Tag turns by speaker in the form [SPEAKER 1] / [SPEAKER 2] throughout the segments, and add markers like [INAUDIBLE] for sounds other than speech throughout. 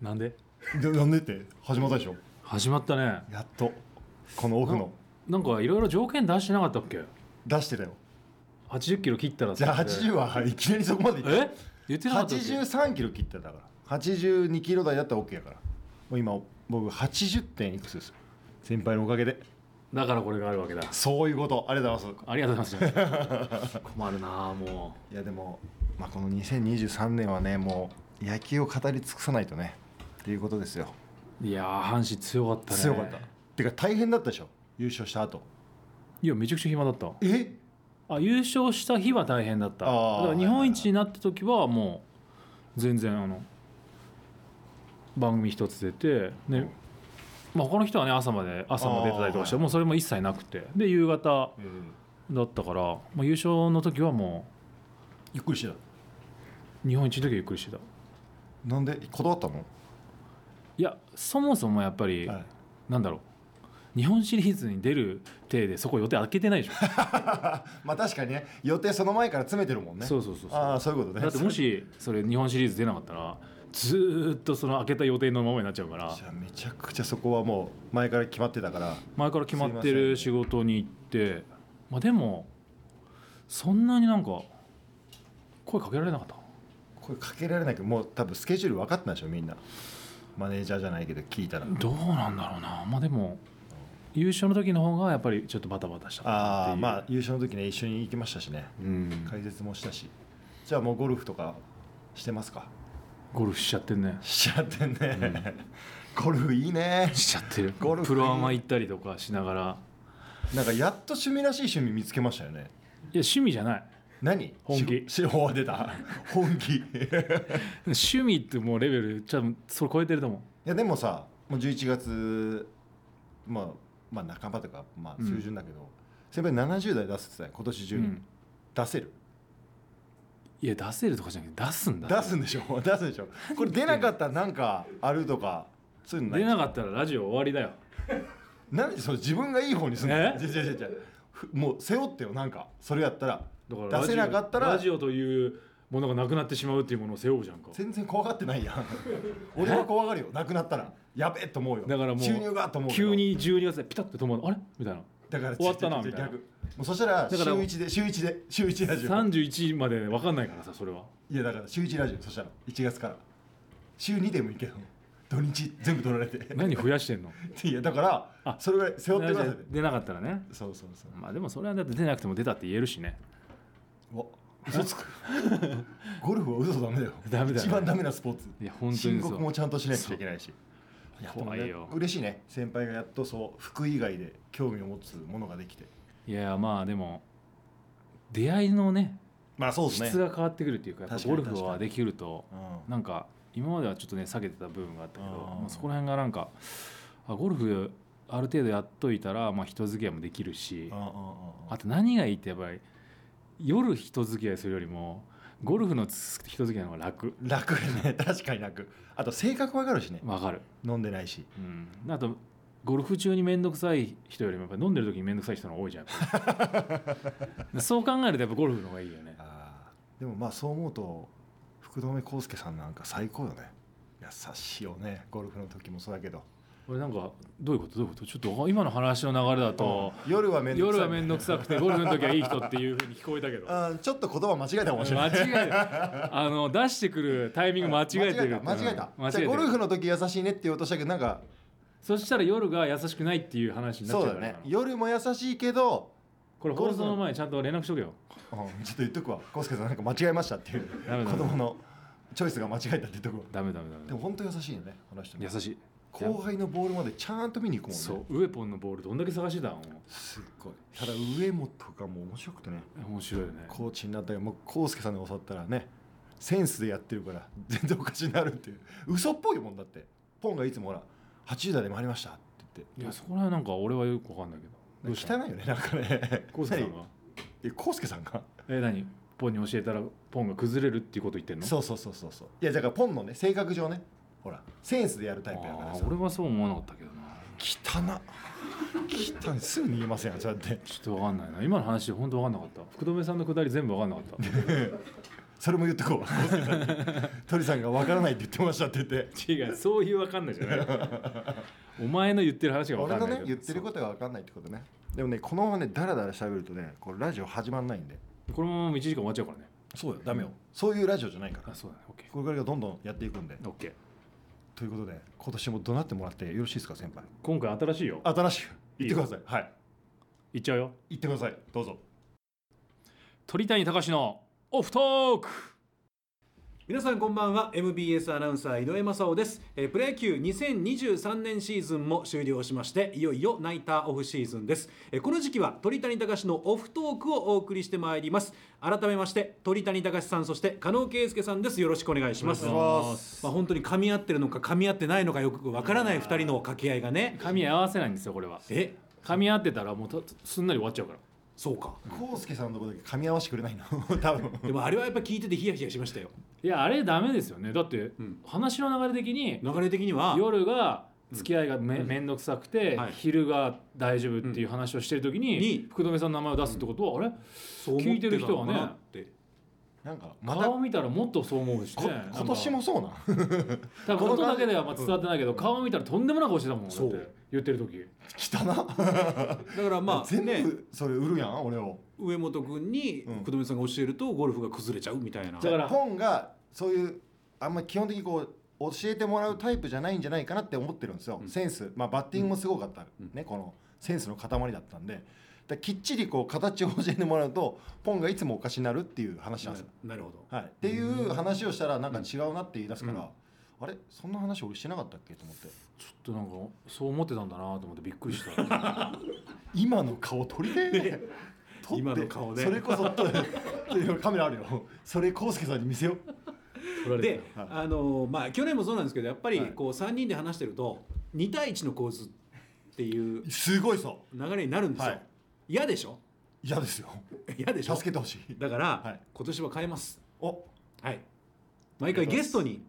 [SPEAKER 1] なんで
[SPEAKER 2] でなんでって始まったでしょ
[SPEAKER 1] 始まったね
[SPEAKER 2] やっとこのオフの
[SPEAKER 1] なんかいろいろ条件出してなかったっけ
[SPEAKER 2] 出してたよ
[SPEAKER 1] 80キロ切ったら
[SPEAKER 2] じゃあ80はいきなりそこまでいった
[SPEAKER 1] え言ってなかったっけ
[SPEAKER 2] 83キロ切ってたから82キロ台だったら OK やからもう今僕80点いくつです先輩のおかげで
[SPEAKER 1] だからこれがあるわけだ
[SPEAKER 2] そういうことありがとうございま
[SPEAKER 1] ありがとうございます
[SPEAKER 2] [LAUGHS]
[SPEAKER 1] 困るなあも
[SPEAKER 2] すいやでも、まあ、この2023年はねもう野球を語り尽くさないとねっていうことですよ
[SPEAKER 1] ういやー阪神強かったね
[SPEAKER 2] 強かったてか大変だったでしょ優勝した後
[SPEAKER 1] いやめちゃくちゃ暇だった
[SPEAKER 2] え
[SPEAKER 1] あ優勝した日は大変だっただ
[SPEAKER 2] あー
[SPEAKER 1] から日本一になった時はもう全然あの番組一つ出てねまあ他の人はね朝まで朝も出てたりとかして
[SPEAKER 2] あー
[SPEAKER 1] もうそれも一切なくてで夕方だったから、まあ、優勝の時はも
[SPEAKER 2] ゆっくりしてた
[SPEAKER 1] う日本一の時はゆっくりしてた
[SPEAKER 2] なんで断ったの、
[SPEAKER 1] いやそもそもやっぱり、
[SPEAKER 2] はい
[SPEAKER 1] なんだろう日本シリーズに出る体でそこ予定開けてないでしょ、
[SPEAKER 2] まあ確かにね予定その前から詰めてるもんね
[SPEAKER 1] [LAUGHS] そうそうそうそう
[SPEAKER 2] ああそういうことね
[SPEAKER 1] だってもしそれ日本シリーズ出なかったらずーっとその開けた予定のままになっちゃうから
[SPEAKER 2] じゃあめちゃくちゃそこはもう前から決まってたから
[SPEAKER 1] 前から決まってる仕事に行ってまあでもそんなになんか声かけられなかった
[SPEAKER 2] これかけられないけどもう多分スケジュール分かってたんでしょみんなマネージャーじゃないけど聞いたら
[SPEAKER 1] どうなんだろうなまあでも優勝の時の方がやっぱりちょっとバタバタしたなって
[SPEAKER 2] あ
[SPEAKER 1] い
[SPEAKER 2] あ
[SPEAKER 1] う
[SPEAKER 2] まあ優勝の時ね一緒に行きましたしね
[SPEAKER 1] うん
[SPEAKER 2] 解説もしたしじゃあもうゴルフとかしてますか
[SPEAKER 1] ゴルフしちゃってんね
[SPEAKER 2] しちゃってんね、ゴルフいいね
[SPEAKER 1] しちゃってる
[SPEAKER 2] ゴルフ
[SPEAKER 1] プロアマ行ったりとかしながらいや
[SPEAKER 2] なんかやっと趣味らしい趣味見つけましたよね
[SPEAKER 1] 趣味じゃない
[SPEAKER 2] 何
[SPEAKER 1] 本気
[SPEAKER 2] ししお出た本気 [LAUGHS] い
[SPEAKER 1] 趣味ってもうレベルちょっとそれ超えてると思う
[SPEAKER 2] やでもさもう11月まあまあ半ばとかまあ
[SPEAKER 1] うん
[SPEAKER 2] 中旬だけど、先輩70代出すって言ってたよ今年中
[SPEAKER 1] う
[SPEAKER 2] に、
[SPEAKER 1] ん
[SPEAKER 2] 出せる
[SPEAKER 1] いや出せるとかじゃなくて出すんだ
[SPEAKER 2] 出すんでしょ [LAUGHS] 出すんでしょこれ出なかったらなんかあるとかそういうのない
[SPEAKER 1] 出なかったらラジオ終わりだよ
[SPEAKER 2] なんでその自分がいい方にするの
[SPEAKER 1] え
[SPEAKER 2] 違う違う違う違うふもう背負ってよなんかそれやったら
[SPEAKER 1] だからラジオ
[SPEAKER 2] 出せなかったら
[SPEAKER 1] ラジオというものがなくなってしまうっていうものを背負うじゃんか
[SPEAKER 2] 全然怖がってな
[SPEAKER 1] [LAUGHS]
[SPEAKER 2] いやん俺は怖がるよなくなったらやべえと思うよ
[SPEAKER 1] だからもう
[SPEAKER 2] 収入がと思うけど
[SPEAKER 1] 急に12月でピタッと止まるあれみたいな
[SPEAKER 2] だから
[SPEAKER 1] 終わったな
[SPEAKER 2] 違う違う違
[SPEAKER 1] み
[SPEAKER 2] う
[SPEAKER 1] たいな
[SPEAKER 2] 逆もうそしたら
[SPEAKER 1] だから
[SPEAKER 2] 週一で週一で週一ラジオ
[SPEAKER 1] 31まで分かんないからさそれはい
[SPEAKER 2] やだから週一ラジオそしたら1月から週2でもいいけど土日全部取られて
[SPEAKER 1] 何増やしてんの
[SPEAKER 2] いやだから
[SPEAKER 1] あ
[SPEAKER 2] それぐらい背負ってくださいね
[SPEAKER 1] 出なかったらね
[SPEAKER 2] そうそうそう
[SPEAKER 1] まあでもそれはだって出なくても出たって言えるしね
[SPEAKER 2] わ嘘つくゴルフは嘘ダメだよ
[SPEAKER 1] ダメだよ
[SPEAKER 2] 一番ダメなスポーツ
[SPEAKER 1] いや本当
[SPEAKER 2] 申
[SPEAKER 1] にそ
[SPEAKER 2] 告
[SPEAKER 1] う
[SPEAKER 2] もちゃんとしなきゃいけないしいやでも
[SPEAKER 1] 怖
[SPEAKER 2] ね
[SPEAKER 1] いよ
[SPEAKER 2] 嬉しいね先輩がやっとそう服以外で興味を持つものができて
[SPEAKER 1] いやまあでも出会いのね
[SPEAKER 2] まあそうですね
[SPEAKER 1] 質が変わってくるっていうかやっぱ
[SPEAKER 2] 確か
[SPEAKER 1] ゴ
[SPEAKER 2] に
[SPEAKER 1] ルフはできると
[SPEAKER 2] うん
[SPEAKER 1] なんか今まではちょっとね避けてた部分があったけど
[SPEAKER 2] あー
[SPEAKER 1] まあそこら辺がなんかあゴルフある程度やっといたら、まあ、人付き合いもできるし
[SPEAKER 2] うんうん
[SPEAKER 1] あと何がいいってやっぱり夜人付き合いするよりもゴルフのつ人付き合いの方が楽
[SPEAKER 2] うん楽ね確かに楽あと性格わかるしね
[SPEAKER 1] わかる、
[SPEAKER 2] 飲んでないし
[SPEAKER 1] うん、あとゴルフ中に面倒くさい人よりもやっぱ飲んでる時に面倒くさい人の方が多いじゃんやっぱ
[SPEAKER 2] [LAUGHS]
[SPEAKER 1] りそう考えるとやっぱゴルフの方がいいよね
[SPEAKER 2] あーでもまあそう思うと福留孝介さんなんか最高よね優しいよねゴルフの時もそうだけど
[SPEAKER 1] これなんかどういうことどういうことちょっと今の話の流れだと
[SPEAKER 2] 夜は面倒く
[SPEAKER 1] 夜
[SPEAKER 2] さい
[SPEAKER 1] は面倒くさ
[SPEAKER 2] [LAUGHS]
[SPEAKER 1] くてゴルフの時はいい人っていうふうに聞こえたけど
[SPEAKER 2] あーちょっと言葉間違えたかもしれない
[SPEAKER 1] 間違えたあの出してくるタイミング間違えてる
[SPEAKER 2] 間違えた間違えた
[SPEAKER 1] 間違え
[SPEAKER 2] じ
[SPEAKER 1] て
[SPEAKER 2] ゃあ
[SPEAKER 1] る
[SPEAKER 2] ゴルフの時優しいねって言おうとしたけどなんか
[SPEAKER 1] そしたら夜が優しくないっていう話になっ
[SPEAKER 2] そ
[SPEAKER 1] ち
[SPEAKER 2] う
[SPEAKER 1] ゃう
[SPEAKER 2] だ
[SPEAKER 1] から
[SPEAKER 2] ね
[SPEAKER 1] な
[SPEAKER 2] 夜も優しいけど、
[SPEAKER 1] これ放送の前にちゃんと連絡しとけよ
[SPEAKER 2] うんちょっと言っとくわコ介さんなんか間違えましたっていう
[SPEAKER 1] ダメ
[SPEAKER 2] 子
[SPEAKER 1] ダメ
[SPEAKER 2] 供のチョイスが間違えたって言っとくわ
[SPEAKER 1] ダメダメダメ
[SPEAKER 2] でも本当優しいよねこの人ね
[SPEAKER 1] 優しい
[SPEAKER 2] 後輩のボールまでちゃんと見に行くもんね
[SPEAKER 1] そうウエポンのボールどんだけ探してたの
[SPEAKER 2] すっごいただ上本がもう面白くてね
[SPEAKER 1] 面白いよね
[SPEAKER 2] コーチになったけどもうコ介さんに教わったらねセンスでやってるから [LAUGHS] 全然おかしになるっていう嘘っぽいもんだってポンがいつもほら80代で回りましたって言って
[SPEAKER 1] いやそこら辺なんか俺はよくわかんないけどどうした
[SPEAKER 2] 汚いよねなんかね
[SPEAKER 1] コウスケさんが
[SPEAKER 2] えコウスケさんが
[SPEAKER 1] え何ポンに教えたらポンが崩れるっていうこと言ってんの
[SPEAKER 2] そうそうそうそうそういやだからポンのね性格上ねほらセンスでやるタイプやから
[SPEAKER 1] あ
[SPEAKER 2] さ
[SPEAKER 1] ー俺はそう思わなかったけどな
[SPEAKER 2] 汚な汚いすぐ逃げませんよそうやって
[SPEAKER 1] ちょっとわかんないな今の話で本当わかんなかった福留さんのくだり全部わかんなかった
[SPEAKER 2] それも言ってこう康介さんに鳥さんが分からないって言ってましたって言っ
[SPEAKER 1] [LAUGHS]
[SPEAKER 2] て
[SPEAKER 1] 違うそういうわかんないじゃない [LAUGHS] お前の言ってる話がわか
[SPEAKER 2] 俺
[SPEAKER 1] んない
[SPEAKER 2] のね言ってることとが分かんないってことねでもねこのままねダラダラしゃべるとねこれラジオ始まんないんで
[SPEAKER 1] このまま1時間終わっちゃうからね
[SPEAKER 2] そうよダメよそういうラジオじゃないから
[SPEAKER 1] あそうだねオッケ
[SPEAKER 2] これからがどんどんやっていくんで
[SPEAKER 1] ーオッケー
[SPEAKER 2] ということで今年も怒鳴ってもらってよろしいですか先輩
[SPEAKER 1] 今回新しいよ
[SPEAKER 2] 新しく
[SPEAKER 1] い
[SPEAKER 2] 言
[SPEAKER 1] い
[SPEAKER 2] っ
[SPEAKER 1] よ
[SPEAKER 2] てくださいはい
[SPEAKER 1] いっちゃうよ
[SPEAKER 2] 言ってくださいどうぞ
[SPEAKER 1] 鳥谷隆のオフトーク
[SPEAKER 3] 皆さんこんばんは MBS アナウンサー井上正雄です、えープロ野球2023年シーズンも終了しましていよいよナイターオフシーズンです、えーこの時期は鳥谷隆のオフトークをお送りしてまいります改めまして鳥谷隆さんそして加納圭介さんですよろしくお願いします
[SPEAKER 1] お願いしま
[SPEAKER 3] まあ本当に噛み合ってるのか噛み合ってないのかよくわからない2人の掛け合いがね
[SPEAKER 1] 噛み合わせないんですよこれは
[SPEAKER 3] え
[SPEAKER 1] 噛み合ってたらもうとすんなり終わっちゃうから
[SPEAKER 3] そうか
[SPEAKER 2] 康介さんのとこだけ噛み合わせてくれないの [LAUGHS] 多分
[SPEAKER 3] でもあれはやっぱ聞いててヒヤヒヤしましたよ
[SPEAKER 1] いやあれダメですよねだって、
[SPEAKER 3] ん
[SPEAKER 1] 話の流れ的に
[SPEAKER 3] 流れ的には
[SPEAKER 1] 夜が付き合いがめ,、ん、どくさくて、
[SPEAKER 3] はい
[SPEAKER 1] 昼が大丈夫っていう話をしてる時に,、
[SPEAKER 3] に
[SPEAKER 1] 福留さんの名前を出すってことは、あれ
[SPEAKER 3] そう思ってたのかなって
[SPEAKER 2] なんかまた
[SPEAKER 1] 顔
[SPEAKER 2] こ
[SPEAKER 1] 見たらもっとそう思うしねなんか
[SPEAKER 2] 今年もそうな
[SPEAKER 1] 多分
[SPEAKER 2] この
[SPEAKER 1] 音だけではまあ伝わってないけど、顔見たらとんでもなく落ちてたもんだっ
[SPEAKER 3] そう
[SPEAKER 1] て言ってる時
[SPEAKER 2] 汚な
[SPEAKER 3] だからまあ
[SPEAKER 2] 全
[SPEAKER 3] ね
[SPEAKER 2] 部それ売るやん俺を
[SPEAKER 3] 上本君に
[SPEAKER 2] うん
[SPEAKER 3] 福留さんが教えるとゴルフが崩れちゃうみたいな、
[SPEAKER 1] じゃあだから
[SPEAKER 2] ポンがそういうあんまり基本的にこう教えてもらうタイプじゃないんじゃないかなって思ってるんですよ、
[SPEAKER 3] うん
[SPEAKER 2] センス、まあ、バッティングもすごかった、
[SPEAKER 3] うん
[SPEAKER 2] ねこのセンスの塊だったんでだからきっちりこう形を教えてもらうとポンがいつもおかしになるっていう話なんですよ、
[SPEAKER 3] なるほど
[SPEAKER 2] はい、っていう話をしたらなんか違うなって言い出すから、あれそんな話俺してなかったっけと思って
[SPEAKER 1] ちょっとなんかそう思ってたんだなと思ってびっくりした
[SPEAKER 2] 今の顔撮りてえ撮って
[SPEAKER 3] 今の顔ね
[SPEAKER 2] それこそ撮ってカメラあるよそれ康介さんに見せよう
[SPEAKER 1] 取られて
[SPEAKER 3] で
[SPEAKER 1] る、
[SPEAKER 2] はい
[SPEAKER 3] あのーまあ去年もそうなんですけどやっぱり
[SPEAKER 2] はい
[SPEAKER 3] こう3人で話してると2対1の構図っていう
[SPEAKER 2] すごいさ
[SPEAKER 3] 流れになるんですよ、
[SPEAKER 2] はい
[SPEAKER 3] 嫌でしょ
[SPEAKER 2] 嫌ですよ
[SPEAKER 3] 嫌でしょ
[SPEAKER 2] 助けてほしい
[SPEAKER 3] だから、
[SPEAKER 2] はい
[SPEAKER 3] 今年は変えます
[SPEAKER 2] お
[SPEAKER 3] はい毎回ゲストに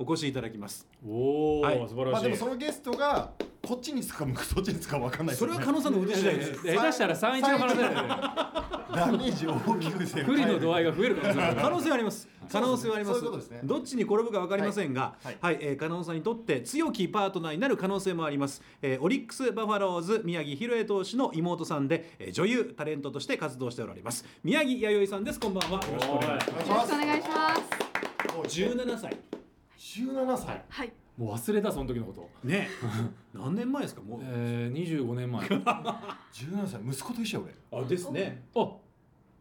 [SPEAKER 3] お越しいただきます
[SPEAKER 1] おお、
[SPEAKER 3] はい
[SPEAKER 1] 素晴
[SPEAKER 2] ま
[SPEAKER 1] ら
[SPEAKER 2] あ
[SPEAKER 1] し
[SPEAKER 2] で
[SPEAKER 1] い、
[SPEAKER 2] もそのゲストがこっちにつくかそっちにつくか分かんないです
[SPEAKER 3] そ
[SPEAKER 2] よ
[SPEAKER 3] れ
[SPEAKER 2] ね
[SPEAKER 3] は加納さんの腕次第です
[SPEAKER 1] え下手したら3-1の可能性だよね
[SPEAKER 2] ダメージを大きくせよ
[SPEAKER 1] 不利の度合いが増えるかもしれない
[SPEAKER 3] 可能性はあります。可能性はあります。
[SPEAKER 2] そういうことですね
[SPEAKER 3] どっちに転ぶかわかりませんが、は
[SPEAKER 2] はいい、
[SPEAKER 3] えー加納さんにとって強きパートナーになる可能性もあります。えーオリックスバファローズ宮城博恵投手の妹さんで、えー女優タレントとして活動しておられます。宮城弥生さんです。こんばんは。よろしくお願いしま
[SPEAKER 1] おい
[SPEAKER 2] お願いしま
[SPEAKER 4] よろしくお願いします。
[SPEAKER 2] す
[SPEAKER 3] す。十七歳。
[SPEAKER 2] 17歳、
[SPEAKER 4] はい。
[SPEAKER 1] もう忘れたその時のこと
[SPEAKER 3] ね。 [LAUGHS] 何年前ですか。もう。
[SPEAKER 1] えー、25年前あ
[SPEAKER 2] 17歳息子と一緒や俺
[SPEAKER 3] あ、ですね。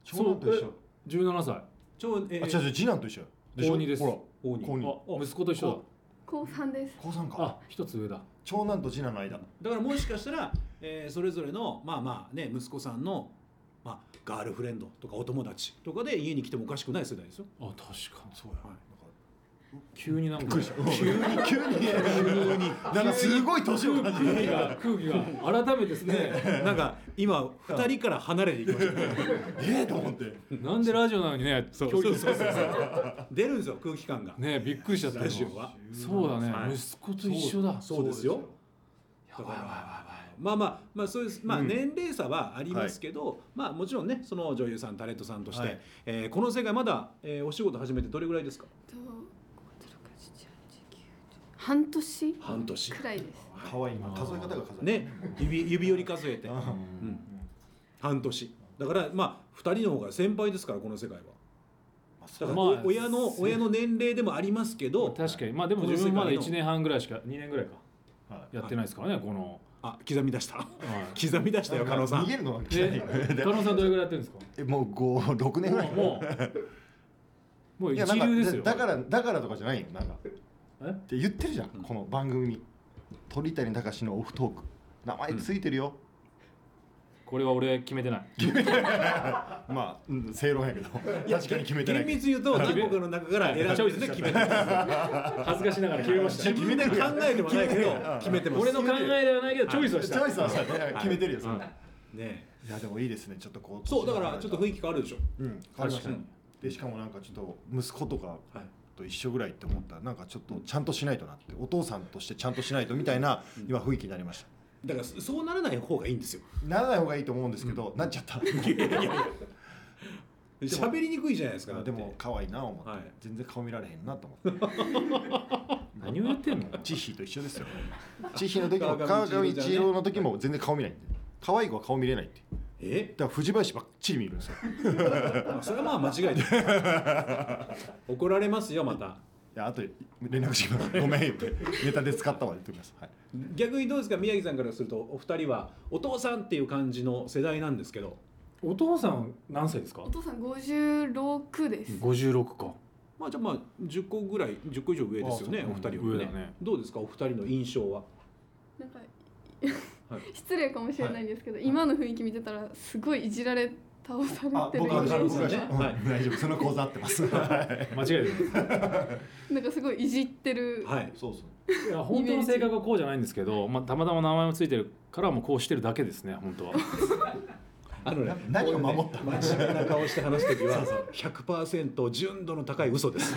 [SPEAKER 2] 長男と一緒
[SPEAKER 1] 17歳
[SPEAKER 3] 超え
[SPEAKER 2] あ違う違う次男と一緒でしょ
[SPEAKER 1] 高二です
[SPEAKER 2] ほ
[SPEAKER 3] 高
[SPEAKER 2] ら高
[SPEAKER 3] 二
[SPEAKER 2] 二
[SPEAKER 1] あ息子と一緒
[SPEAKER 4] 高三です。
[SPEAKER 2] 高三
[SPEAKER 1] だ
[SPEAKER 2] か
[SPEAKER 1] あ一つ上だ
[SPEAKER 2] 長男と次男の間
[SPEAKER 3] だからもしかしたら、えーそれぞれのまあまあね息子さんの。まあ、ガールフレンドとかお友達とかで家に来てもおかしくない世代ですよ。
[SPEAKER 1] あ確かに
[SPEAKER 2] そうや、
[SPEAKER 3] はい
[SPEAKER 1] 急になんか
[SPEAKER 2] 急に急に急になんかすごい年を
[SPEAKER 1] 空
[SPEAKER 2] 感じ
[SPEAKER 1] 気
[SPEAKER 2] る
[SPEAKER 1] が空気が改めてですね
[SPEAKER 3] [LAUGHS] なんか今二人から離れていきましたね
[SPEAKER 2] ええと思って
[SPEAKER 1] なんでラジオなのにね距離
[SPEAKER 3] 出るんですよ空気感が
[SPEAKER 1] ねびっくりしちゃった
[SPEAKER 3] ラジ
[SPEAKER 1] 今
[SPEAKER 3] オは
[SPEAKER 1] そうだね、
[SPEAKER 3] はい
[SPEAKER 1] 息子と一緒だ
[SPEAKER 3] そうですよ
[SPEAKER 1] やばいやばいやばい
[SPEAKER 3] まあまあまあそういうまあ
[SPEAKER 2] うん
[SPEAKER 3] 年齢差はありますけど、まあもちろんねその女優さんタレントさんとして、
[SPEAKER 2] はい
[SPEAKER 3] えーこの世界まだ、えーお仕事始めてどれぐらいですか
[SPEAKER 4] と、半年
[SPEAKER 3] 半年
[SPEAKER 4] くらいです。
[SPEAKER 2] 可愛いな数え方が数え方
[SPEAKER 3] ね指指折り数えて、
[SPEAKER 2] あ
[SPEAKER 3] うん半年だからまあ二人の方が先輩ですからこの世界は
[SPEAKER 2] まあそ
[SPEAKER 3] だ
[SPEAKER 2] う
[SPEAKER 3] から、
[SPEAKER 1] まあ
[SPEAKER 3] 親の親の年齢でもありますけど
[SPEAKER 1] 確かにまあでも
[SPEAKER 3] この
[SPEAKER 1] 自分まだ
[SPEAKER 3] 世界の
[SPEAKER 1] 1年半ぐらいしか2年ぐらいか
[SPEAKER 2] はい
[SPEAKER 1] やってないですからね、この、
[SPEAKER 3] あ刻み出した
[SPEAKER 1] は
[SPEAKER 3] 刻み出したよ加納さん
[SPEAKER 2] 逃げるのは来
[SPEAKER 1] い、
[SPEAKER 2] た [LAUGHS]
[SPEAKER 1] で
[SPEAKER 2] ね
[SPEAKER 1] 加納さんどれぐらいやってるんですか
[SPEAKER 2] えもう5、6年ぐらい。
[SPEAKER 1] もうもうもう一
[SPEAKER 2] いやなんか
[SPEAKER 1] 流ですよ
[SPEAKER 2] だだからだからとかじゃないよなんか。
[SPEAKER 1] え
[SPEAKER 2] って言ってるじゃん、
[SPEAKER 3] うん
[SPEAKER 2] この番組に鳥谷隆のオフトーク名前ついてるよ。
[SPEAKER 1] これは俺決めてない
[SPEAKER 2] まあ、うん正論やけど確かに決めてないけ
[SPEAKER 3] 厳
[SPEAKER 2] ど。
[SPEAKER 3] 密に言うと何個かの中から選
[SPEAKER 1] チョイス
[SPEAKER 3] んで決めてます
[SPEAKER 1] 恥ずかしながら決めました
[SPEAKER 3] 自分で考えてもないけど決めてます
[SPEAKER 1] 俺の考えではないけどチョイスはし
[SPEAKER 2] チ
[SPEAKER 1] た
[SPEAKER 2] ョイスはさ決めてるよ。それ
[SPEAKER 1] うん
[SPEAKER 3] ね
[SPEAKER 2] いやでもいいですねちょっとこう。
[SPEAKER 3] そうだからちょっと雰囲気変わるでしょ
[SPEAKER 2] うん変わりましたね
[SPEAKER 3] 確か
[SPEAKER 2] でしかもなんかちょっと息子とか
[SPEAKER 3] はい
[SPEAKER 2] と一緒ぐらいって思ったらなんかちょっとちゃんとしないとなってお父さんとしてちゃんとしないとみたいな今雰囲気になりました。
[SPEAKER 3] だからそそうならない方がいいんですよ
[SPEAKER 2] ならない方がいいと思うんですけど、なっちゃった。
[SPEAKER 3] いやいや喋りにくいじゃないです
[SPEAKER 2] [LAUGHS]
[SPEAKER 3] か。
[SPEAKER 2] でも可愛いな思って、
[SPEAKER 3] はい
[SPEAKER 2] 全然顔見られへんなと思って
[SPEAKER 1] 何を言ってんの
[SPEAKER 2] チッヒーと一緒ですよチッヒーの時も
[SPEAKER 3] 川
[SPEAKER 2] 川
[SPEAKER 3] 上
[SPEAKER 2] 上千
[SPEAKER 3] 千尋
[SPEAKER 2] 尋の時も全然顔見ないんで可愛い子は顔見れないって
[SPEAKER 3] え、 [LAUGHS]
[SPEAKER 2] だから藤林ばっちり見るんですよ
[SPEAKER 3] まあそれはまあ間違いです。 [LAUGHS] 怒られますよまた。
[SPEAKER 2] いやあと連絡してくだ [LAUGHS] さいごめん言ってネタで使ったわ言ってきます、はい、
[SPEAKER 3] 逆にどうですか宮城さんからするとお二人はお父さんっていう感じの世代なんですけど、
[SPEAKER 1] お父さん何歳ですか
[SPEAKER 4] お父さん56です。
[SPEAKER 1] 56か
[SPEAKER 3] まあじゃあまあ十個ぐらい十個以上上ですよね
[SPEAKER 1] あ
[SPEAKER 3] お
[SPEAKER 1] そう
[SPEAKER 3] 二人はね
[SPEAKER 1] 上だね
[SPEAKER 3] どうですかお二人の印象は。
[SPEAKER 4] なんか、
[SPEAKER 3] はい
[SPEAKER 4] [LAUGHS] 失礼かもしれないんですけど、今の雰囲気見てたらすごいいじられ倒され
[SPEAKER 2] あ
[SPEAKER 4] てる
[SPEAKER 2] 僕は
[SPEAKER 3] わかる
[SPEAKER 2] 僕は、
[SPEAKER 3] はい
[SPEAKER 2] うん大丈夫その講座合ってます、はい、
[SPEAKER 1] 間違いない
[SPEAKER 4] なんかすごいいじってる、
[SPEAKER 3] は
[SPEAKER 2] [LAUGHS]
[SPEAKER 3] い。
[SPEAKER 2] そうそう
[SPEAKER 1] いや本当の性格はこうじゃないんですけど、まあ、たまたま名前もついてるからもうこうしてるだけですね本当は
[SPEAKER 3] あのね
[SPEAKER 2] な何を守った
[SPEAKER 3] こういうね真面目な顔して話すときは100%純度の高い嘘です。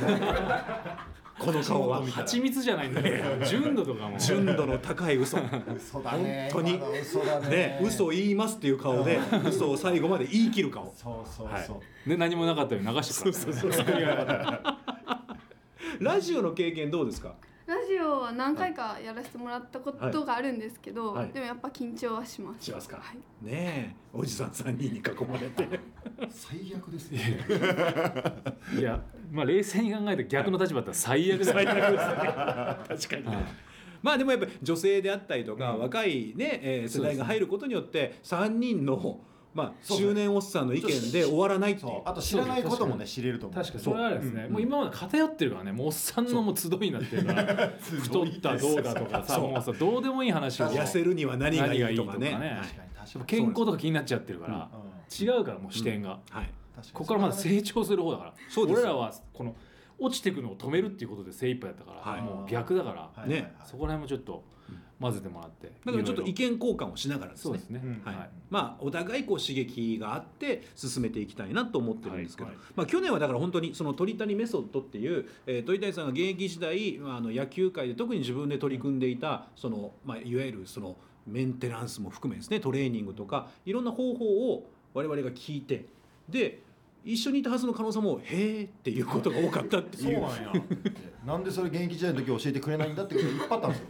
[SPEAKER 3] この顔は
[SPEAKER 2] みたいな
[SPEAKER 1] 蜂蜜じゃないんだよ純度とかも
[SPEAKER 3] 純度の高い嘘。
[SPEAKER 2] 嘘だね
[SPEAKER 3] 本当に
[SPEAKER 2] 今の嘘だ
[SPEAKER 3] ね、嘘を言いますっていう顔で嘘を最後まで言い切る顔
[SPEAKER 2] そうそうそう、
[SPEAKER 1] はいで何もなかったように流してたそうそうそう
[SPEAKER 3] ラジオの経験どうですか
[SPEAKER 4] ラジオは何回かやらせてもらったことがあるんですけど、
[SPEAKER 3] はい
[SPEAKER 4] でもやっぱ緊張はします
[SPEAKER 3] しますか
[SPEAKER 4] はい、
[SPEAKER 3] ねえおじさん3人に囲まれて
[SPEAKER 2] 最悪ですね
[SPEAKER 1] いやまあ冷静に考えて逆の立場だったら最悪だよ
[SPEAKER 3] 確かに、
[SPEAKER 1] はい
[SPEAKER 3] [LAUGHS] まあでもやっぱり女性であったりとか、若い、ねえー世代が入ることによって3人の、まあ、
[SPEAKER 2] そうですね
[SPEAKER 3] 中年おっさんの意見で終わらないっていう
[SPEAKER 2] そうあと知らないこともね知れると思う
[SPEAKER 1] 確かにそれはあれですね、
[SPEAKER 3] うん
[SPEAKER 1] もう今まで偏ってるからねもうおっさんのもう集いになってるから太ったどうだとかさ
[SPEAKER 3] そう
[SPEAKER 1] もうさどうでもいい話を
[SPEAKER 2] 確か
[SPEAKER 3] 痩せるには何がいい
[SPEAKER 1] 何
[SPEAKER 3] とかね
[SPEAKER 1] がいいとかね
[SPEAKER 3] はい
[SPEAKER 2] 確かに確
[SPEAKER 1] やっぱ
[SPEAKER 2] かに
[SPEAKER 1] 健康とか気になっちゃってるから、
[SPEAKER 2] うん
[SPEAKER 1] 違うからもう視点が、
[SPEAKER 3] はい、
[SPEAKER 2] 確かに
[SPEAKER 1] ここからまだ成長する方だから
[SPEAKER 3] そうですよ
[SPEAKER 1] 俺らはこの落ちてくのを止めるっていうことで精一杯だったから、
[SPEAKER 3] はい
[SPEAKER 1] もう逆だから、
[SPEAKER 2] はいはいはい
[SPEAKER 3] ね
[SPEAKER 1] そこら辺もちょっと混ぜてもらって、
[SPEAKER 3] だからちょっと
[SPEAKER 1] いろい
[SPEAKER 3] 意見交換をしながら
[SPEAKER 1] ろ
[SPEAKER 3] です
[SPEAKER 1] そう
[SPEAKER 3] ね
[SPEAKER 1] ですね、
[SPEAKER 2] うん
[SPEAKER 1] はい、
[SPEAKER 2] はい
[SPEAKER 3] まあ、お互いこう刺激があって進めていきたいなと思ってるんですけど、
[SPEAKER 1] はいは
[SPEAKER 3] まあ、去年はだから本当にその鳥谷メソッドっていう、えー鳥谷さんが現役時代、まあ、あの野球界で特に自分で取り組んでいたその、まあ、いわゆるそのメンテナンスも含めですねトレーニングとかいろんな方法を我々が聞いてで一緒にいたはずの加納さんも「へえ」っていうことが多かったって
[SPEAKER 2] そう
[SPEAKER 3] い
[SPEAKER 2] な
[SPEAKER 3] うん
[SPEAKER 2] や [LAUGHS] なんでそれ現役時代の時教えてくれないんだってこといっぱいあったんですよ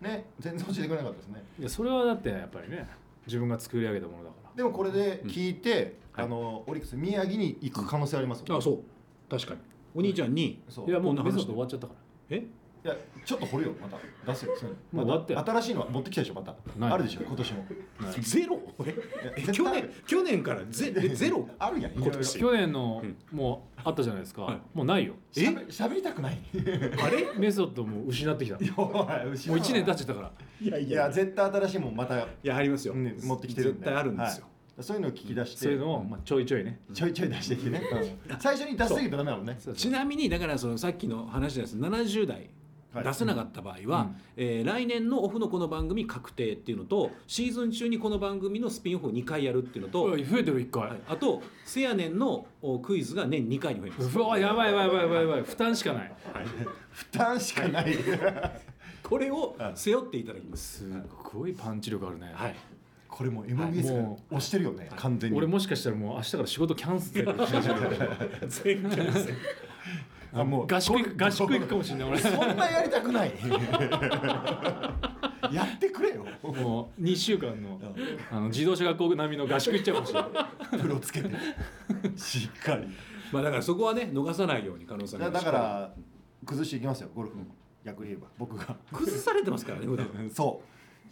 [SPEAKER 2] ね全然教えてくれなかったですね
[SPEAKER 1] いやそれはだってやっぱりね自分が作り上げたものだから
[SPEAKER 2] でもこれで聞いて、
[SPEAKER 3] うん
[SPEAKER 2] あのオリックス宮城に行く可能性ありますよ、
[SPEAKER 3] あそう確かにお兄ちゃんに
[SPEAKER 2] そう
[SPEAKER 1] い
[SPEAKER 2] い
[SPEAKER 1] や
[SPEAKER 2] や
[SPEAKER 1] もう
[SPEAKER 3] こんな
[SPEAKER 1] メ
[SPEAKER 3] 話
[SPEAKER 1] ソッド終わっちゃったか
[SPEAKER 2] ちょっと掘るよまた出すよそういう
[SPEAKER 1] も
[SPEAKER 2] の
[SPEAKER 1] う終わって
[SPEAKER 2] また新しいのは持ってきたでしょまた
[SPEAKER 1] ない
[SPEAKER 2] あるでしょ今年も
[SPEAKER 1] ら、はい
[SPEAKER 2] [LAUGHS]
[SPEAKER 3] ゼロえ
[SPEAKER 2] いや絶
[SPEAKER 3] 去
[SPEAKER 2] 対あ
[SPEAKER 3] 年
[SPEAKER 2] る
[SPEAKER 3] 去年から
[SPEAKER 2] [LAUGHS]
[SPEAKER 3] ゼえゼロ
[SPEAKER 2] あるやん
[SPEAKER 3] 今年
[SPEAKER 1] 去年の
[SPEAKER 3] うん
[SPEAKER 1] もうあったじゃないですか、
[SPEAKER 3] はい
[SPEAKER 1] もうないよ
[SPEAKER 2] え喋りたくない [LAUGHS]
[SPEAKER 3] あれ
[SPEAKER 1] メソッドもう失ってきたもう
[SPEAKER 2] も
[SPEAKER 1] 1年経っちゃったから
[SPEAKER 3] いやい
[SPEAKER 2] いや絶対新しいもんまた、
[SPEAKER 3] いやありますよ、
[SPEAKER 2] ね、持ってきてるん
[SPEAKER 3] 絶
[SPEAKER 2] で
[SPEAKER 3] 対あるんですよ、、
[SPEAKER 2] はいそういうのを聞き出して
[SPEAKER 1] そういうのをまあちょいちょいね
[SPEAKER 2] ちょいちょい出してきてね、最初に出しすぎてダメだもんね
[SPEAKER 1] そうそ
[SPEAKER 3] ち
[SPEAKER 1] う
[SPEAKER 3] なみにだからそのさっきの話です70代
[SPEAKER 2] はい
[SPEAKER 3] 出せなかった場合は、
[SPEAKER 1] うん
[SPEAKER 3] えー来年のオフのこの番組確定っていうのとシーズン中にこの番組のスピンオフを2回やるっていうのと、
[SPEAKER 1] うわ増えてる1回、
[SPEAKER 3] はいあと「せやねん」のおクイズが年2回に増えます
[SPEAKER 1] うわやばいやばいやばいやばいやばい負担しかない
[SPEAKER 2] 負担しかない、
[SPEAKER 3] これを背負っていただきます、
[SPEAKER 1] すっごいパンチ力あるね、
[SPEAKER 3] はい、
[SPEAKER 2] これもう
[SPEAKER 1] はい
[SPEAKER 2] MBS が
[SPEAKER 1] も
[SPEAKER 2] 押してるよね、完全に
[SPEAKER 1] 俺もしかしたらもう明日から仕事キャンセ [LAUGHS] ルし始める
[SPEAKER 3] 全回ですね
[SPEAKER 2] あもう
[SPEAKER 1] 合宿行く合宿行くかもしれない
[SPEAKER 2] そんなやりたくないやってくれよ
[SPEAKER 1] 俺もう2週間のあの自動車学校並みの合宿行っちゃうか [LAUGHS] もしれない
[SPEAKER 2] プロつけてしっかり
[SPEAKER 3] [LAUGHS] まあだからそこはね逃さないように加納さんが
[SPEAKER 2] だだから崩していきますよゴルフも逆に言えば僕が [LAUGHS]
[SPEAKER 3] 崩されてますからね普段
[SPEAKER 2] そ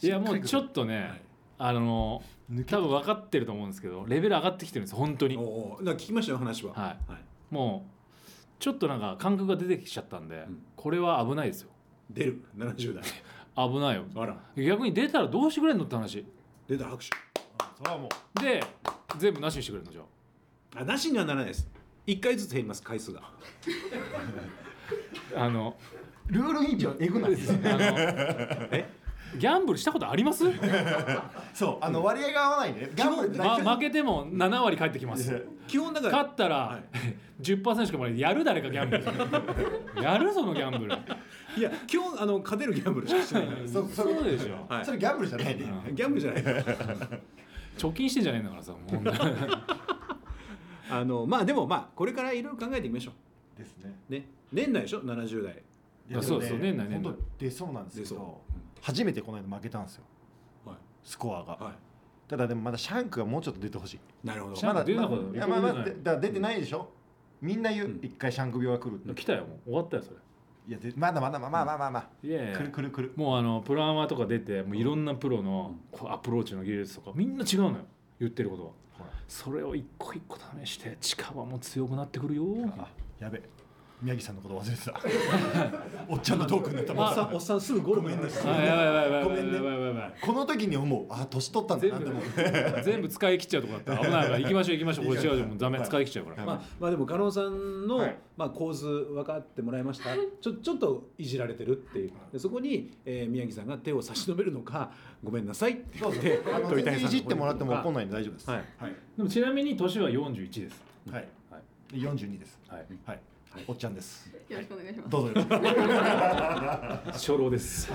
[SPEAKER 2] う
[SPEAKER 1] い
[SPEAKER 2] い
[SPEAKER 1] やもうちょっとね、
[SPEAKER 3] はい
[SPEAKER 1] あの
[SPEAKER 2] 抜け
[SPEAKER 1] 多分分かってると思うんですけどレベル上がってきてるんです本当
[SPEAKER 3] お
[SPEAKER 1] に
[SPEAKER 3] うおうだから聞きましたよ話は
[SPEAKER 1] は
[SPEAKER 3] はい、
[SPEAKER 1] もうちょっとなんか感覚が出てきちゃったんで、
[SPEAKER 3] ん
[SPEAKER 1] これは危ないですよ
[SPEAKER 3] 出る70代
[SPEAKER 1] 危ないよ
[SPEAKER 3] あら
[SPEAKER 1] 逆に出たらどうしてくれんのって話
[SPEAKER 3] 出た拍手
[SPEAKER 2] それはもう
[SPEAKER 1] で全部なしにしてくれるのじゃあ
[SPEAKER 3] あなしにはならないです1回ずつ減ります回数が
[SPEAKER 1] あの
[SPEAKER 2] ルール委員長えぐな
[SPEAKER 1] あ
[SPEAKER 2] い
[SPEAKER 1] の
[SPEAKER 3] え
[SPEAKER 1] ギャンブルしたことあります
[SPEAKER 2] そうあの割合が合わないねギャンブルって
[SPEAKER 1] ま、負けても7割返ってきます
[SPEAKER 3] 基本だから
[SPEAKER 1] 勝ったら、
[SPEAKER 3] は
[SPEAKER 1] 10%しかもらえないやる誰かギャンブル
[SPEAKER 2] [LAUGHS]
[SPEAKER 1] やるそのギャンブル
[SPEAKER 3] いや基本あの勝てるギャンブルしかし
[SPEAKER 1] [LAUGHS]
[SPEAKER 3] てない
[SPEAKER 2] そそ
[SPEAKER 1] そうでしょ、
[SPEAKER 3] はい
[SPEAKER 2] それギャンブルじゃないね、
[SPEAKER 1] うん
[SPEAKER 3] ギャンブルじゃないから
[SPEAKER 1] 貯金してんじゃねえんだからさもう
[SPEAKER 3] あのまあでもまあこれからいろいろ考えていきましょ
[SPEAKER 2] ですね
[SPEAKER 3] うね年内でしょ70代
[SPEAKER 1] あそうそう年内年内
[SPEAKER 2] 本当出そうなんですけ
[SPEAKER 3] 出
[SPEAKER 2] ど初めてこの間負けたんですよ
[SPEAKER 3] は
[SPEAKER 2] スコアが、
[SPEAKER 3] いは
[SPEAKER 2] ただでもまだシャンクがもうちょっと出てほしい
[SPEAKER 3] いなるほど
[SPEAKER 1] シャン
[SPEAKER 2] まだ
[SPEAKER 1] 出なかった
[SPEAKER 2] いやまあまあ
[SPEAKER 1] 出てない
[SPEAKER 2] だから出てないでしょみんな言
[SPEAKER 3] う
[SPEAKER 2] うん一回シャンク病が来るって
[SPEAKER 1] [LAUGHS] 来たよもう終わったよそ
[SPEAKER 2] いやでまだまだまあまあまあまあま
[SPEAKER 1] れいやい
[SPEAKER 2] あ
[SPEAKER 1] や
[SPEAKER 2] 来る来る来る
[SPEAKER 1] もうあのプロアマとか出てもういろんなプロのこうアプローチの技術とかみんな違うのよ言ってることは
[SPEAKER 2] ほら
[SPEAKER 1] それを一個一個試して力はもう強くなってくるよ
[SPEAKER 2] あやべ宮城さんのこと忘れてた
[SPEAKER 1] [LAUGHS]
[SPEAKER 2] おっちゃんのトークになった
[SPEAKER 3] おっさん
[SPEAKER 2] も
[SPEAKER 3] おっさんすぐゴルフになる
[SPEAKER 1] あやばいやばいやばい
[SPEAKER 2] ごめんね
[SPEAKER 1] やばいやばいやばいう
[SPEAKER 2] この時に思うあ年取ったんだ
[SPEAKER 1] 全
[SPEAKER 2] なでも
[SPEAKER 1] 部全部使い切っちゃうとこだった [LAUGHS] 危ないから行きましょう行きましょうこれ違うよもうダメ使い切っちゃうから
[SPEAKER 3] まあ、まあでも加納さんの、
[SPEAKER 2] はい
[SPEAKER 3] まあ、構図分かってもらいましたちょちょっといじられてるっていうでそこに、えー宮城さんが手を差し伸べるのかごめんなさいって言って
[SPEAKER 2] あの
[SPEAKER 3] 鳥
[SPEAKER 2] 全然
[SPEAKER 3] 谷さ
[SPEAKER 2] い
[SPEAKER 3] ん
[SPEAKER 2] じってもらっても怒んな
[SPEAKER 3] ない
[SPEAKER 2] いんで大丈夫です
[SPEAKER 3] はい
[SPEAKER 2] はい
[SPEAKER 1] でもちなみに年は41です
[SPEAKER 2] はい
[SPEAKER 1] はい
[SPEAKER 2] で42です
[SPEAKER 1] はい
[SPEAKER 2] はい
[SPEAKER 3] はい
[SPEAKER 2] おっちゃんです
[SPEAKER 4] よろしくお願いします。
[SPEAKER 2] どうぞよろしく
[SPEAKER 1] 初老です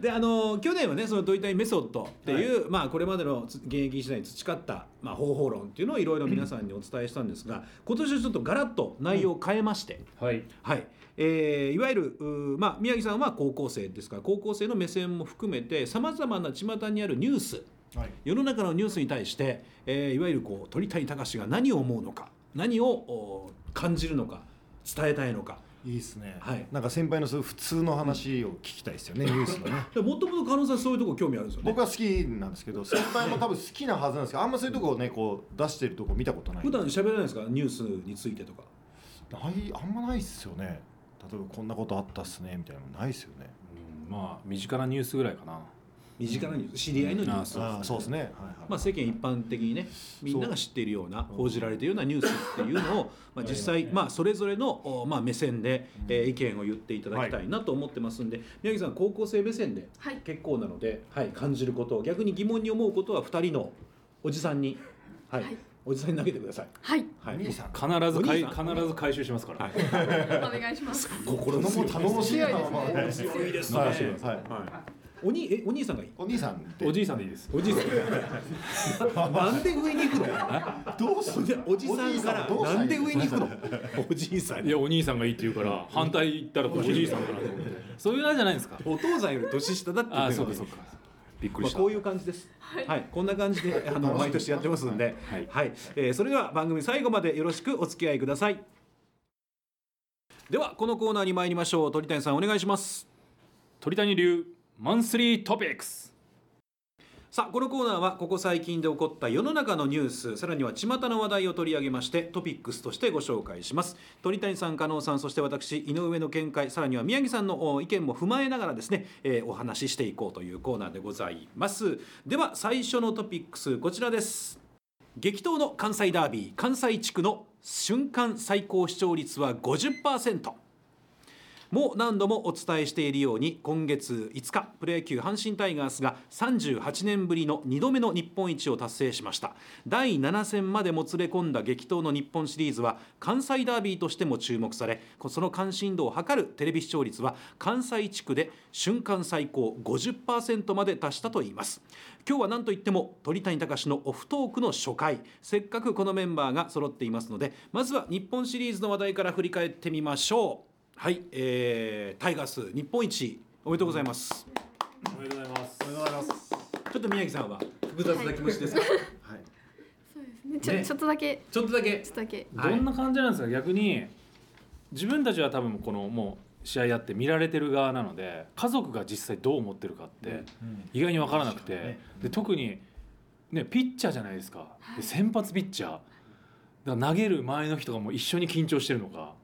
[SPEAKER 3] であの去年はねその鳥谷メソッドっていう、まあこれまでのつ現役時代に培った、まあ、方法論っていうのをいろいろ皆さんにお伝えしたんですが、今年はちょっとガラッと内容を変えまして、
[SPEAKER 1] はい
[SPEAKER 3] はいえーいわゆるうーまあ、宮城さんは高校生ですから高校生の目線も含めてさまざまな巷にあるニュース
[SPEAKER 2] はい
[SPEAKER 3] 世の中のニュースに対して、えーいわゆるこう鳥谷隆が何を思うのか何をお感じるのか伝えたいのか
[SPEAKER 2] いいですね
[SPEAKER 3] はい
[SPEAKER 2] なんか先輩のそういう普通の話を聞きたいですよねニュースの
[SPEAKER 3] [LAUGHS]
[SPEAKER 2] ね
[SPEAKER 3] でもともと加納さんそういうとこ興味あるんですよね。
[SPEAKER 2] 僕は好きなんですけど先輩も多分好きなはずなんですけどあんまそういうとこをねこう出してるとこ見たことない
[SPEAKER 3] 普段喋らないですかニュースについてとか
[SPEAKER 2] ないあんまないっすよね例えばこんなことあったっすねみたいなのないっすよね
[SPEAKER 1] うんまあ身近なニュースぐらいかな
[SPEAKER 3] 身近なニュース知り合いのニュース、
[SPEAKER 1] そうですね
[SPEAKER 2] あーそうですねはいはい
[SPEAKER 3] まあ、世間一般的にねみんなが知っているような報じられているようなニュースっていうのを、まあ、実際、まあ、それぞれの、おまあ、目線で、えー意見を言っていただきたいなと思ってますんで、宮城さん高校生目線で
[SPEAKER 4] はい。
[SPEAKER 3] 結構なので、はい、感じることを逆に疑問に思うことは2人のおじさんに、はい
[SPEAKER 4] はい
[SPEAKER 3] おじさんに投げてください。
[SPEAKER 4] はい。
[SPEAKER 3] はい、
[SPEAKER 2] 兄さん
[SPEAKER 1] 必ずかい
[SPEAKER 3] お兄さん
[SPEAKER 1] 必ず回収しますから
[SPEAKER 3] はい
[SPEAKER 4] お願いします。
[SPEAKER 3] 心
[SPEAKER 2] 頼も頼もしいな
[SPEAKER 4] 強いですね
[SPEAKER 2] まあね
[SPEAKER 3] 強いですね。
[SPEAKER 2] は
[SPEAKER 3] はいい
[SPEAKER 2] はい
[SPEAKER 3] おにえお兄さんがいい
[SPEAKER 2] お兄さんって
[SPEAKER 1] おじいさんでいいです
[SPEAKER 3] おじいさんなんで上に行くの
[SPEAKER 2] どうすんの
[SPEAKER 3] おじさんから
[SPEAKER 2] どうした
[SPEAKER 3] なん
[SPEAKER 2] い
[SPEAKER 3] で上に行くのおじいさ
[SPEAKER 1] [LAUGHS]
[SPEAKER 3] ん
[SPEAKER 1] いやお兄さんがいいって言うから反対言ったらおじいさんかなと思ってそういうのじゃないんですか
[SPEAKER 3] お父さんより年下だって言
[SPEAKER 1] あ
[SPEAKER 3] っ
[SPEAKER 1] あ
[SPEAKER 3] て
[SPEAKER 1] そ
[SPEAKER 3] る
[SPEAKER 1] うか
[SPEAKER 3] のに
[SPEAKER 1] そうかびっく
[SPEAKER 3] ま
[SPEAKER 1] り
[SPEAKER 3] あ、
[SPEAKER 1] した
[SPEAKER 3] こういう感じです。はい、こんな感じで、あの、 [LAUGHS] 毎年やってますんで、は
[SPEAKER 1] はいい、
[SPEAKER 3] えーそれでは番組最後までよろしくお付き合いください。では、このコーナーに参りましょう。鳥谷さん、お願いします。
[SPEAKER 1] 鳥谷流マンスリートピックス
[SPEAKER 3] さあこのコーナーはここ最近で起こった世の中のニュースさらには巷の話題を取り上げましてトピックスとしてご紹介します鳥谷さん加納さんそして私井上の見解さらには宮城さんのお意見も踏まえながらですね、えーお話ししていこうというコーナーでございますでは最初のトピックスこちらです激闘の関西ダービー関西地区の瞬間最高視聴率は50%もう何度もお伝えしているように今月5日プロ野球阪神タイガースが38年ぶりの2度目の日本一を達成しました第7戦までもつれ込んだ激闘の日本シリーズは関西ダービーとしても注目されその関心度を測るテレビ視聴率は関西地区で瞬間最高50%まで達したといいます今日は何といっても鳥谷隆のオフトークの初回せっかくこのメンバーが揃っていますのでまずは日本シリーズの話題から振り返ってみましょうはい、えー、タイガース日本一おめでとうございます。
[SPEAKER 1] おめでとうございます
[SPEAKER 3] ちょっと宮城さんは複雑な気持ちですか。
[SPEAKER 2] はい
[SPEAKER 4] そうですね。ちょ、
[SPEAKER 3] ね
[SPEAKER 4] ちょっとだけ、
[SPEAKER 3] [LAUGHS] ちょっとだけ
[SPEAKER 4] ちょっとだけ。
[SPEAKER 3] はい
[SPEAKER 1] どんな感じなんですか逆に自分たちは多分このもう試合やって見られてる側なので家族が実際どう思ってるかって意外に分からなくて、
[SPEAKER 2] 確かにね
[SPEAKER 1] で特に、ね、ピッチャーじゃないですかで先発ピッチャーだから投げる前の日とかも一緒に緊張してるのか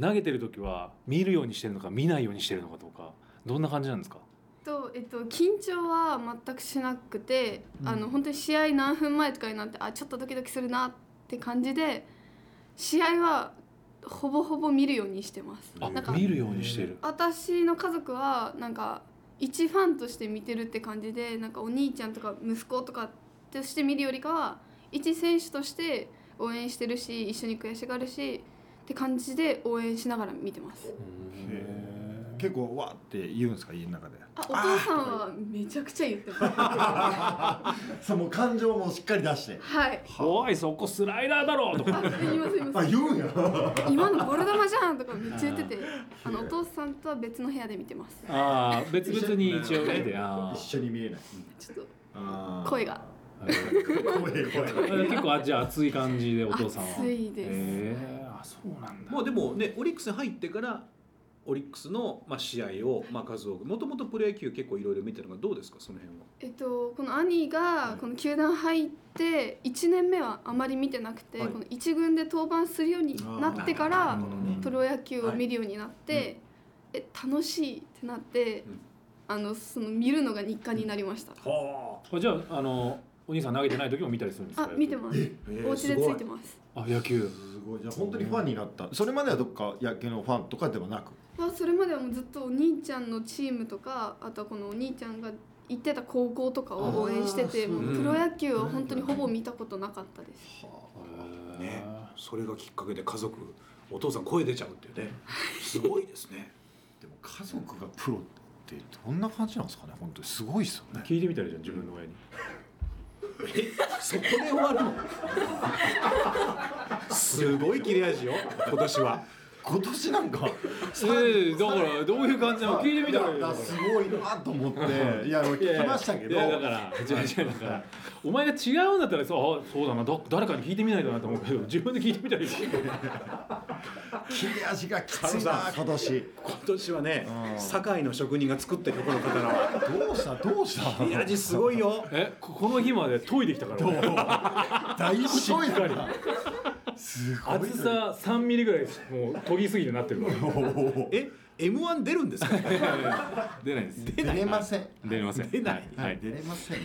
[SPEAKER 1] 投げてる時は見るようにしてるのか見ないようにしてるのかとかどんな感じなんですか
[SPEAKER 4] と、えっと、緊張は全くしなくて、
[SPEAKER 1] うん
[SPEAKER 4] あの、本当に試合何分前とかになって、あ、ちょっとドキドキするなって感じで。試合は、ほぼほぼ見るようにしてます。
[SPEAKER 1] あ
[SPEAKER 4] なんか、
[SPEAKER 1] 見るようにしてる。
[SPEAKER 4] 私の家族は、なんか。一ファンとして見てるって感じで、なんかお兄ちゃんとか息子とか。として見るよりかは、一選手として。応援してるし、一緒に悔しがるし。って感じで応援しながら見てます。
[SPEAKER 1] うん
[SPEAKER 2] 結構わーって言うんですか家の中で
[SPEAKER 4] あお父さんはめちゃくちゃ言ってます
[SPEAKER 1] [LAUGHS]
[SPEAKER 2] そうもう感情もしっかり出して
[SPEAKER 4] はい
[SPEAKER 1] おいそこスライダーだろと
[SPEAKER 4] [LAUGHS]
[SPEAKER 1] か
[SPEAKER 4] あ言います言いま
[SPEAKER 2] あ
[SPEAKER 4] す
[SPEAKER 2] 言うんや
[SPEAKER 4] 今のボル玉じゃんとかめっちゃ言っててあのお父さんとは別の部屋で見てます
[SPEAKER 1] ああ別々に一応見てあ
[SPEAKER 2] 一緒に見えない
[SPEAKER 4] ちょっ
[SPEAKER 2] あ
[SPEAKER 4] と声が
[SPEAKER 1] ー
[SPEAKER 2] 声
[SPEAKER 1] [LAUGHS]
[SPEAKER 2] 声
[SPEAKER 1] 結構あじゃあ熱い感じでお父さんは
[SPEAKER 4] 熱いです
[SPEAKER 1] へえあそうなんだ
[SPEAKER 3] もうでもねオリックスに入ってからオリックスの、まあ、試合を、まあ、数多くもともとプロ野球結構いろいろ見てるのがどうですかその辺は
[SPEAKER 4] えっと、この兄がこの球団入って1年目はあまり見てなくて、
[SPEAKER 3] はい
[SPEAKER 4] この1軍で登板するようになってか
[SPEAKER 2] あ
[SPEAKER 4] ら
[SPEAKER 2] ー
[SPEAKER 4] プロ野球を見るようになって、
[SPEAKER 3] はい
[SPEAKER 4] え楽しいってなって、
[SPEAKER 3] うん
[SPEAKER 4] あのその見るのが日課になりました、
[SPEAKER 3] は
[SPEAKER 1] あじゃああのお兄さん投げてない時も見たりするんですか
[SPEAKER 4] あ見てま
[SPEAKER 3] あ、
[SPEAKER 4] す
[SPEAKER 3] え
[SPEAKER 4] お家でついて
[SPEAKER 3] も
[SPEAKER 4] ます
[SPEAKER 1] あ野球
[SPEAKER 2] すごいじゃあ本当にファンになったそれまではどっか野球のファンとかではなく
[SPEAKER 4] まあ、それまではもうずっとお兄ちゃんのチームとかあとはこのお兄ちゃんが行ってた高校とかを応援してて
[SPEAKER 2] あー
[SPEAKER 4] もう
[SPEAKER 3] そう
[SPEAKER 4] プロ野球は本当にほぼ見たことなかったです
[SPEAKER 1] へ
[SPEAKER 3] ね
[SPEAKER 1] え
[SPEAKER 3] それがきっかけで家族お父さん声出ちゃうっていうねすごいですね
[SPEAKER 2] でも家族がプロってどんな感じなんですかね本当にすごいですよね
[SPEAKER 1] 聞いてみたらいいじゃん自分の親に
[SPEAKER 3] そこで終わ
[SPEAKER 2] [LAUGHS]
[SPEAKER 3] るのすごい切れ味よ今年は
[SPEAKER 2] 今年なんか
[SPEAKER 1] ええだからどういう感じなの [LAUGHS] 聞いてみたらいい
[SPEAKER 2] い
[SPEAKER 1] じゃん
[SPEAKER 2] やすごいなと思っていや俺聞きましたけど
[SPEAKER 1] いやだから違う違うだからお前が違うんだったらそうあそうだなだ誰かに聞いてみないとなと思う [LAUGHS] けど自分で聞いてみたらいいじゃん
[SPEAKER 2] 切れ味がきついな今年
[SPEAKER 3] 今年はね
[SPEAKER 2] うん
[SPEAKER 3] 堺の職人が作ってるとこの方らは
[SPEAKER 2] どうしたどうした
[SPEAKER 3] 切れ味すごいよ
[SPEAKER 1] えここの日まで研いできたから俺 [LAUGHS]
[SPEAKER 2] 大失敗だなすごい
[SPEAKER 1] 厚さ3ミリぐらいもう研ぎすぎてなってるか
[SPEAKER 2] おー
[SPEAKER 3] [LAUGHS] え M1 出るんですから [LAUGHS]
[SPEAKER 1] [LAUGHS] 出ないです
[SPEAKER 2] 出れません
[SPEAKER 1] 出れません
[SPEAKER 3] 出ない
[SPEAKER 1] は
[SPEAKER 2] はいい、出れませんね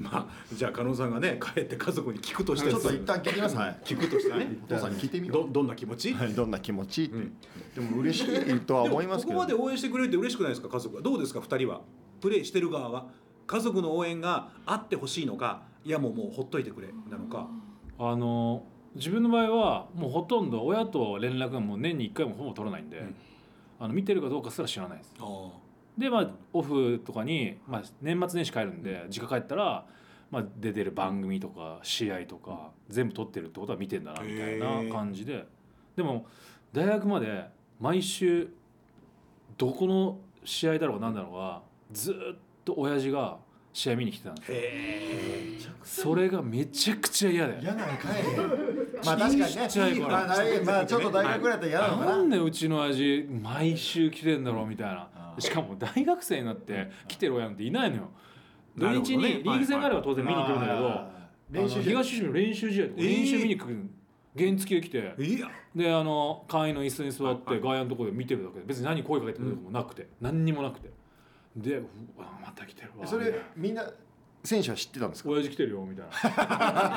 [SPEAKER 3] まあじゃあ加納さんがね帰って家族に聞くとして
[SPEAKER 2] ちょっと一旦聞きますはい
[SPEAKER 3] 聞くとしてね
[SPEAKER 2] お父さんに聞いてみよ
[SPEAKER 3] ど
[SPEAKER 2] う
[SPEAKER 3] どんな気持ち、
[SPEAKER 2] はいどんな気持ちって、
[SPEAKER 3] うん
[SPEAKER 2] でも嬉しいとは
[SPEAKER 3] でも
[SPEAKER 2] 思いますけど
[SPEAKER 3] ここまで応援してくれるって嬉しくないですか家族はどうですか2人はプレーしてる側は家族の応援があってほしいのかいやもうもうほっといてくれなのか
[SPEAKER 1] あの自分の場合はもうほとんど親と連絡がもう年に1回もほぼ取らないんで、
[SPEAKER 3] うん
[SPEAKER 1] あの見てるかどうかすら知らないです
[SPEAKER 3] ああ
[SPEAKER 1] でまあオフとかに、まあ、年末年始帰るんで実家帰ったら、まあ、出てる番組とか試合とか全部撮ってるってことは見てんだなみたい
[SPEAKER 3] へえ
[SPEAKER 1] な感じででも大学まで毎週どこの試合だろうが何だろうがずーっと親父が試合見に来てたんですよ
[SPEAKER 3] へえ
[SPEAKER 1] それがめちゃくちゃ嫌で
[SPEAKER 2] 嫌なのかいまあ確かにね
[SPEAKER 1] ちっちゃい頃
[SPEAKER 2] まあ大学まあちょっと大学ぐらいだったら嫌なのか
[SPEAKER 1] な
[SPEAKER 2] なん
[SPEAKER 1] でうちの親父毎週来てんだろうみたいな
[SPEAKER 2] うん
[SPEAKER 1] しかも大学生になって来てる親なんていないのよ土
[SPEAKER 3] なるほ
[SPEAKER 1] 日
[SPEAKER 3] どね
[SPEAKER 1] にリーグ戦があれば当然見に来るんだけど
[SPEAKER 2] あー練
[SPEAKER 1] あの
[SPEAKER 2] 習
[SPEAKER 1] 東出身の練習試合とか
[SPEAKER 3] えー
[SPEAKER 1] 練習見に来る原付で来て
[SPEAKER 3] いや
[SPEAKER 1] であの会員の椅子に座っ
[SPEAKER 3] はい
[SPEAKER 1] て外野のところで見てるだけで別に何声かけてくるとかもなくて何にもなくてでうわまた来てるわ
[SPEAKER 2] そ
[SPEAKER 1] み
[SPEAKER 2] れ
[SPEAKER 1] たいな
[SPEAKER 2] みんな選手は知ってたんですか
[SPEAKER 1] 親父来てるよみたい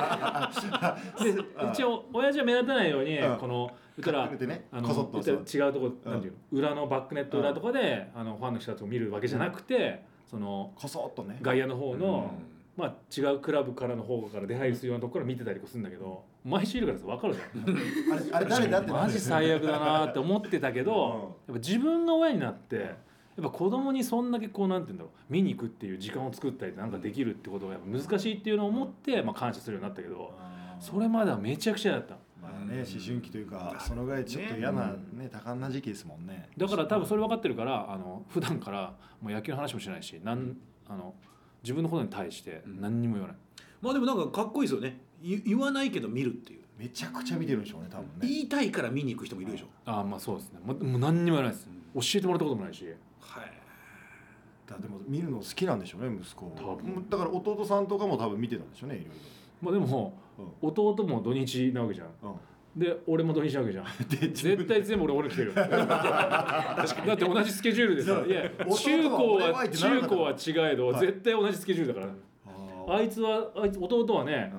[SPEAKER 3] [LAUGHS]
[SPEAKER 1] なで一応親父は目立たないように
[SPEAKER 2] うん
[SPEAKER 1] この言ったら
[SPEAKER 2] 隠れてね
[SPEAKER 1] あ
[SPEAKER 2] こそ
[SPEAKER 1] の
[SPEAKER 2] っと
[SPEAKER 1] 言ったら違うとこ
[SPEAKER 2] うん
[SPEAKER 1] なんていうの裏のバックネット裏とかであのファンの人たちを見るわけじゃなくてその
[SPEAKER 2] こそっとね
[SPEAKER 1] 外野の方のまあ違うクラブからの方から出入りするようなところから見てたりとかするんだけど毎週いるからさ分かるじゃん
[SPEAKER 2] あれあれ誰だって
[SPEAKER 1] マジ最悪だなって思ってたけどやっぱ自分が親になってやっぱ子供にそんだけこうなんて言うんだろう見に行くっていう時間を作ったりなんかできるってことがやっぱ難しいっていうのを思ってまあ感謝するようになったけどそれまではめちゃくちゃだった
[SPEAKER 2] まあね思春期というかそのぐらいちょっと嫌なね多感な時期ですもんね
[SPEAKER 1] だから多分それ分かってるからあの普段からもう野球の話もしないしなんあの自分のことに対して何にも言わない、
[SPEAKER 3] まあでもなんかかっこいいですよねい言わないけど見るっていう、
[SPEAKER 2] めちゃくちゃ見てるんでしょうね多分ね
[SPEAKER 3] 言いたいから見に行く人もいるでしょ、
[SPEAKER 1] ああまあそうですねもうもう何にも言わないです教えてもらったこともないし
[SPEAKER 3] はい
[SPEAKER 2] だでも見るの好きなんでしょうね息子
[SPEAKER 1] 多分
[SPEAKER 2] だから弟さんとかも多分見てたんでしょうねいろい
[SPEAKER 1] まあでも弟も土日なわけじゃん
[SPEAKER 2] ろ
[SPEAKER 1] で俺も土日な [LAUGHS] わけじゃん [LAUGHS]
[SPEAKER 2] で
[SPEAKER 1] 絶対全部俺俺 [LAUGHS] 来てるよだって同じスケジュールでさいや
[SPEAKER 2] 弟は
[SPEAKER 1] 中高
[SPEAKER 2] 俺
[SPEAKER 1] は
[SPEAKER 2] はってなら
[SPEAKER 1] 中
[SPEAKER 2] なかった
[SPEAKER 1] 高は違えど
[SPEAKER 2] はい
[SPEAKER 1] 絶対同じスケジュールだから、
[SPEAKER 2] あ
[SPEAKER 1] あいつはあいつ弟はね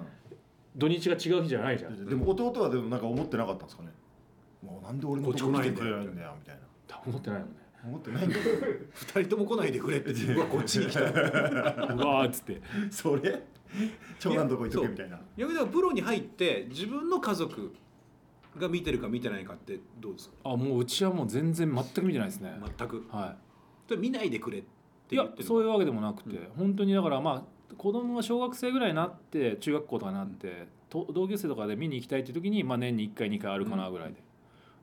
[SPEAKER 1] 土日が違う日じゃないじゃん
[SPEAKER 2] ーでも弟はでもなんか思ってなかったんですかねもうなんで俺のこと来てくれるんだよみたいな
[SPEAKER 1] 多分思ってないもんね
[SPEAKER 2] 思ってないんだよ
[SPEAKER 3] 2人とも来ないでくれってうわこっちに来
[SPEAKER 1] [LAUGHS]
[SPEAKER 3] た
[SPEAKER 1] うわーっつって
[SPEAKER 2] それ長男のとこ行っとけみたいな
[SPEAKER 3] 逆にだからプロに入って自分の家族が見てるか見てないかってどうですか
[SPEAKER 1] あもううちはもう全然全く見てないですね、
[SPEAKER 3] 全く
[SPEAKER 1] は
[SPEAKER 3] それ見ないでくれって
[SPEAKER 1] い、い
[SPEAKER 3] 言
[SPEAKER 1] や
[SPEAKER 3] ってる
[SPEAKER 1] そういう
[SPEAKER 3] う
[SPEAKER 1] わけでもなくて、
[SPEAKER 3] うん
[SPEAKER 1] 本当にだからまあ子供が小学生ぐらいになって中学校とかになって、と同級生とかで見に行きたいっていう時に、まあ、年に1回2回あるかなぐらいで、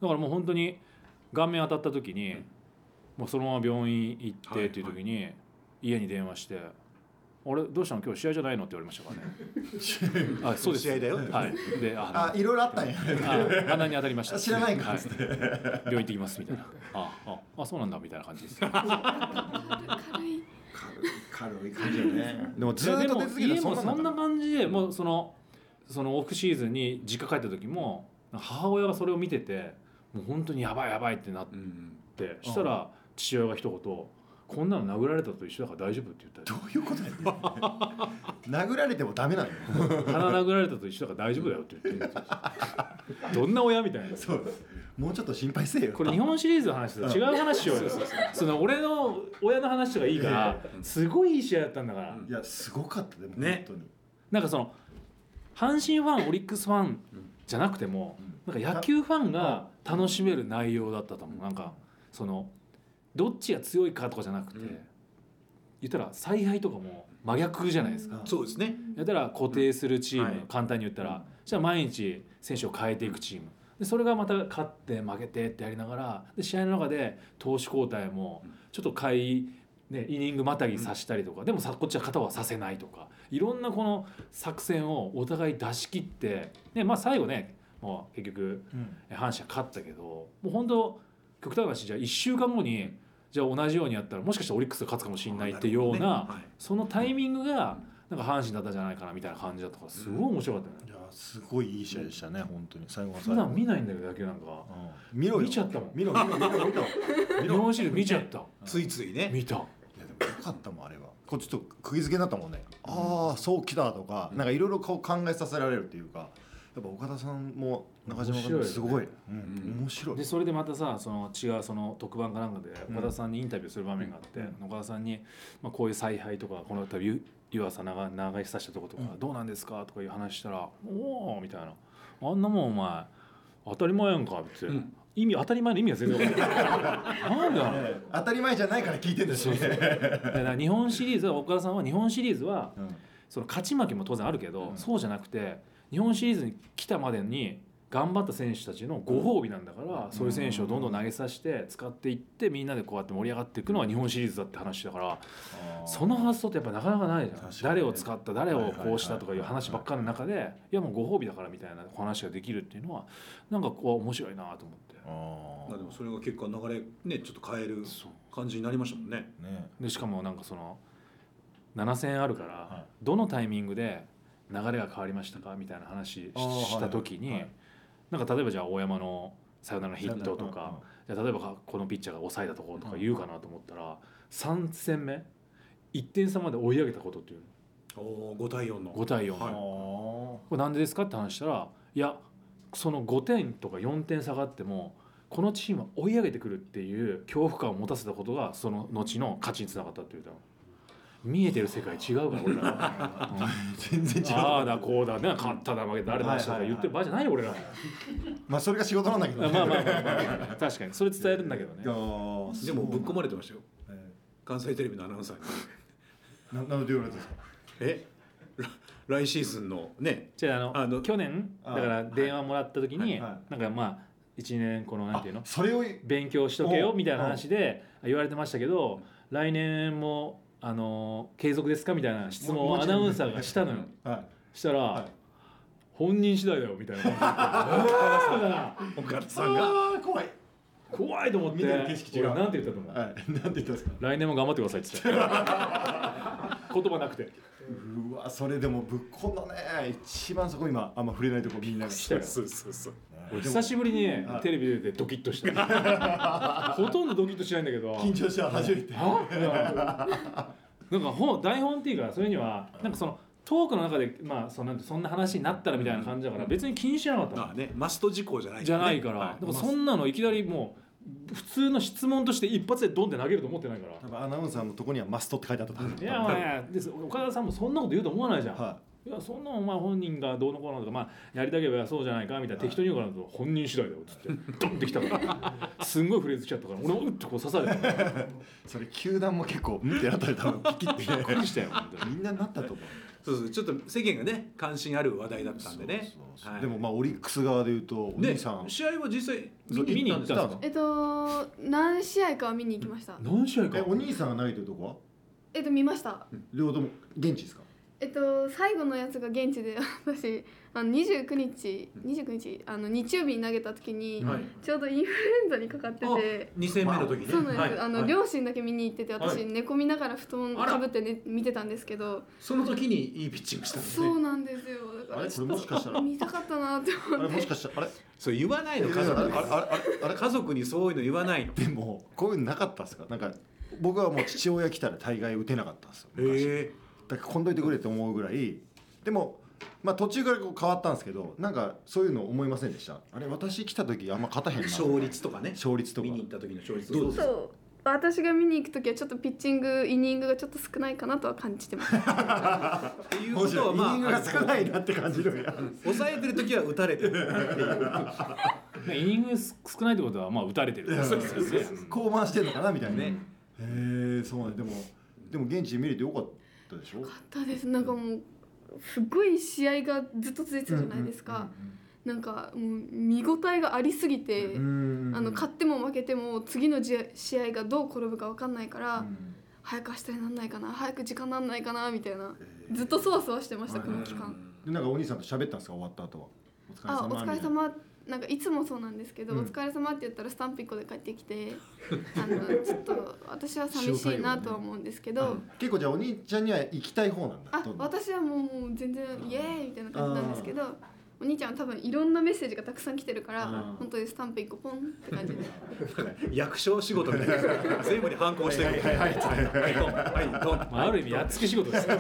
[SPEAKER 1] だからもう本当に顔面当たった時に、
[SPEAKER 3] うん
[SPEAKER 1] もうそのまま病院行っ
[SPEAKER 3] はいは
[SPEAKER 1] て
[SPEAKER 3] い
[SPEAKER 1] っていう時に、家に電話して「あれどうしたの今日試合じゃないの?」って言われましたからね。あそうです
[SPEAKER 3] [LAUGHS] 試合だよ
[SPEAKER 1] はい、であ
[SPEAKER 2] あいろいろあったんや
[SPEAKER 1] あ鼻に当たりました
[SPEAKER 2] 知らないから
[SPEAKER 1] はい
[SPEAKER 2] っつって、
[SPEAKER 1] 病院行ってきますみたいなあああそうなんだみたいな感じです
[SPEAKER 2] 軽い
[SPEAKER 4] 軽い
[SPEAKER 2] 軽い感じよねでも [LAUGHS] ずーっ
[SPEAKER 1] で
[SPEAKER 2] と
[SPEAKER 1] も
[SPEAKER 2] 出続け
[SPEAKER 1] 家
[SPEAKER 2] たらそ
[SPEAKER 1] も
[SPEAKER 2] んな
[SPEAKER 1] そんな
[SPEAKER 2] か
[SPEAKER 1] 感じでもうそのそのオフシーズンに実家帰った時も母親がそれを見ててもう本当にやばいやばいってなっ
[SPEAKER 3] うん
[SPEAKER 1] てしたら父親が一言「こんなの殴られたと一緒だから大丈夫」って言った
[SPEAKER 2] どういうことだよ殴られてもダメなんよ
[SPEAKER 1] 鼻殴られたと一緒だから大丈夫だよって言ってるんですよ
[SPEAKER 2] [LAUGHS]
[SPEAKER 1] どんな親みたいな
[SPEAKER 2] [LAUGHS] そうもうちょっと心配せえよ
[SPEAKER 1] これ日本シリーズの話と違う話しようよその俺の親の話とかいいからすごいいい試合だったんだから
[SPEAKER 3] うん
[SPEAKER 2] いやすごかったでも、
[SPEAKER 3] ね
[SPEAKER 2] 本
[SPEAKER 1] なんかその阪神ファンオリックスファンじゃなくてもなんか野球ファンが楽しめる内容だったと思うなんかそのどっちが強いかとかじゃなくて
[SPEAKER 3] うん
[SPEAKER 1] 言ったら采配とかも真逆じゃないですか
[SPEAKER 2] 当に
[SPEAKER 3] そうですね
[SPEAKER 1] やったら固定するチーム、
[SPEAKER 3] はい
[SPEAKER 1] 簡単に言ったらじゃあ毎日選手を変えていくチームでそれがまた勝って負けてってやりながらで試合の中で投手交代も
[SPEAKER 3] うん
[SPEAKER 1] ちょっと買い、ね、イニングまたぎさしたりとか、でもさこっちは肩はさせないとかいろんなこの作戦をお互い出し切って、ねまあ、最後ねもう結局
[SPEAKER 2] うん
[SPEAKER 1] え阪神は勝ったけどもう本当極端な話じゃあ1週間後にじゃあ同じようにやったらもしかしたらオリックスが勝つかもしれないっていうような。
[SPEAKER 3] ねはい
[SPEAKER 1] そのタイミングがなんか阪神だったんじゃないかなみたいな感じだったからすごい面白かったね、
[SPEAKER 2] いやすごいいい試合でしたね本当に最後の
[SPEAKER 1] 普
[SPEAKER 2] 最後
[SPEAKER 1] 段見ないんだけど野球なんか
[SPEAKER 2] うん見ろよ
[SPEAKER 1] 見ちゃったもん
[SPEAKER 2] 見ろ見ろ見ろ見ろ
[SPEAKER 1] [LAUGHS] 日本シリーズ見ちゃった
[SPEAKER 3] ついついね
[SPEAKER 1] 見た
[SPEAKER 2] いやでもよかったもんあれはこっちと釘付けになったもんねああそうきたとかなんかいろいろこう考えさせられるっていうかやっぱ岡田さんも中島君もすごいうん面白い,、
[SPEAKER 1] でそれでまたさその違うその特番かなんかで
[SPEAKER 2] うん
[SPEAKER 1] 岡田さんにインタビューする場面があって、
[SPEAKER 2] う
[SPEAKER 1] 岡田さんに、まあ、こういう采配とかこの度湯浅長長居させたとことか、どうなんですかとかいう話したら「おお」みたいな「あんなもんお前当たり前やんか」って、
[SPEAKER 3] うん
[SPEAKER 1] 意味当たり前の意味は全然分からない [LAUGHS] なんだろう
[SPEAKER 2] 当たり前じゃないから聞いてんだし、
[SPEAKER 1] そうそうだから日本シリーズは岡田さんは日本シリーズは
[SPEAKER 2] うん
[SPEAKER 1] その勝ち負けも当然あるけど、
[SPEAKER 2] うん
[SPEAKER 1] そうじゃなくて日本シリーズに来たまでに頑張った選手たちのご褒美なんだから、そういう選手をどんどん投げさせて使っていってみんなでこうやって盛り上がっていくのは日本シリーズだって話だから、その発想ってやっぱなかなかないじゃん、
[SPEAKER 2] 確かにね
[SPEAKER 1] 誰を使った誰をこうした
[SPEAKER 2] はいはいはいはい
[SPEAKER 1] とかいう話ばっかりの中でいやもうご褒美だからみたいなお話ができるっていうのはなんかこう面白いなと思って。
[SPEAKER 2] あ
[SPEAKER 3] まあでもそれが結果流れねちょっと変える
[SPEAKER 1] そう
[SPEAKER 3] 感じになりましたもんね
[SPEAKER 2] あね
[SPEAKER 1] でしかもなんかその7,000円あるから、
[SPEAKER 2] は
[SPEAKER 1] どのタイミングで流れが変わりましたかみたいな話し
[SPEAKER 2] あーはい
[SPEAKER 1] した時に、
[SPEAKER 2] はいはい
[SPEAKER 1] なんか例えばじゃあ大山のサヨナラヒットとか、じゃあ例えばかこのピッチャーが抑えたところとか言うかなと思ったら、3戦目1点差まで追い上げたことっていう
[SPEAKER 3] おお5対4の
[SPEAKER 1] 5対4、
[SPEAKER 2] あ
[SPEAKER 3] はい
[SPEAKER 2] あ
[SPEAKER 1] これなんでですかって話したらいやその5点とか4点下があってもこのチームは追い上げてくるっていう恐怖感を持たせたことがその後の勝ちにつながったっていうた見えてる世界違うから俺ら
[SPEAKER 2] [LAUGHS]
[SPEAKER 1] は、うん
[SPEAKER 2] 全然違う
[SPEAKER 1] ああ
[SPEAKER 2] [LAUGHS]
[SPEAKER 1] だこうだね勝っただ負けたあれだしたとか言ってる場合じゃないよ俺らは
[SPEAKER 2] まあそれが仕事なんだけ
[SPEAKER 1] ま
[SPEAKER 2] ど
[SPEAKER 1] あまあまあまあ確かにそれ伝えるんだけどね
[SPEAKER 2] いやー
[SPEAKER 3] でもぶっ込ま
[SPEAKER 2] れ
[SPEAKER 3] れてましたよ
[SPEAKER 2] え
[SPEAKER 3] 関西テレビのアナウンサーに
[SPEAKER 2] ーななんで言われたんですか
[SPEAKER 3] えら来シーズンのね
[SPEAKER 1] じゃあの
[SPEAKER 3] あの
[SPEAKER 1] 去年だから電話もらった時に、
[SPEAKER 2] はいはい
[SPEAKER 1] なんかまあ1年このなんていうの
[SPEAKER 2] あそれを
[SPEAKER 1] 勉強しとけよ
[SPEAKER 2] お
[SPEAKER 1] みたいな話で言われてましたけど来年もあの継続ですかみたいな質問
[SPEAKER 2] も
[SPEAKER 1] を
[SPEAKER 2] も
[SPEAKER 1] ア
[SPEAKER 2] ちろ
[SPEAKER 1] ナ
[SPEAKER 2] ん
[SPEAKER 1] ウンサーがしたのよ
[SPEAKER 2] はい
[SPEAKER 1] したら、
[SPEAKER 2] はい
[SPEAKER 1] 本人次第だよ
[SPEAKER 2] [LAUGHS]
[SPEAKER 1] みたいな感じでそうだな
[SPEAKER 3] 岡田さんが
[SPEAKER 2] あー怖い
[SPEAKER 1] 怖いと思って
[SPEAKER 2] 見てる景色違う
[SPEAKER 1] 俺なんて言ったと思う、
[SPEAKER 2] はいなんて言ったんですか
[SPEAKER 1] 来年も頑張ってくださいって言った言葉なくて
[SPEAKER 2] うわそれでもぶっこんだね一番そこ今あんま触れないとこ気になる
[SPEAKER 1] したよ
[SPEAKER 3] そうそうそう
[SPEAKER 1] 俺久しぶりに
[SPEAKER 2] はい
[SPEAKER 1] テレビ出てドキッとしたほとんどドキッとしないんだけど
[SPEAKER 2] 緊張した初めて
[SPEAKER 1] あなんか本台本っていうかそういうにはなんかそのトークの中でまあそのなんてそんな話になったらみたいな感じだから別に気にしなかったの
[SPEAKER 3] まあねマスト事項じゃない
[SPEAKER 1] じゃないから
[SPEAKER 3] は
[SPEAKER 1] だからそんなのいきなりもう普通の質問として一発でドンって投げると思ってないから
[SPEAKER 2] 多分アナウンサーのとこにはマストって書いてあったと思う
[SPEAKER 1] いやまあねです岡田さんもそんなこと言うと思わないじゃん
[SPEAKER 2] は
[SPEAKER 1] いやそんなお前本人がどうのこうのとか、まあ、やりたければそうじゃないかみたいな適当に言うからと本人次第だよっつ [LAUGHS] ってドンってきたからすんごいフレーズ来ちゃったから俺もうってこう刺されたから
[SPEAKER 2] それ球団も結構うんってなったり多分ピキ [LAUGHS]
[SPEAKER 1] びっく
[SPEAKER 2] ッ
[SPEAKER 1] り
[SPEAKER 2] て
[SPEAKER 1] したよ本当に
[SPEAKER 2] みんななったと思う
[SPEAKER 3] そうそうちょっと世間がね関心ある話題だったんでね
[SPEAKER 2] そうそうそう
[SPEAKER 3] はい
[SPEAKER 2] でもまあオリックス側で言うとお兄
[SPEAKER 3] で
[SPEAKER 2] さん
[SPEAKER 3] 試合は実際
[SPEAKER 1] そう
[SPEAKER 3] 見に行ったんです
[SPEAKER 2] 見に行
[SPEAKER 3] か
[SPEAKER 2] っ
[SPEAKER 4] えっと何試合かは見に行きました
[SPEAKER 1] 何試合か
[SPEAKER 2] えお兄さんが投げてるとこは
[SPEAKER 4] えっと見ました
[SPEAKER 2] 両方とも現地ですか
[SPEAKER 4] えっと最後のやつが現地で [LAUGHS] 私あの29日29日あの日曜日に投げた時に、
[SPEAKER 3] はい
[SPEAKER 4] ちょうどインフルエンザにかかってて
[SPEAKER 3] 2戦目の時ね
[SPEAKER 4] そうなんです、
[SPEAKER 3] はい
[SPEAKER 4] あの、
[SPEAKER 3] はい
[SPEAKER 4] 両親だけ見に行ってて私、
[SPEAKER 3] はい
[SPEAKER 4] 寝込みながら布団
[SPEAKER 3] あら
[SPEAKER 4] かぶって、ね、見てたんですけど
[SPEAKER 3] その時にいいピッチングしたんです
[SPEAKER 4] そ
[SPEAKER 3] ね
[SPEAKER 4] うなんですよだ
[SPEAKER 2] あ
[SPEAKER 4] か
[SPEAKER 2] れ
[SPEAKER 4] ら
[SPEAKER 2] これもしか [LAUGHS] したら
[SPEAKER 4] 見たかったなって
[SPEAKER 2] あ
[SPEAKER 4] 思
[SPEAKER 2] れ
[SPEAKER 4] っ
[SPEAKER 2] もしてかしたらあれ
[SPEAKER 3] そう言わないの
[SPEAKER 2] あ
[SPEAKER 3] 家
[SPEAKER 2] れあ
[SPEAKER 3] 族
[SPEAKER 2] れ
[SPEAKER 3] に
[SPEAKER 2] あれあれ
[SPEAKER 3] 家族にそういうの言わないの
[SPEAKER 2] でもこういうのなかったですかなんか僕はもう父親来たら大概打てなかったんですよ昔、
[SPEAKER 3] へ
[SPEAKER 2] だからこんどいてくれって思うぐらいでもまあ途中からこう変わったんですけどなんかそういうの思いませんでしたあれ私来た時あんま勝たへん
[SPEAKER 3] え
[SPEAKER 2] な
[SPEAKER 3] 勝率とかね
[SPEAKER 2] 勝率とか
[SPEAKER 3] 見に行った時の勝率
[SPEAKER 4] ちょっと私が見に行く時はちょっとピッチングイニングがちょっと少ないかなとは感じてます
[SPEAKER 3] っていうこ
[SPEAKER 2] 面
[SPEAKER 3] と
[SPEAKER 2] 白
[SPEAKER 3] はい
[SPEAKER 2] イニング
[SPEAKER 3] まあ
[SPEAKER 2] が少ないなって感じるやん
[SPEAKER 3] 抑えてる時は打たれてるっていう
[SPEAKER 1] ねイニング少ないってことはまあ打たれてる
[SPEAKER 2] うん
[SPEAKER 1] そうですよね
[SPEAKER 2] 降板してんのかなみたいな、
[SPEAKER 3] ね
[SPEAKER 2] へえそうなんだでもでも現地で見れてよかったでしょ
[SPEAKER 4] よかったですなんかもうすごい試合がずっと続いてたじゃないですか、なんかもう見応えがありすぎて、あの勝
[SPEAKER 2] っ
[SPEAKER 4] っても負けても次のじ試合がどう転ぶか分かんないから、
[SPEAKER 2] た
[SPEAKER 4] 早く明日になんないかな早く時間なんないかなみたいなずっとそわそわしてました
[SPEAKER 2] はい
[SPEAKER 4] この期間
[SPEAKER 2] でなんかお兄さんと喋ったんですか終わった後はお疲
[SPEAKER 4] あお疲れ
[SPEAKER 2] みたいな
[SPEAKER 4] 様なんかいつもそうなんですけど、
[SPEAKER 2] うん
[SPEAKER 4] お疲れ様って言ったらスタンプ1個で帰ってきてあのちょっと私は寂しいなとは思うんですけど、
[SPEAKER 2] 結構じゃあお兄ちゃんには行きたい方なんだ
[SPEAKER 4] あ
[SPEAKER 2] どんどん
[SPEAKER 4] 私はもうもう全然イエーイみたいな感じなんですけどお兄ちゃんは多分いろんなメッセージがたくさん来てるから
[SPEAKER 2] あー
[SPEAKER 4] 本当にスタンプ1個ポンって感じで
[SPEAKER 3] 役所仕事みたいな全部に反抗してるはいはいはいドン
[SPEAKER 1] まあある意味やっつけ仕事ですよ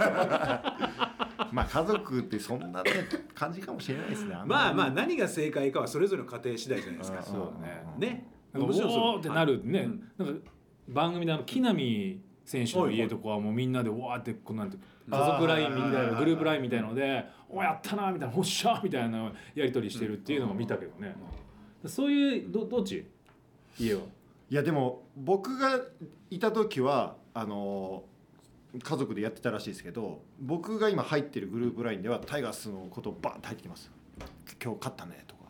[SPEAKER 2] まあ家族ってそんなね感じかもしれないですね
[SPEAKER 3] まあまあ
[SPEAKER 2] ね
[SPEAKER 3] 何が正解かはそれぞれの家庭次第じゃないですか
[SPEAKER 1] そうだね
[SPEAKER 3] ね
[SPEAKER 1] なんかおーってなるね、
[SPEAKER 3] うん
[SPEAKER 1] なんか番組であの木浪選手の家とかはもうみんなでわーってこうなんて家族ラインみたいなグループラインみたいので「おやったな」みたいな「おっしゃ」みたいなやり取りしてるっていうのも見たけどね、そういうどどっち家はい
[SPEAKER 2] やでも僕がいた時はあのー家族でやってたらしいですけど僕が今入ってるグループラインではタイガースのことバーンって入ってきます今日勝ったねとか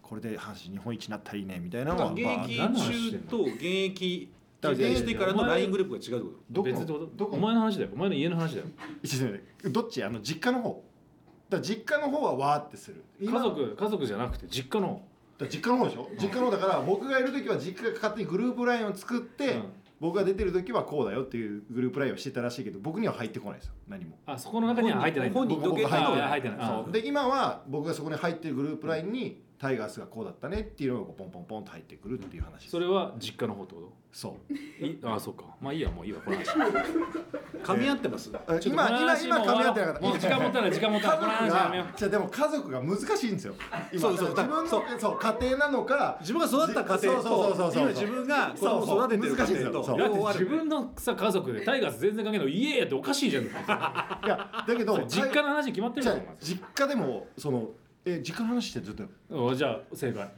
[SPEAKER 2] これで阪神日本一になったらいいねみたいなのは
[SPEAKER 3] 現
[SPEAKER 2] バーン
[SPEAKER 3] 役中と現役
[SPEAKER 2] だ
[SPEAKER 3] 経
[SPEAKER 2] から
[SPEAKER 3] 験してからの LINE グループが違うってこ
[SPEAKER 2] どこ
[SPEAKER 1] 別ってこと
[SPEAKER 2] どこ
[SPEAKER 1] お前の話だよお前の家の話だよ
[SPEAKER 2] 一緒にどっちあの実家の方だから実家の方はわーってする
[SPEAKER 1] 家
[SPEAKER 2] 今
[SPEAKER 1] 族家族じゃなくて実家の、
[SPEAKER 2] だから実家の方でしょ実家の方だから僕がいる時は実家が勝手にグループラインを作っ
[SPEAKER 1] う
[SPEAKER 2] て、
[SPEAKER 1] ん
[SPEAKER 2] 僕が出てる時はこうだよっていうグループラインをしてたらしいけど僕には入ってこないですよ何も
[SPEAKER 1] あそこの中には入ってないんだ
[SPEAKER 3] 本人
[SPEAKER 2] 僕僕
[SPEAKER 1] あ
[SPEAKER 2] 入って
[SPEAKER 1] ー
[SPEAKER 2] ない
[SPEAKER 1] 入ってないあ
[SPEAKER 2] そうで今は僕がそこに入ってるグループラインにタイガースがこうだったねっていうのがこうポンポンポンと入ってくるっていう話
[SPEAKER 1] ーそれは実家の方ってこ
[SPEAKER 2] そう
[SPEAKER 1] といあーそうかまあいいやもういいわこ
[SPEAKER 2] [LAUGHS]
[SPEAKER 1] の話
[SPEAKER 3] と噛み合ってます
[SPEAKER 2] 今
[SPEAKER 1] ちょっとこの
[SPEAKER 2] 今
[SPEAKER 1] 話
[SPEAKER 2] 今
[SPEAKER 1] もう
[SPEAKER 2] 噛み合ってなかった
[SPEAKER 1] もう時間持たない時間持たないこの
[SPEAKER 2] 家
[SPEAKER 1] 話
[SPEAKER 2] 族
[SPEAKER 1] やめよう
[SPEAKER 2] がじゃあでも家族が難しいんですよ今
[SPEAKER 3] そうそ
[SPEAKER 2] だ
[SPEAKER 3] う
[SPEAKER 2] から自分のそう家庭なのか
[SPEAKER 3] 自分が育った家庭
[SPEAKER 2] そうそうそう
[SPEAKER 3] と
[SPEAKER 2] そう
[SPEAKER 3] 今自分が子供を育ててる家庭と
[SPEAKER 2] そうそう
[SPEAKER 1] だっ
[SPEAKER 3] 両
[SPEAKER 1] て
[SPEAKER 3] 方あ
[SPEAKER 1] 自
[SPEAKER 3] る
[SPEAKER 1] 分のさ家族でタイガース全然関係ないの家やっておかしいじゃん
[SPEAKER 2] いやだけど
[SPEAKER 1] 実家の話決まってるじ
[SPEAKER 2] じゃ
[SPEAKER 1] ゃ
[SPEAKER 2] あ
[SPEAKER 1] んお
[SPEAKER 2] 実家でもそのえ実家の話ってずっと [LAUGHS]
[SPEAKER 1] 前おじゃあ正解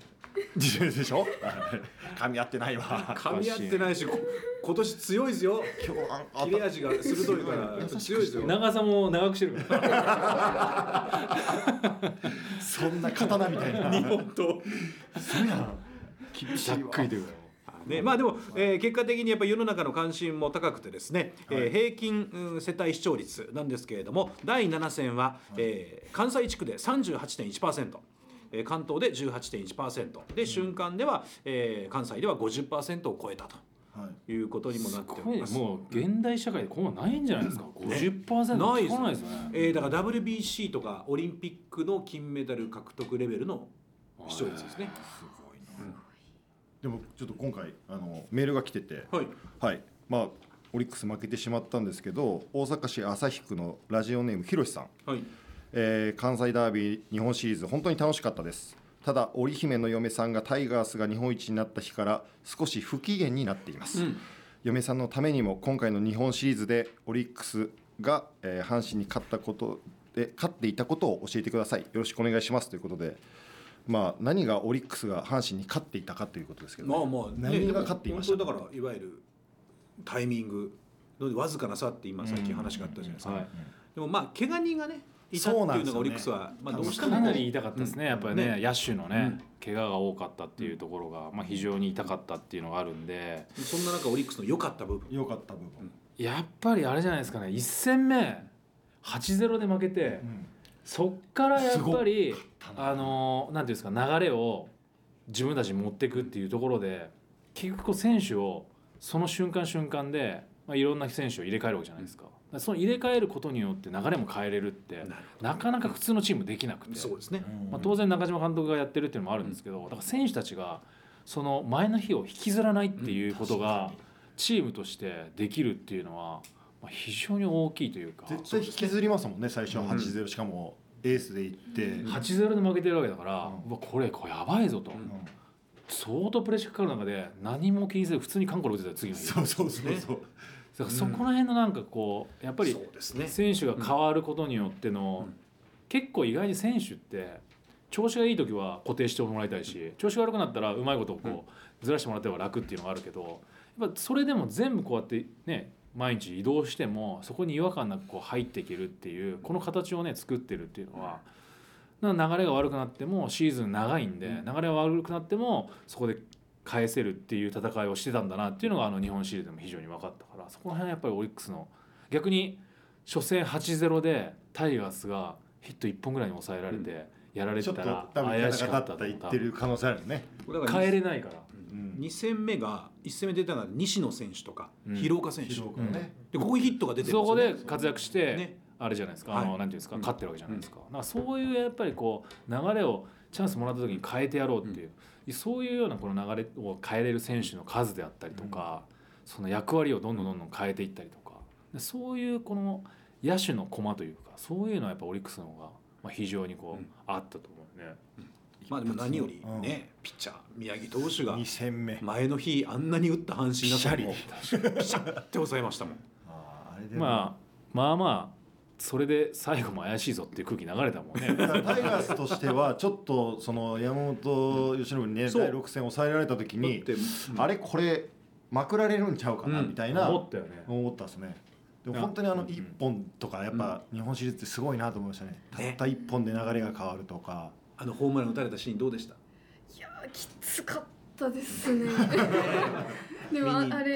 [SPEAKER 2] 自分でしょ [LAUGHS] 噛み合ってないわ
[SPEAKER 3] 噛み合ってないしこ今年強いですよ
[SPEAKER 2] 今日ああっ
[SPEAKER 3] 切れ味が鋭いから
[SPEAKER 2] 優しく
[SPEAKER 3] 強いですよ
[SPEAKER 1] 長さも長くしてるから
[SPEAKER 2] たそんな刀みたいな日本
[SPEAKER 3] と
[SPEAKER 2] そうやん厳しいわ
[SPEAKER 1] という
[SPEAKER 3] ねまあでも、えー結果的にやっぱり世の中の関心も高くてですね、えー
[SPEAKER 2] はい
[SPEAKER 3] 平均、うん世帯視聴率なんですけれども第7戦は、えー関西地区で38.1%。えー関東で18.1%で瞬間では、えー関西では50%を超えたと
[SPEAKER 2] はい
[SPEAKER 3] いうことにもなっております。
[SPEAKER 1] もう現代社会でこんなのないんじゃないですか50%
[SPEAKER 3] ないです
[SPEAKER 1] 聞かないですよね
[SPEAKER 3] えーだから WBC とかオリンピックの金メダル獲得レベルの視聴率ですね。
[SPEAKER 2] すごいな、でもちょっと今回あのメールが来てて
[SPEAKER 3] はい、
[SPEAKER 2] はいまあオリックス負けてしまったんですけど大阪市旭区のラジオネームひろしさん
[SPEAKER 3] はい、
[SPEAKER 2] えー関西ダービー日本シリーズ本当に楽しかったですただ織姫の嫁さんがタイガースが日本一になった日から少し不機嫌になっています、
[SPEAKER 3] うん
[SPEAKER 2] 嫁さんのためにも今回の日本シリーズでオリックスが、えー阪神に勝ったことって勝っていたことを教えてくださいよろしくお願いしますということで、まあ、何がオリックスが阪神に勝っていたかということですけど、
[SPEAKER 3] まあまあ、
[SPEAKER 2] 何が勝っていました
[SPEAKER 3] でも本当だからいわゆるタイミングのわずかな差って今さっき話があったじゃないですか、
[SPEAKER 1] はい
[SPEAKER 3] でもまあ怪我人がねいたって
[SPEAKER 2] そうなん
[SPEAKER 3] い
[SPEAKER 2] で
[SPEAKER 3] う
[SPEAKER 2] す
[SPEAKER 3] の
[SPEAKER 2] よね
[SPEAKER 3] がオリックスは、まあどうしても
[SPEAKER 1] かなり痛かったですね、
[SPEAKER 3] うん
[SPEAKER 1] やっぱりね
[SPEAKER 3] ね
[SPEAKER 1] 野手のね、
[SPEAKER 3] うん
[SPEAKER 1] 怪我が多かったっていうところが、まあ、非常に痛かったっていうのがあるんで
[SPEAKER 3] そんな中オリックスの良かった部分
[SPEAKER 2] 良かった部分、
[SPEAKER 1] やっぱりあれじゃないですかね1戦目8-0で負けて、
[SPEAKER 2] うん
[SPEAKER 1] そっからやっぱり
[SPEAKER 2] すごい
[SPEAKER 1] あのなんていうんですか流れを自分たちに持っていくっていうところで結局こう選手をその瞬間瞬間で、まあ、いろんな選手を入れ替えるわけじゃないですか,、その入れ替えることによって流れも変えれるって
[SPEAKER 3] なる
[SPEAKER 1] なかなか普通のチームできなくて
[SPEAKER 3] そうですね、
[SPEAKER 1] まあ、当然中島監督がやってるっていうのもあるんですけど、だから選手たちがその前の日を引きずらないっていうことがチームとしてできるっていうのはまあ非常に大きいというか
[SPEAKER 2] 絶対引きずりますもんね最初は
[SPEAKER 3] うん
[SPEAKER 2] 8 0しかもエースでいって、
[SPEAKER 4] うん
[SPEAKER 1] 8-0で負けてるわけだから、
[SPEAKER 2] う
[SPEAKER 1] うわこれこれやばいぞと、
[SPEAKER 3] うん
[SPEAKER 1] 相当プレッシャーかかる中で何も気にせず普通に韓国打ってたよ次の日だ
[SPEAKER 2] そうそうそう
[SPEAKER 3] ね
[SPEAKER 2] そう、
[SPEAKER 1] からそこら辺のなんかこうやっぱり
[SPEAKER 3] そうですね
[SPEAKER 1] 選手が変わることによっての、
[SPEAKER 3] うん
[SPEAKER 1] 結構意外に選手って調子がいい時は固定してもらいたいし調子が悪くなったらうまいことをこうずらしてもらっては楽っていうのがあるけどやっぱそれでも全部こうやってね毎日移動してもそこに違和感なくこう入っていけるっていうこの形をね作ってるっていうのは。なんか流れが悪くなってもシーズン長いんで
[SPEAKER 3] うん
[SPEAKER 1] 流れが悪くなってもそこで返せるっていう戦いをしてたんだなっていうのがあの日本シリーズでも非常に分かったからそこら辺はやっぱりオリックスの逆に初戦8-0でタイガースがヒット1本ぐらいに抑えられてやられ
[SPEAKER 2] ちょ
[SPEAKER 1] て
[SPEAKER 2] っと
[SPEAKER 1] たら
[SPEAKER 2] 多分
[SPEAKER 1] 怪
[SPEAKER 2] ガ
[SPEAKER 1] し
[SPEAKER 2] タ
[SPEAKER 1] か
[SPEAKER 2] ガ
[SPEAKER 1] った
[SPEAKER 2] タ
[SPEAKER 1] と
[SPEAKER 2] 言
[SPEAKER 1] 思
[SPEAKER 2] っ
[SPEAKER 1] った
[SPEAKER 2] てる可能性あるよね、
[SPEAKER 3] だから
[SPEAKER 1] 帰れないから
[SPEAKER 2] うん
[SPEAKER 3] 2戦目が1戦目出たのが西野選手とか、
[SPEAKER 1] うん
[SPEAKER 3] 広岡選手
[SPEAKER 2] 広岡ね、
[SPEAKER 3] でここにヒットが出てるん
[SPEAKER 1] そ
[SPEAKER 3] ですよ
[SPEAKER 1] こ
[SPEAKER 3] ね
[SPEAKER 1] で活躍して、
[SPEAKER 3] ね
[SPEAKER 1] あれじゃないですか、
[SPEAKER 3] はい
[SPEAKER 1] あのなんていうんですか、
[SPEAKER 3] うん
[SPEAKER 1] 勝ってるわけじゃないですか,、なんかそういうやっぱりこう流れをチャンスもらった時に変えてやろうっていう、そういうようなこの流れを変えれる選手の数であったりとか、その役割をどんどんどんどん変えていったりとかでそういうこの野手の駒というかそういうのはやっぱオリックスの方がまあ非常にこう、
[SPEAKER 3] うん
[SPEAKER 1] あったと思うね。
[SPEAKER 3] まあでも何よりね、ピッチャー宮城投手が
[SPEAKER 2] 2戦目、
[SPEAKER 3] 前の日あんなに打った阪神打線を
[SPEAKER 2] ピ
[SPEAKER 3] ピシャって抑えましたもん
[SPEAKER 2] あーあれでも
[SPEAKER 1] まあまあまあそれで最後も怪しいぞっていう空気流れたもん [LAUGHS] ね。
[SPEAKER 2] タイガースとしてはちょっとその山本由伸にね
[SPEAKER 3] そう
[SPEAKER 2] 第6戦抑えられた時に
[SPEAKER 3] だって
[SPEAKER 2] あれこれまくられるんちゃうかな
[SPEAKER 3] うん
[SPEAKER 2] みたいな
[SPEAKER 1] 思ったよね。
[SPEAKER 2] 思ったですねでも
[SPEAKER 1] うん
[SPEAKER 2] 本当にあ
[SPEAKER 1] う
[SPEAKER 2] の
[SPEAKER 1] ん
[SPEAKER 2] 1本とかやっぱ日本シリーズってすごいなと思いましたねた
[SPEAKER 3] ね
[SPEAKER 2] った1本で流れが変わるとか
[SPEAKER 3] あのホームラン打たれたシーンどうでした
[SPEAKER 4] いやーきつかったですね
[SPEAKER 3] 見に行って
[SPEAKER 4] でもああれ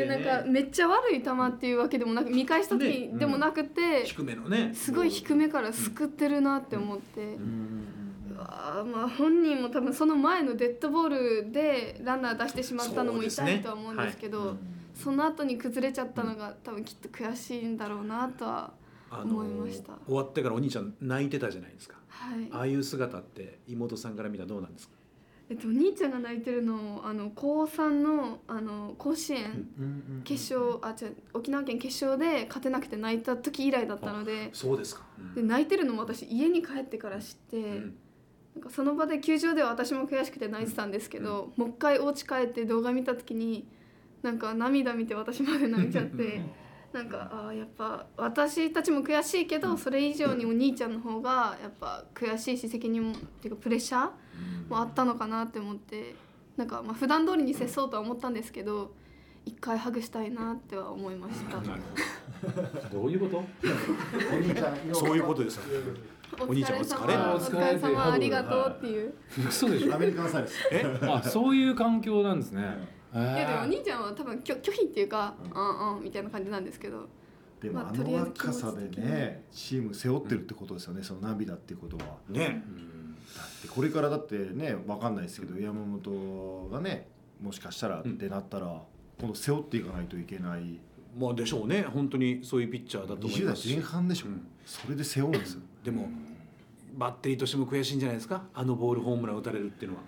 [SPEAKER 3] ね
[SPEAKER 4] なんかめっちゃ悪い球っていうわけでもなく見返した時
[SPEAKER 3] ね
[SPEAKER 4] でもなくて、
[SPEAKER 3] 低めのね
[SPEAKER 4] すごい低めからすくってるなって思って、
[SPEAKER 3] ん
[SPEAKER 4] うわーまあ本人も多分その前のデッドボールでランナー出してしまったのも痛いとは思うんですけどそ
[SPEAKER 3] そうですね
[SPEAKER 4] の後に崩れちゃったのが多分きっと悔しいんだろうなとは
[SPEAKER 3] あの
[SPEAKER 4] 思いました
[SPEAKER 3] 終わってからお兄ちゃん泣いてたじゃないですか
[SPEAKER 4] はい
[SPEAKER 3] ああいう姿って妹さんから見たらどうなんですか
[SPEAKER 4] えっと、お兄ちゃんが泣いてるのをあの高3のあの甲子園決勝あ違う沖縄県決勝で勝てなくて泣いた時以来だったので
[SPEAKER 3] そうですか、うん
[SPEAKER 4] で泣いてるのも私家に帰ってから知って、
[SPEAKER 3] うん
[SPEAKER 4] なんかその場で球場では私も悔しくて泣いてたんですけど、もう一回お家帰って動画見た時になんか涙見て私まで泣いちゃってなんかあーやっぱ私たちも悔しいけどそれ以上にお兄ちゃんの方がやっぱ悔しいし責任もっていうかプレッシャーもあったのかなって思ってなんかまあ普段通りに接そうとは思ったんですけど一回ハグしたいなっては思いました。
[SPEAKER 3] なる
[SPEAKER 1] どういうこと？
[SPEAKER 2] お兄ちゃん
[SPEAKER 3] ほどそういうことですよお兄ちゃんお疲れ
[SPEAKER 4] お疲れ
[SPEAKER 1] お疲れ
[SPEAKER 4] 様ありがとうっていう。
[SPEAKER 1] [LAUGHS] 嘘でしょ [LAUGHS]
[SPEAKER 2] アメリカンサイズ
[SPEAKER 3] え
[SPEAKER 1] あそういう環境なんですね。え
[SPEAKER 4] いやでもお
[SPEAKER 1] ー
[SPEAKER 4] 兄ちゃんは多分拒拒否っていうか、うん、うんみたいな感じなんですけど
[SPEAKER 2] でも
[SPEAKER 4] まあ
[SPEAKER 2] あ
[SPEAKER 4] とり
[SPEAKER 2] の
[SPEAKER 4] あえず気
[SPEAKER 2] 若
[SPEAKER 4] 持ち
[SPEAKER 2] さで
[SPEAKER 4] 的に
[SPEAKER 2] ねチーム背負ってるってことですよねその涙っていうことは
[SPEAKER 3] ね
[SPEAKER 2] でこれからだってね分かんないですけど山本がねもしかしたらってなったら、今度背負っていかないといけない
[SPEAKER 3] まあでしょうね本当にそういうピッチャーだと思
[SPEAKER 2] 20
[SPEAKER 3] いま
[SPEAKER 2] 代
[SPEAKER 3] すし
[SPEAKER 2] 前半でしょ、
[SPEAKER 3] うん
[SPEAKER 2] それで背負うんです [LAUGHS] よ
[SPEAKER 3] でもバッテリーとしても悔しいんじゃないですかあのボールホームラン打たれるっていうのは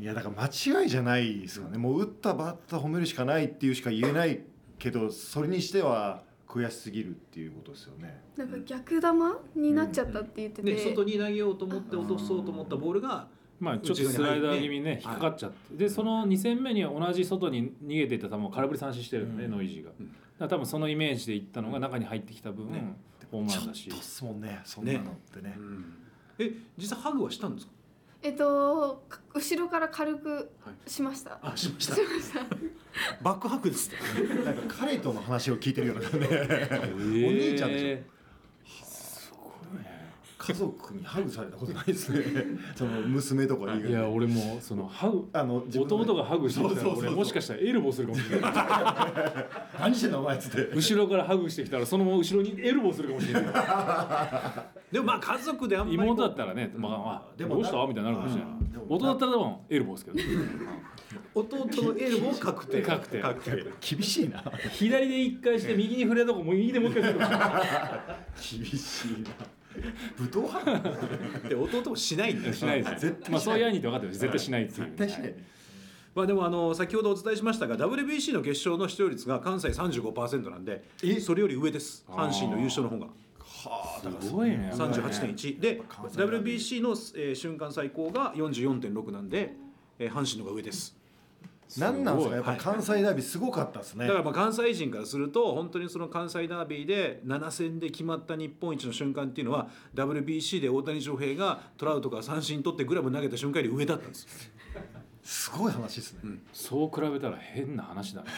[SPEAKER 3] い
[SPEAKER 2] やだから間違いじゃないですよねもう打ったバッター褒めるしかないっていうしか言えないけどそれにしては悔しすぎるっていうことですよね
[SPEAKER 4] なんか逆玉になっちゃったって言ってて、
[SPEAKER 3] ね、外に投げようと思って落とそうと思ったボールが
[SPEAKER 1] まあちょっとスライダー気味ね
[SPEAKER 3] 内
[SPEAKER 1] 引
[SPEAKER 3] 側に入って
[SPEAKER 1] っかかっちゃって、でその2戦目には同じ外に逃げていった球を空振り三振してるのね、
[SPEAKER 2] うん
[SPEAKER 1] ノイジーが
[SPEAKER 3] うん。
[SPEAKER 1] ら多分そのイメージでいったのが中に入ってきた分、
[SPEAKER 3] ね
[SPEAKER 1] ホームランだし
[SPEAKER 2] ちょっとっすもんねそんなのってね
[SPEAKER 3] え実際ハグはしたんですか
[SPEAKER 4] えっとか後ろから軽くしました、
[SPEAKER 3] あしまし
[SPEAKER 4] したました
[SPEAKER 3] バックハグですね
[SPEAKER 2] なんか彼との話を聞いてるような [LAUGHS] ね
[SPEAKER 1] お
[SPEAKER 2] お兄ちゃんでしょ
[SPEAKER 1] ょすごいね
[SPEAKER 2] 家族にハグされたことないですねその娘とか
[SPEAKER 1] いや俺もそのハグ
[SPEAKER 2] あの自分のね
[SPEAKER 1] 弟がハグしてきた
[SPEAKER 2] そう
[SPEAKER 1] ら
[SPEAKER 2] そうそう
[SPEAKER 1] 俺
[SPEAKER 2] そう
[SPEAKER 1] もしかしたらエルボーするかもし [LAUGHS] れない
[SPEAKER 2] 何してんのお前っつって
[SPEAKER 1] 後ろからハグしてきたらそのまま後ろにエルボーするかもしれない
[SPEAKER 3] でもまあ家族であんまりこう
[SPEAKER 1] 妹だったらね、まあまあ、
[SPEAKER 2] でも
[SPEAKER 1] どうしたみたいになるかもしれない。弟だったらでもエルボーですけどね、
[SPEAKER 3] 弟のエルボー確定
[SPEAKER 1] 確定
[SPEAKER 3] 確定
[SPEAKER 2] 厳しいな
[SPEAKER 1] [LAUGHS] 左で一回して右に触れたとこもう右でもう一回するかもしれない
[SPEAKER 2] 厳しいな武闘派
[SPEAKER 3] で弟もしないんだよ
[SPEAKER 1] しないですね
[SPEAKER 2] 絶対しない
[SPEAKER 1] まあそういう兄って分かってるんです絶対しないっていう、
[SPEAKER 2] 絶対しない
[SPEAKER 3] まあでもあの先ほどお伝えしましたが WBC の決勝の視聴率が関西35%なんで
[SPEAKER 2] え
[SPEAKER 3] それより上です
[SPEAKER 1] あー
[SPEAKER 3] 阪神の優勝の方が
[SPEAKER 2] はあ
[SPEAKER 1] すごいね
[SPEAKER 3] 38.1で
[SPEAKER 2] 関西ラーメン
[SPEAKER 3] WBC の、えー瞬間最高が44.6なんで、えー阪神の方が上です
[SPEAKER 2] 何なんですかやっ
[SPEAKER 3] は
[SPEAKER 2] ぱ
[SPEAKER 3] い
[SPEAKER 2] 関西ダービーすごかったですね
[SPEAKER 3] だからまあ関西人からすると本当にその関西ダービーで7戦で決まった日本一の瞬間っていうのは WBC で大谷翔平がトラウトが三振取ってグラブ投げた瞬間より上だったんです
[SPEAKER 2] すごい話ですね
[SPEAKER 1] そう比べたら変な話だね。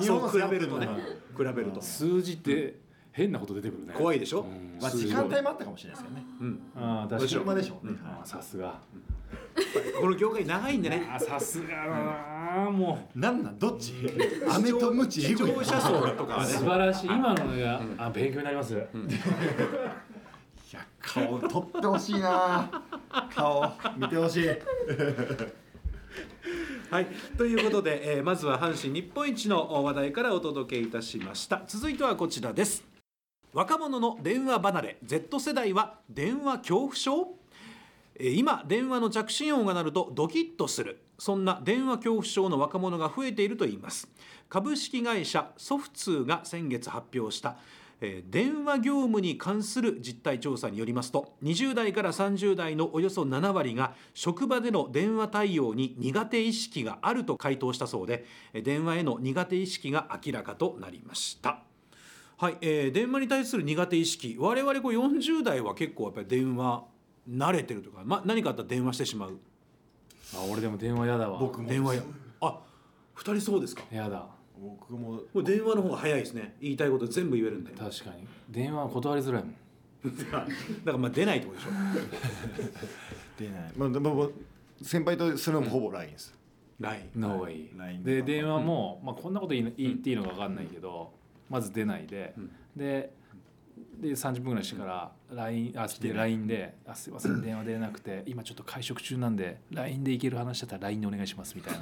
[SPEAKER 3] そう比べるとね比べると
[SPEAKER 1] 数字って変なこと出てくるね。
[SPEAKER 3] 怖いでしょ
[SPEAKER 1] うん
[SPEAKER 2] まあ
[SPEAKER 1] 数
[SPEAKER 2] 時
[SPEAKER 1] 字
[SPEAKER 2] 間帯もあったかもしれないですけどね
[SPEAKER 3] うん
[SPEAKER 1] ああ、確かに。
[SPEAKER 2] 車でしょうね
[SPEAKER 1] ああさすが。
[SPEAKER 3] この業界長いんでね
[SPEAKER 1] ああ、さすがだな。も
[SPEAKER 2] 何なんど
[SPEAKER 1] [LAUGHS]
[SPEAKER 2] っち飴とムチ
[SPEAKER 3] 視
[SPEAKER 2] エ
[SPEAKER 3] 聴
[SPEAKER 2] グいな
[SPEAKER 3] 者層とか
[SPEAKER 1] う。
[SPEAKER 3] はね
[SPEAKER 1] 素晴らしい。今のが、あ、勉強になります。
[SPEAKER 2] いや顔撮ってほしいな顔見てほしい
[SPEAKER 3] はい、ということで、えーまずは阪神日本一の話題からお届けいたしました続いてはこちらです若者の電話離れ Z 世代は電話恐怖症えー今電話の着信音が鳴るとドキッとするそんな電話恐怖症の若者が増えているといいます株式会社ソフツーが先月発表したえー電話業務に関する実態調査によりますと20代から30代のおよそ7割が職場での電話対応に苦手意識があると回答したそうでえー電話への苦手意識が明らかとなりました。はい、えー電話に対する苦手意識我々こう40代は結構やっぱり電話慣れてるとか、ま、何かあったら電話してしまう
[SPEAKER 1] あ、俺でも電話やだわ。
[SPEAKER 2] 僕も
[SPEAKER 3] 電話やあ二人そうですか
[SPEAKER 1] やだ。
[SPEAKER 2] 僕も
[SPEAKER 3] もう電話の方が早いですね言いたいこと全部言えるんでだか
[SPEAKER 1] 確かに。電話は断りづらいもん。
[SPEAKER 3] らまあ出ないってことでしょ
[SPEAKER 2] 出ないまあでも先輩とするのもほぼ LINE です
[SPEAKER 3] ない
[SPEAKER 1] の方がいい、
[SPEAKER 2] LINE
[SPEAKER 1] で電話も、まあ、こんなこと言い言っていいのか分かんないけど、まず出ないで、
[SPEAKER 3] うん
[SPEAKER 1] でで30分ぐらいしてから LINE あで LINE で「あすいません電話出れなくて今ちょっと会食中なんで LINE で行ける話だったら LINE でお願いします」みたい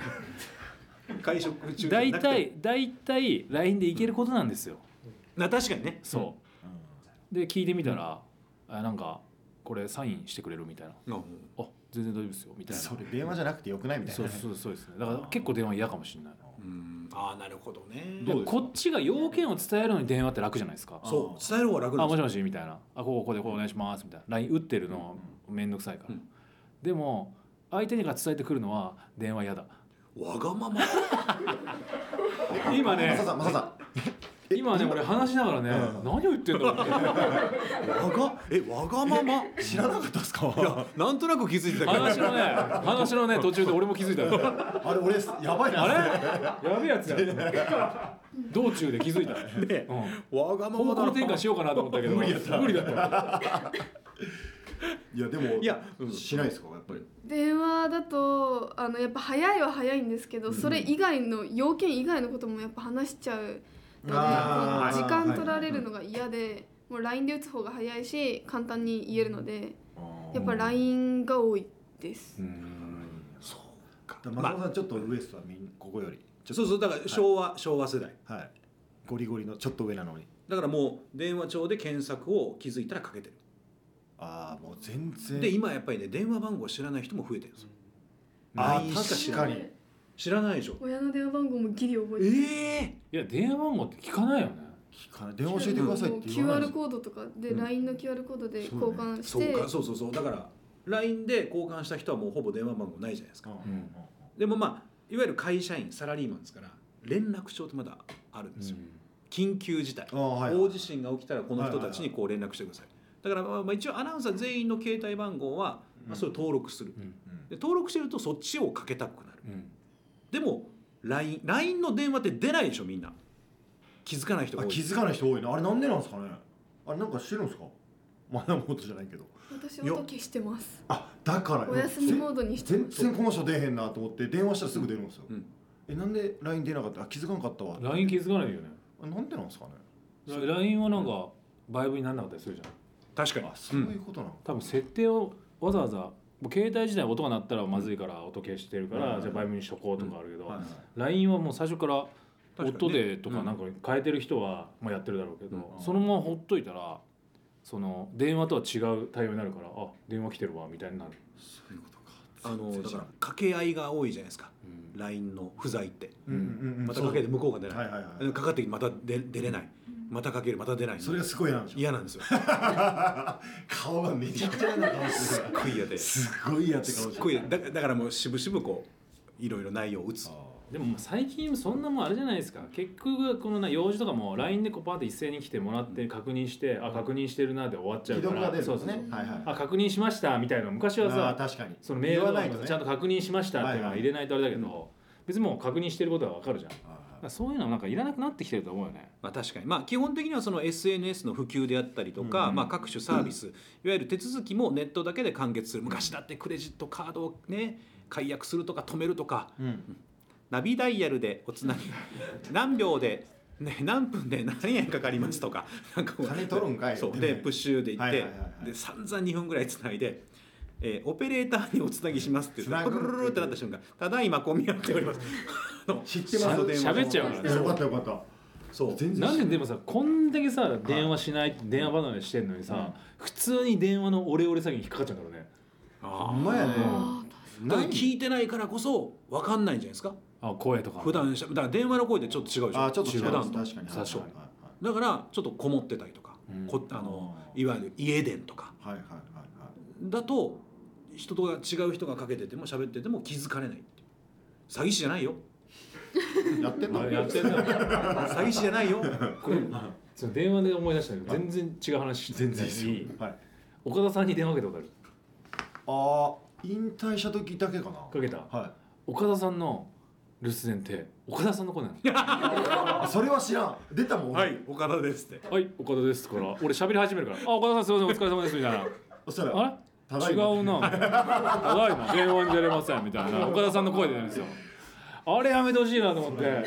[SPEAKER 1] な
[SPEAKER 3] 会食中
[SPEAKER 1] 大体大体 LINE で行けることなんですよ、
[SPEAKER 3] な確かにね
[SPEAKER 1] そうで聞いてみたら、あなんかこれサインしてくれるみたいな「
[SPEAKER 3] うん
[SPEAKER 1] あ全然大丈夫ですよ」みたいな
[SPEAKER 2] それ電話じゃなくてよくないみたい
[SPEAKER 1] そ
[SPEAKER 2] な
[SPEAKER 1] うそうそうですねだから結構電話嫌かもしれない
[SPEAKER 3] うんああなるほどね
[SPEAKER 1] でもこっちが要件を伝えるのに電話って楽じゃないですか
[SPEAKER 3] そう伝える方が楽な
[SPEAKER 1] あ
[SPEAKER 3] んで
[SPEAKER 1] も
[SPEAKER 3] す
[SPEAKER 1] し
[SPEAKER 3] よ
[SPEAKER 1] もしみたいなあここここでこうお願いしますみたいな LINE 打ってるのめんどくさいから、
[SPEAKER 3] うん
[SPEAKER 1] でも相手にが伝えてくるのは電話嫌だ
[SPEAKER 3] わがまま
[SPEAKER 1] [LAUGHS] 今 [LAUGHS]
[SPEAKER 2] マ
[SPEAKER 1] ね
[SPEAKER 2] サさんマサさん
[SPEAKER 1] 今ね俺話しながらね、
[SPEAKER 2] うん
[SPEAKER 1] 何を言ってんだ [LAUGHS] ろうって
[SPEAKER 3] わがえわがま
[SPEAKER 1] [LAUGHS]
[SPEAKER 3] ま
[SPEAKER 2] 知らなかったですか
[SPEAKER 3] いやなんとなく気づいてたけど
[SPEAKER 1] 話のね話のね途中で俺も気づいた [LAUGHS] の
[SPEAKER 2] あれ俺やばいな
[SPEAKER 1] あれやべえやつだ [LAUGHS] 道中で気づいた、
[SPEAKER 3] ね
[SPEAKER 1] うん
[SPEAKER 3] わがまま
[SPEAKER 1] 方
[SPEAKER 3] だ
[SPEAKER 1] 向
[SPEAKER 3] な
[SPEAKER 1] 転換しようかなと思ったけど無理だった無理だ [LAUGHS] った
[SPEAKER 2] [LAUGHS] いやでも
[SPEAKER 3] いやうん
[SPEAKER 2] しないですかやっぱり
[SPEAKER 4] 電話だとあのやっぱ早いは早いんですけど、それ以外の要件以外のこともやっぱ話しちゃうので
[SPEAKER 2] あー
[SPEAKER 4] こう時間取られるのが嫌で、もう LINE で打つ方が早いし簡単に言えるのでやっぱ LINE が多いです、
[SPEAKER 3] そうか
[SPEAKER 2] だから松本さんちょっとウエストはみんここよりちょっ
[SPEAKER 3] そうそうだから昭和、昭和世代
[SPEAKER 2] とはいゴリゴリのちょっと上なのに
[SPEAKER 3] だからもう電話帳で検索を気づいたらかけて
[SPEAKER 2] ああもう全
[SPEAKER 3] る
[SPEAKER 2] 然
[SPEAKER 3] で今やっぱりね電話番号知らない人も増えてるんですよ
[SPEAKER 2] あ
[SPEAKER 3] LINE
[SPEAKER 2] ー
[SPEAKER 3] しか知
[SPEAKER 2] 確か
[SPEAKER 3] らない
[SPEAKER 2] に
[SPEAKER 3] 知らないでしょ
[SPEAKER 4] 親の電話番号もギリ覚えてる、
[SPEAKER 3] ええ
[SPEAKER 1] いや電話番号って聞かないよね
[SPEAKER 2] 聞かない電話教えてくださいって言わない
[SPEAKER 4] QR コードとかで、
[SPEAKER 3] うん
[SPEAKER 4] LINE の QR コードで
[SPEAKER 2] そう
[SPEAKER 4] 交
[SPEAKER 2] ね
[SPEAKER 4] 換し
[SPEAKER 3] そう
[SPEAKER 4] て
[SPEAKER 3] かそうそうそうだから LINE で交換した人はもうほぼ電話番号ないじゃないですか
[SPEAKER 2] うん
[SPEAKER 1] うん
[SPEAKER 3] でもまあいわゆる会社員サラリーマンですから連絡帳ってまだあるん
[SPEAKER 1] う
[SPEAKER 3] ですよ、
[SPEAKER 1] ん
[SPEAKER 3] 緊急事態
[SPEAKER 2] あーはい
[SPEAKER 3] 大地震が起きたらこの人たちにこう連絡してくださいだからまあまあ一応アナウンサー全員の携帯番号はまあそれを登録する
[SPEAKER 1] うん
[SPEAKER 2] うん
[SPEAKER 3] で登録してるとそっちをかけたくなる
[SPEAKER 1] うん
[SPEAKER 3] でも LINE, LINE の電話って出ないでしょみんな気づかない人が
[SPEAKER 2] あ
[SPEAKER 3] 多い
[SPEAKER 2] 気づかない人多いなあれなんでなんですかねあれなんかしてるんですか学ぶことじゃないけど
[SPEAKER 4] 私音消してます
[SPEAKER 2] あだから
[SPEAKER 4] お休みモードにして
[SPEAKER 2] 全
[SPEAKER 4] ます
[SPEAKER 2] 然この人出えへんなと思って電話したらすぐ出るんですよ、
[SPEAKER 3] うん
[SPEAKER 2] えなんで LINE 出なかったあ気づかなかったわ
[SPEAKER 1] LINE 気づかないよね
[SPEAKER 2] あなんでなんですかね
[SPEAKER 1] LINE はなんかバイブにならなかったりするじゃん
[SPEAKER 3] 確かに
[SPEAKER 2] あそういうことなの、
[SPEAKER 1] 多分設定をわざわざもう携帯自体音が鳴ったらまずいから音消してるから、
[SPEAKER 2] うん
[SPEAKER 1] じゃあバイブにしとこうとかあるけど、
[SPEAKER 2] はいはい
[SPEAKER 1] LINE はもう最初から
[SPEAKER 3] 確か
[SPEAKER 1] 音
[SPEAKER 3] にね
[SPEAKER 1] でとかなんか変えてる人はまあやってるだろうけど、
[SPEAKER 2] うん
[SPEAKER 1] そのままほっといたらその電話とは違う対応になるからあ電話来てるわみたいになる、
[SPEAKER 2] そういうことか
[SPEAKER 3] あの
[SPEAKER 2] 全然
[SPEAKER 3] だ
[SPEAKER 2] 知
[SPEAKER 3] からら
[SPEAKER 2] ん
[SPEAKER 3] 掛け合いが多いじゃないですか
[SPEAKER 1] うん
[SPEAKER 3] LINE の不在って
[SPEAKER 2] うんうんうん
[SPEAKER 3] またかけて向こうが出
[SPEAKER 2] そう
[SPEAKER 3] な
[SPEAKER 2] はいいはいはい、
[SPEAKER 3] かかってきてまた出出れないまたかけるまた出ない
[SPEAKER 2] それがすごい嫌なんでしょ
[SPEAKER 3] 嫌なん
[SPEAKER 2] [LAUGHS]
[SPEAKER 3] ですよ
[SPEAKER 2] 顔がめちゃくちゃ嫌な顔してる
[SPEAKER 3] 食い嫌です
[SPEAKER 2] すっごい嫌って顔
[SPEAKER 3] っ
[SPEAKER 2] して
[SPEAKER 3] ご
[SPEAKER 2] る
[SPEAKER 3] いだだからもう渋々こういろいろ内容を打つ
[SPEAKER 2] あ
[SPEAKER 1] でもまあ最近そんなもんあれじゃないですか結局このな用事とかも LINE でこうパーって一斉に来てもらって確認してあ確認してるなで終わっち
[SPEAKER 2] ー
[SPEAKER 1] ゃう
[SPEAKER 2] 既
[SPEAKER 1] か
[SPEAKER 2] 読が
[SPEAKER 1] ら
[SPEAKER 2] 出るんです
[SPEAKER 1] そ
[SPEAKER 2] ね
[SPEAKER 1] うそうそう
[SPEAKER 2] はいはい
[SPEAKER 1] あ確認しましたみたいなの昔は
[SPEAKER 2] あ
[SPEAKER 1] さ
[SPEAKER 2] ー確かに
[SPEAKER 1] そのメール
[SPEAKER 2] 言わ
[SPEAKER 1] の
[SPEAKER 2] ないとね
[SPEAKER 1] ちゃんと確認しましたっていうのは入れないとあれだけど、
[SPEAKER 3] は
[SPEAKER 1] 別にもう確認してることはわかるじゃんだか
[SPEAKER 2] あー
[SPEAKER 1] らそういうのはなんかいらなくなってきてると思うよね
[SPEAKER 3] まあ、確かに、まあ、基本的にはその SNS の普及であったりとか、
[SPEAKER 2] うんうん
[SPEAKER 3] まあ、各種サービス、いわゆる手続きもネットだけで完結する昔だってクレジットカードをね解約するとか止めるとか
[SPEAKER 2] うん
[SPEAKER 3] ナビダイヤルで
[SPEAKER 2] [LAUGHS]
[SPEAKER 3] おつなぎ何秒で、ね、何分で何円かかりますとかなんかこう
[SPEAKER 2] 金取るんかい
[SPEAKER 3] そうでプッシュで行
[SPEAKER 2] はい
[SPEAKER 3] って、
[SPEAKER 2] はいはいはい
[SPEAKER 3] で散々2分ぐらいつないで。えーオペレーターにおつなぎしますって言
[SPEAKER 2] つな
[SPEAKER 3] うとプ
[SPEAKER 2] ぐ
[SPEAKER 3] ルルルルってなった瞬間「ただいま混み合っております」あの
[SPEAKER 2] 知って
[SPEAKER 1] し
[SPEAKER 2] ま
[SPEAKER 1] ゃ
[SPEAKER 2] す
[SPEAKER 1] 喋っちゃうからね
[SPEAKER 2] よかったよかった
[SPEAKER 3] そう
[SPEAKER 2] 全然
[SPEAKER 1] なんででもさこんだけさ電話しないって電話離れしてんのにさ、普通に電話のオレオレ詐欺に引っかかっちゃうんだろうね
[SPEAKER 3] あ
[SPEAKER 2] ほ
[SPEAKER 3] ー
[SPEAKER 2] んまやね
[SPEAKER 4] あ
[SPEAKER 3] だから
[SPEAKER 2] 何
[SPEAKER 3] 聞いてないからこそ分かんないんじゃないですか
[SPEAKER 1] あ声とか
[SPEAKER 3] 普段しゃだから電話の声でちょっと違うでしょ
[SPEAKER 2] あーちょっと違う
[SPEAKER 3] 普段
[SPEAKER 2] 確
[SPEAKER 3] と
[SPEAKER 2] かに
[SPEAKER 1] さそう
[SPEAKER 2] はい
[SPEAKER 3] だからちょっとこもってたりとか、
[SPEAKER 1] うん
[SPEAKER 3] こあの
[SPEAKER 2] あー
[SPEAKER 3] いわゆる家電とか
[SPEAKER 2] はいはいはいはい
[SPEAKER 3] だと人とが違う人がかけてても喋ってても気づかれないっていう詐欺師じゃないよ
[SPEAKER 2] はいやってん
[SPEAKER 1] あ
[SPEAKER 2] の
[SPEAKER 1] やってんだ
[SPEAKER 3] 詐欺師じ
[SPEAKER 2] [LAUGHS]
[SPEAKER 3] ゃないよ
[SPEAKER 1] これ [LAUGHS] その電話で思い出したけど全然違う話
[SPEAKER 2] 全然いいですよ
[SPEAKER 1] いい
[SPEAKER 2] はい
[SPEAKER 1] 岡田さんに電話かけたことある
[SPEAKER 2] ああ引退した時だけかな
[SPEAKER 1] かけた
[SPEAKER 2] はい
[SPEAKER 1] 岡田さんの留守電って岡田さんの声なの
[SPEAKER 2] あそれは知らん出たもん俺
[SPEAKER 3] い岡田ですって
[SPEAKER 1] [LAUGHS] はい岡田ですから俺喋り始めるからあ岡田さんすいませんお疲れ様ですみたいな
[SPEAKER 2] そしたら
[SPEAKER 1] あれ違うな「ただいま電話に出れません」みたいな岡田さんの声で出るんですよあれやめてほしいなと思っていや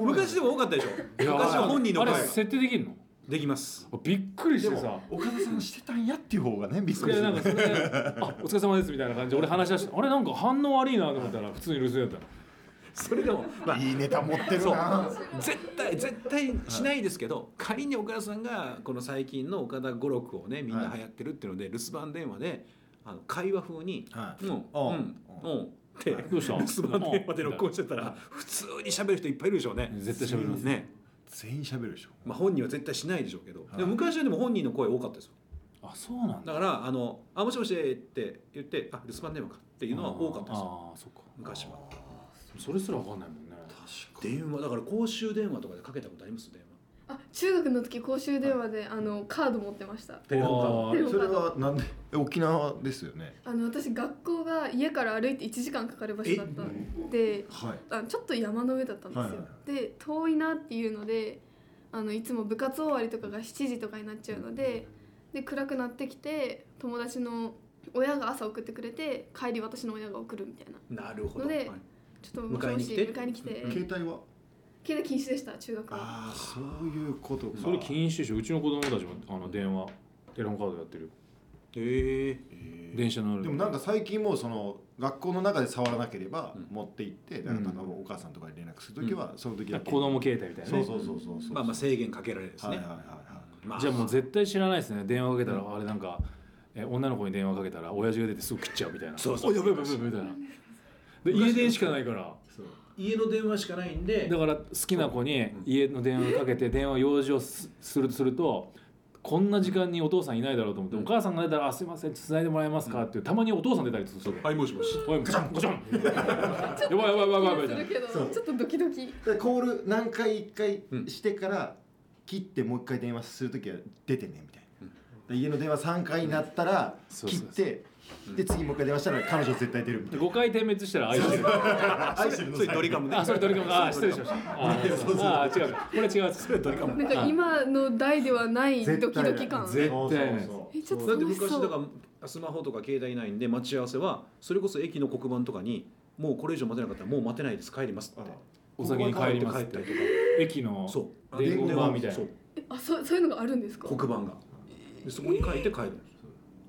[SPEAKER 3] 昔でも多かったでしょ昔は本人の
[SPEAKER 1] あれ
[SPEAKER 3] 声
[SPEAKER 1] 設定できるの
[SPEAKER 3] できます
[SPEAKER 1] びっくりし
[SPEAKER 2] で
[SPEAKER 1] てさ
[SPEAKER 2] も岡田さんしてたんやっていう方がねびっく
[SPEAKER 1] いや
[SPEAKER 2] りす
[SPEAKER 1] な
[SPEAKER 2] る
[SPEAKER 1] んかそれで「あお疲れ様です」みたいな感じで俺話し出してあれなんか反応悪いなと思ったら普通に留守電だったの
[SPEAKER 3] それでもまあ
[SPEAKER 2] いいネタ持ってるな
[SPEAKER 3] 絶対絶対しないですけど、仮に岡田さんがこの最近の岡田五六をねみんな流行ってるっていうので、留守番電話であの会話風に
[SPEAKER 2] は
[SPEAKER 3] うん、
[SPEAKER 2] あ
[SPEAKER 3] うん、うん、って、
[SPEAKER 2] はい
[SPEAKER 1] どうした
[SPEAKER 3] [LAUGHS] 留守番電話で録音してたら、普通に喋る人いっぱいいるでしょうね。
[SPEAKER 1] 絶対喋ります
[SPEAKER 3] ね。
[SPEAKER 2] 全員喋るでしょ
[SPEAKER 3] まあ、本人は絶対しないでしょうけど、
[SPEAKER 2] はい
[SPEAKER 3] でも昔はでも本人の声多かったですよ。
[SPEAKER 1] あそうなん
[SPEAKER 3] だ
[SPEAKER 1] だ
[SPEAKER 3] から、あの、あ、もしもしって言って、あ、留守番電話かっていうのは多かったですよ。
[SPEAKER 1] ああそっか
[SPEAKER 3] 昔は。
[SPEAKER 1] それすら分かんないもんね
[SPEAKER 3] 電話、だから公衆電話とかでかけたことあります、電話。
[SPEAKER 4] ーあ中学の時公衆電話であのカード持ってました
[SPEAKER 1] テレホンカード
[SPEAKER 4] でも
[SPEAKER 2] それはなんでえ沖縄ですよね
[SPEAKER 4] あの私学校が家から歩いて1時間かかる場所だったんで
[SPEAKER 2] はい
[SPEAKER 4] あちょっと山の上だったんですよ、
[SPEAKER 2] はいはいは
[SPEAKER 4] で遠いなっていうのであのいつも部活終わりとかが7時とかになっちゃうのでで暗くなってきて友達の親が朝送ってくれて帰り私の親が送るみたいな
[SPEAKER 3] なるほど。
[SPEAKER 4] ので
[SPEAKER 3] はい
[SPEAKER 4] ちょっと
[SPEAKER 3] 迎えに来て
[SPEAKER 4] 迎えに来て
[SPEAKER 2] 携帯は
[SPEAKER 4] 携帯禁止でした中学は
[SPEAKER 2] ああそういうことか
[SPEAKER 1] それ禁止でしょうちの子供たちもあの電話テレホンカードやってるよ
[SPEAKER 3] へえ。
[SPEAKER 2] えー
[SPEAKER 1] 電車乗る
[SPEAKER 2] でもなんか最近もうその学校の中で触らなければ
[SPEAKER 3] うん
[SPEAKER 2] 持って行って、
[SPEAKER 1] ん
[SPEAKER 2] だから例えばお母さんとかに連絡するときはその時だけ、
[SPEAKER 1] 子供携帯みたいな
[SPEAKER 2] そう
[SPEAKER 1] ね
[SPEAKER 2] そうそうそうそう
[SPEAKER 3] まあまあ制限かけられるんです
[SPEAKER 2] はい
[SPEAKER 3] ね。
[SPEAKER 2] はいはい
[SPEAKER 3] ま
[SPEAKER 1] じゃあもう絶対知らないですね電話かけたら、あれなんかえ女の子に電話かけたら親父が出てすぐ切っちゃうみたいな
[SPEAKER 3] そうそう
[SPEAKER 1] おやべやべやべみたいなで家電しかないから
[SPEAKER 2] そう
[SPEAKER 3] 家の電話しかないんで
[SPEAKER 1] だから好きな子に家の電話かけて電話用事をすするとするとこんな時間にお父さんいないだろうと思って、
[SPEAKER 3] うん
[SPEAKER 1] お母さんが出たら「あすいませんつないでもらえますか」ってたまにお父さん出たりするそれ、
[SPEAKER 3] はいもしもし
[SPEAKER 1] おいガチャンガチャンやばいやばいやばいやばいや
[SPEAKER 4] 気
[SPEAKER 1] ば
[SPEAKER 4] がす
[SPEAKER 1] い
[SPEAKER 4] るけど
[SPEAKER 2] そう
[SPEAKER 4] ちょっとドキドキ
[SPEAKER 2] でコール何回一回してから切ってもう一回電話するときは出てねみたいな、で家の電話3回になったら
[SPEAKER 1] そう
[SPEAKER 2] 切
[SPEAKER 1] そう
[SPEAKER 2] っ
[SPEAKER 1] そう
[SPEAKER 2] てで次もう一回電話したら彼女絶対出るみたいな
[SPEAKER 1] 5回点滅したら愛してる
[SPEAKER 2] 愛してる
[SPEAKER 3] それドリカムね
[SPEAKER 1] あそれドリカムあー失礼しましたあー
[SPEAKER 2] そうそう
[SPEAKER 1] あー違うこれ違う
[SPEAKER 3] それドリカム
[SPEAKER 4] なんか今の代ではないドキドキ感
[SPEAKER 1] 絶対ない
[SPEAKER 4] えちょっと
[SPEAKER 3] だって
[SPEAKER 4] 楽し
[SPEAKER 3] 昔
[SPEAKER 4] そ
[SPEAKER 3] だか
[SPEAKER 4] う
[SPEAKER 3] らスマホとか携帯ないんで待ち合わせはそれこそ駅の黒板とかにもうこれ以上待てなかったらもう待てないです帰りますって
[SPEAKER 1] お先に帰りますっ
[SPEAKER 3] 帰った
[SPEAKER 1] て
[SPEAKER 3] りと
[SPEAKER 1] 駅の
[SPEAKER 3] かそう
[SPEAKER 1] 伝言板みたいな
[SPEAKER 3] そう
[SPEAKER 4] えあそうそういうのがあるんですか
[SPEAKER 3] 黒板がでそこに書いて帰る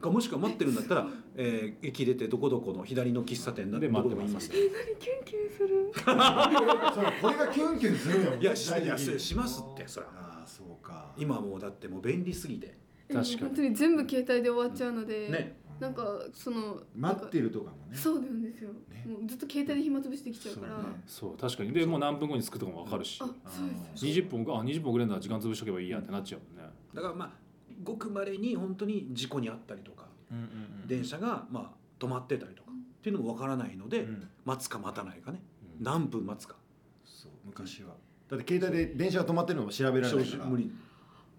[SPEAKER 3] かもしくは待ってるんだったら、えー駅出てどこどこの左の喫茶店なん
[SPEAKER 1] で待って
[SPEAKER 3] どこ
[SPEAKER 1] ま
[SPEAKER 3] どこ
[SPEAKER 1] す
[SPEAKER 3] います
[SPEAKER 4] え何キュンキュンする
[SPEAKER 2] そうこれがキュンキュンするよ
[SPEAKER 3] いやしいや
[SPEAKER 2] 大体
[SPEAKER 3] ししますってそら
[SPEAKER 2] ああそうか
[SPEAKER 3] 今はもうだってもう便利すぎて
[SPEAKER 4] えもう
[SPEAKER 1] 確かに
[SPEAKER 4] 本当に全部携帯で終わっちゃうので、
[SPEAKER 3] ね
[SPEAKER 4] なんかその
[SPEAKER 2] 待ってるとかも
[SPEAKER 4] なん
[SPEAKER 2] ね
[SPEAKER 4] かそうなんですよ、
[SPEAKER 2] ね
[SPEAKER 4] もうずっと携帯で暇つぶしできちゃうから
[SPEAKER 2] そうね
[SPEAKER 1] そう確かにでもう何分後に着くとかも分かるし
[SPEAKER 4] あそうです
[SPEAKER 1] 20分あ20分遅れんだ時間潰しとけばいいやってなっちゃうもんね
[SPEAKER 3] だからまあごくまれに本当に事故にあったりとか
[SPEAKER 2] うん
[SPEAKER 3] 電車がまあ止まってたりとかっていうのもわからないので、
[SPEAKER 2] うん
[SPEAKER 3] 待つか待たないかね
[SPEAKER 1] うん
[SPEAKER 3] 何分待つか
[SPEAKER 2] そう昔はだって携帯で電車が止まってるのも調べられないから
[SPEAKER 3] 無理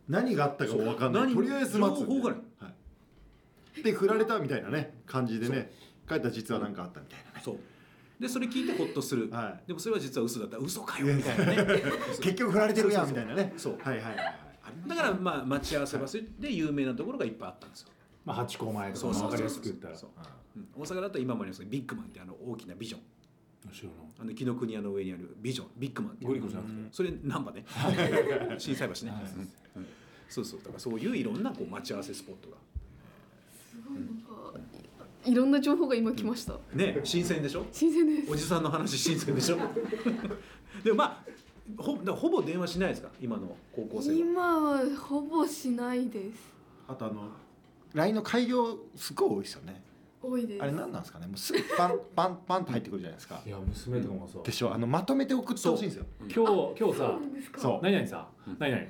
[SPEAKER 2] 何があったかも分かんない
[SPEAKER 3] 何
[SPEAKER 2] とりあえず待つ
[SPEAKER 3] 情報がない
[SPEAKER 2] はいで振られたみたいなね感じでね帰ったら実は何かあったみたい
[SPEAKER 3] そうでそれ聞いてほっとする
[SPEAKER 2] なはい
[SPEAKER 3] でもそれは実は嘘だった嘘かよみたいなね
[SPEAKER 2] 結局振られてるやんみたいなね
[SPEAKER 3] そう
[SPEAKER 2] はいはいはいはい
[SPEAKER 3] だからまあ待ち合わせ場所で有名なところがいっぱいあったんですよ
[SPEAKER 1] まあ八個前とか
[SPEAKER 3] そう
[SPEAKER 1] も
[SPEAKER 3] そ
[SPEAKER 1] 分
[SPEAKER 3] う
[SPEAKER 1] かり
[SPEAKER 3] そう
[SPEAKER 1] やすく
[SPEAKER 3] そ
[SPEAKER 1] 言
[SPEAKER 3] う
[SPEAKER 1] ったら
[SPEAKER 3] そううん大阪だと今もありますけどビッグマンってあの大きなビジョン
[SPEAKER 1] 後ろ
[SPEAKER 3] あの紀ノ国屋の上にあるビジョンビッグマンって
[SPEAKER 1] のゴリゴリじゃなく
[SPEAKER 2] う
[SPEAKER 1] て
[SPEAKER 2] ん
[SPEAKER 3] それ難波ね
[SPEAKER 1] [LAUGHS]
[SPEAKER 3] 震災橋ね、
[SPEAKER 1] はい
[SPEAKER 3] うんうんそうそうだからそういういろんなこう待ち合わせスポットが
[SPEAKER 4] すごいなんかいいろんな情報が今来ました
[SPEAKER 3] ね新鮮でしょ
[SPEAKER 4] 新鮮です
[SPEAKER 3] おじさんの話新鮮でしょ [LAUGHS] でもまあほだからほぼ電話しないですか今の高校生は
[SPEAKER 4] 今はほぼしないです
[SPEAKER 2] あとあの LINE の開業すごい多いですよね
[SPEAKER 4] 多いです
[SPEAKER 2] あれ何なんですかねもうすぐパン [LAUGHS] パンパンって入ってくるじゃないですか
[SPEAKER 1] いや娘とかもさ
[SPEAKER 2] でしょあのまとめて送ってほしいんですよ
[SPEAKER 1] 今日今日
[SPEAKER 4] そう
[SPEAKER 1] さ
[SPEAKER 4] なんですか
[SPEAKER 2] そ
[SPEAKER 1] 何々さ
[SPEAKER 3] うん
[SPEAKER 1] 何々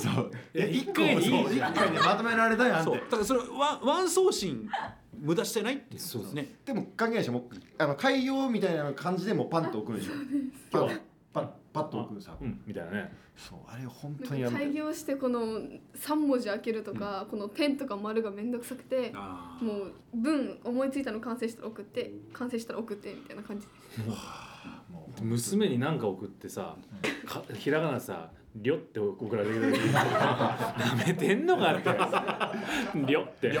[SPEAKER 2] そう
[SPEAKER 1] いや
[SPEAKER 2] え
[SPEAKER 1] 一回でいい
[SPEAKER 2] そう一回でまとめられたやんっ
[SPEAKER 3] そう
[SPEAKER 2] て
[SPEAKER 3] だからそれワンワン送信無駄してないってい
[SPEAKER 1] そうです
[SPEAKER 3] ね
[SPEAKER 2] でも関係ないでしょもうあの開業みたいな感じでもうパンと送るでしょ
[SPEAKER 1] そう
[SPEAKER 2] パ
[SPEAKER 1] です
[SPEAKER 2] ンパンパッと送るさ
[SPEAKER 1] うんみたいなね
[SPEAKER 2] そうあれ本当に
[SPEAKER 4] な
[SPEAKER 2] や
[SPEAKER 4] んか開
[SPEAKER 2] めて
[SPEAKER 4] 業してこの3文字開けるとか、この点とか丸がめんどくさくて
[SPEAKER 3] あー
[SPEAKER 4] もう文思いついたの完成したら送って完成したら送ってみたいな感じ
[SPEAKER 2] もう
[SPEAKER 1] 娘に何か送ってさかひらがなさ「りょ」って送られてるなめてんのかって「りょ」って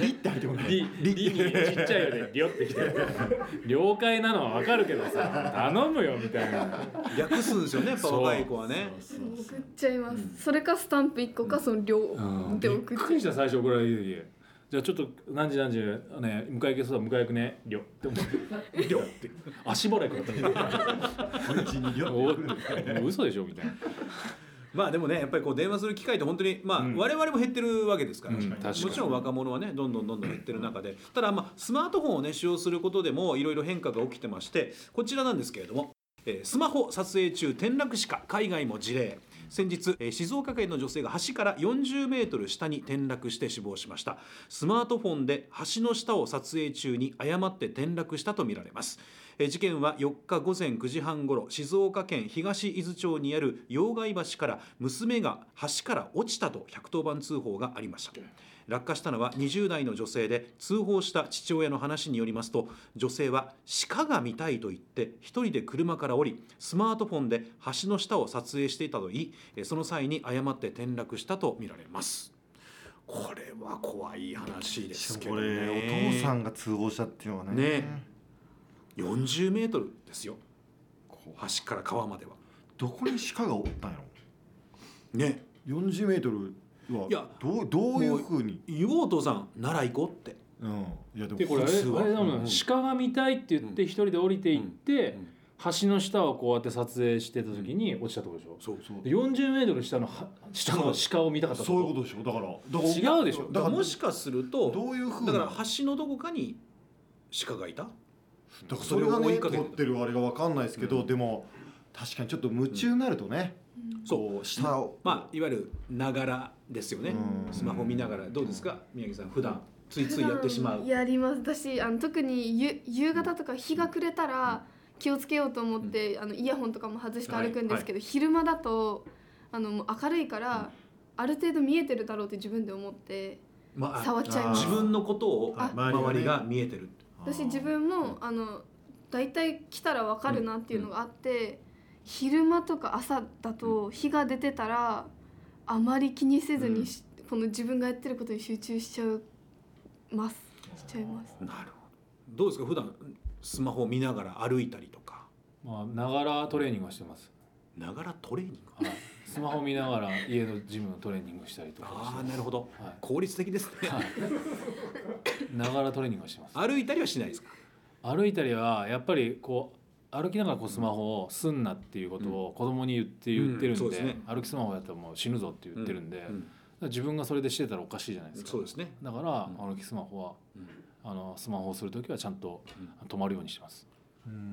[SPEAKER 2] リって入ってこない
[SPEAKER 1] りりにちっちゃいよねりょってきて了解なのはわかるけどさ頼むよみたいな
[SPEAKER 3] 略すんですよねやっぱ
[SPEAKER 1] そう
[SPEAKER 3] 若い子はね
[SPEAKER 2] そう
[SPEAKER 4] もう
[SPEAKER 2] そ
[SPEAKER 4] 送
[SPEAKER 2] う
[SPEAKER 4] っちゃいます、
[SPEAKER 3] うん
[SPEAKER 4] それかスタンプ1個かその両
[SPEAKER 1] うん
[SPEAKER 4] で
[SPEAKER 1] びっ
[SPEAKER 4] 送っ
[SPEAKER 1] くりしてた最初怒られる時じゃあちょっと何時何時ね迎え行けそうだ迎え行くねりょって思って [LAUGHS] りょって足払いかかっ
[SPEAKER 2] そううちに
[SPEAKER 1] た
[SPEAKER 2] よ
[SPEAKER 1] おもう嘘でしょみたいな
[SPEAKER 3] まあでもねやっぱりこう電話する機会って本当にまあ
[SPEAKER 1] うん
[SPEAKER 3] 我々も減ってるわけですから、
[SPEAKER 1] うん確かに
[SPEAKER 3] もちろん若者はねどんどんどんどん減ってる中でただまあスマートフォンをね使用することでもいろいろ変化が起きてましてこちらなんですけれども、えースマホ撮影中転落死か海外も事例先日、えー静岡県の女性が橋から40メートル下に転落して死亡しましたスマートフォンで橋の下を撮影中に誤って転落したとみられますえー事件は4日午前9時半ごろ静岡県東伊豆町にある洋貝橋から娘が橋から落ちたと110番通報がありました落下したのは20代の女性で通報した父親の話によりますと女性は鹿が見たいと言って一人で車から降りスマートフォンで橋の下を撮影していたといいえーその際に誤って転落したとみられますこれは怖い話ですけど
[SPEAKER 2] こ
[SPEAKER 3] ね
[SPEAKER 2] れお父さんが通報したっていうのはね
[SPEAKER 3] ね40メートルですよ
[SPEAKER 2] こう
[SPEAKER 3] 端から川までは
[SPEAKER 2] どこに鹿がおったんや
[SPEAKER 3] ね
[SPEAKER 2] ろ40メートルはい
[SPEAKER 3] や
[SPEAKER 2] どうどういうふうに
[SPEAKER 3] 言おうお父さん奈良行こうって、
[SPEAKER 2] うんいやでも
[SPEAKER 1] でこれあれあ
[SPEAKER 3] 普通は
[SPEAKER 1] れだも
[SPEAKER 2] うんん
[SPEAKER 1] 鹿が見たいって言って一人で降りていって
[SPEAKER 3] うん
[SPEAKER 1] 橋の下をこうやって撮影してた時に落ちたとこでしょ
[SPEAKER 3] そう
[SPEAKER 2] そう
[SPEAKER 1] で40メートル下のは下の鹿を見たかった
[SPEAKER 2] そういうことでしょだからだから
[SPEAKER 1] 違うでしょ
[SPEAKER 2] だから
[SPEAKER 3] だか
[SPEAKER 2] ら
[SPEAKER 3] もしかすると
[SPEAKER 2] どういうふう
[SPEAKER 3] だ
[SPEAKER 2] な
[SPEAKER 3] から橋のどこかに鹿がいた
[SPEAKER 2] だからそれが
[SPEAKER 3] それを追
[SPEAKER 2] ね
[SPEAKER 3] いかけ
[SPEAKER 2] 取
[SPEAKER 3] て
[SPEAKER 2] ってるあれがわかんないですけど、でも確かにちょっと夢中になるとね、
[SPEAKER 3] そう
[SPEAKER 2] こう下を
[SPEAKER 3] まあいわゆるながらですよね
[SPEAKER 2] うん
[SPEAKER 3] スマホ見ながらどうですか宮城さん普段ついついやってしまう
[SPEAKER 4] やりますだしあの特にゆ夕方とか日が暮れたら気をつけようと思って、あのイヤホンとかも外して歩くんですけど、昼間だとあのもう明るいから、ある程度見えてるだろうって自分で思って
[SPEAKER 3] ま
[SPEAKER 4] 触っちゃいます
[SPEAKER 3] 自分のことを
[SPEAKER 2] あ
[SPEAKER 3] 周りが見えてる
[SPEAKER 4] 私自分もあの大体来たらわかるなっていうのがあって、昼間とか朝だと日が出てたらあまり気にせずにし、この自分がやってることに集中しちゃうますしちゃいます。
[SPEAKER 3] なるほどどうですか普段スマホを見ながら歩いたりとか
[SPEAKER 1] まあながらトレーニングはしてます。
[SPEAKER 3] ながらトレーニング
[SPEAKER 1] はいスマホ見ながら家のジムのトレーニングしたりとかして
[SPEAKER 3] あ
[SPEAKER 1] ま
[SPEAKER 3] あ
[SPEAKER 1] す
[SPEAKER 3] なるほど
[SPEAKER 1] はい
[SPEAKER 3] 効率的ですね
[SPEAKER 1] ながらトレーニングをしてます
[SPEAKER 3] 歩いたりはしないですか
[SPEAKER 1] 歩いたりはやっぱりこう歩きながらこうスマホをすんなっていうことを子供に言って言ってる
[SPEAKER 3] うんそ
[SPEAKER 1] ん
[SPEAKER 3] うで
[SPEAKER 1] で,、
[SPEAKER 3] すね
[SPEAKER 1] 歩きスマホやったらもう死ぬぞって言ってるんで、
[SPEAKER 3] う
[SPEAKER 1] だか
[SPEAKER 3] ん
[SPEAKER 1] ら自分がそれでしてたらおかしいじゃないですか
[SPEAKER 3] そうですね
[SPEAKER 1] だから
[SPEAKER 3] う
[SPEAKER 1] 歩きスマホは
[SPEAKER 3] うん
[SPEAKER 1] あのスマホをする時はちゃんと止まるようにしてます、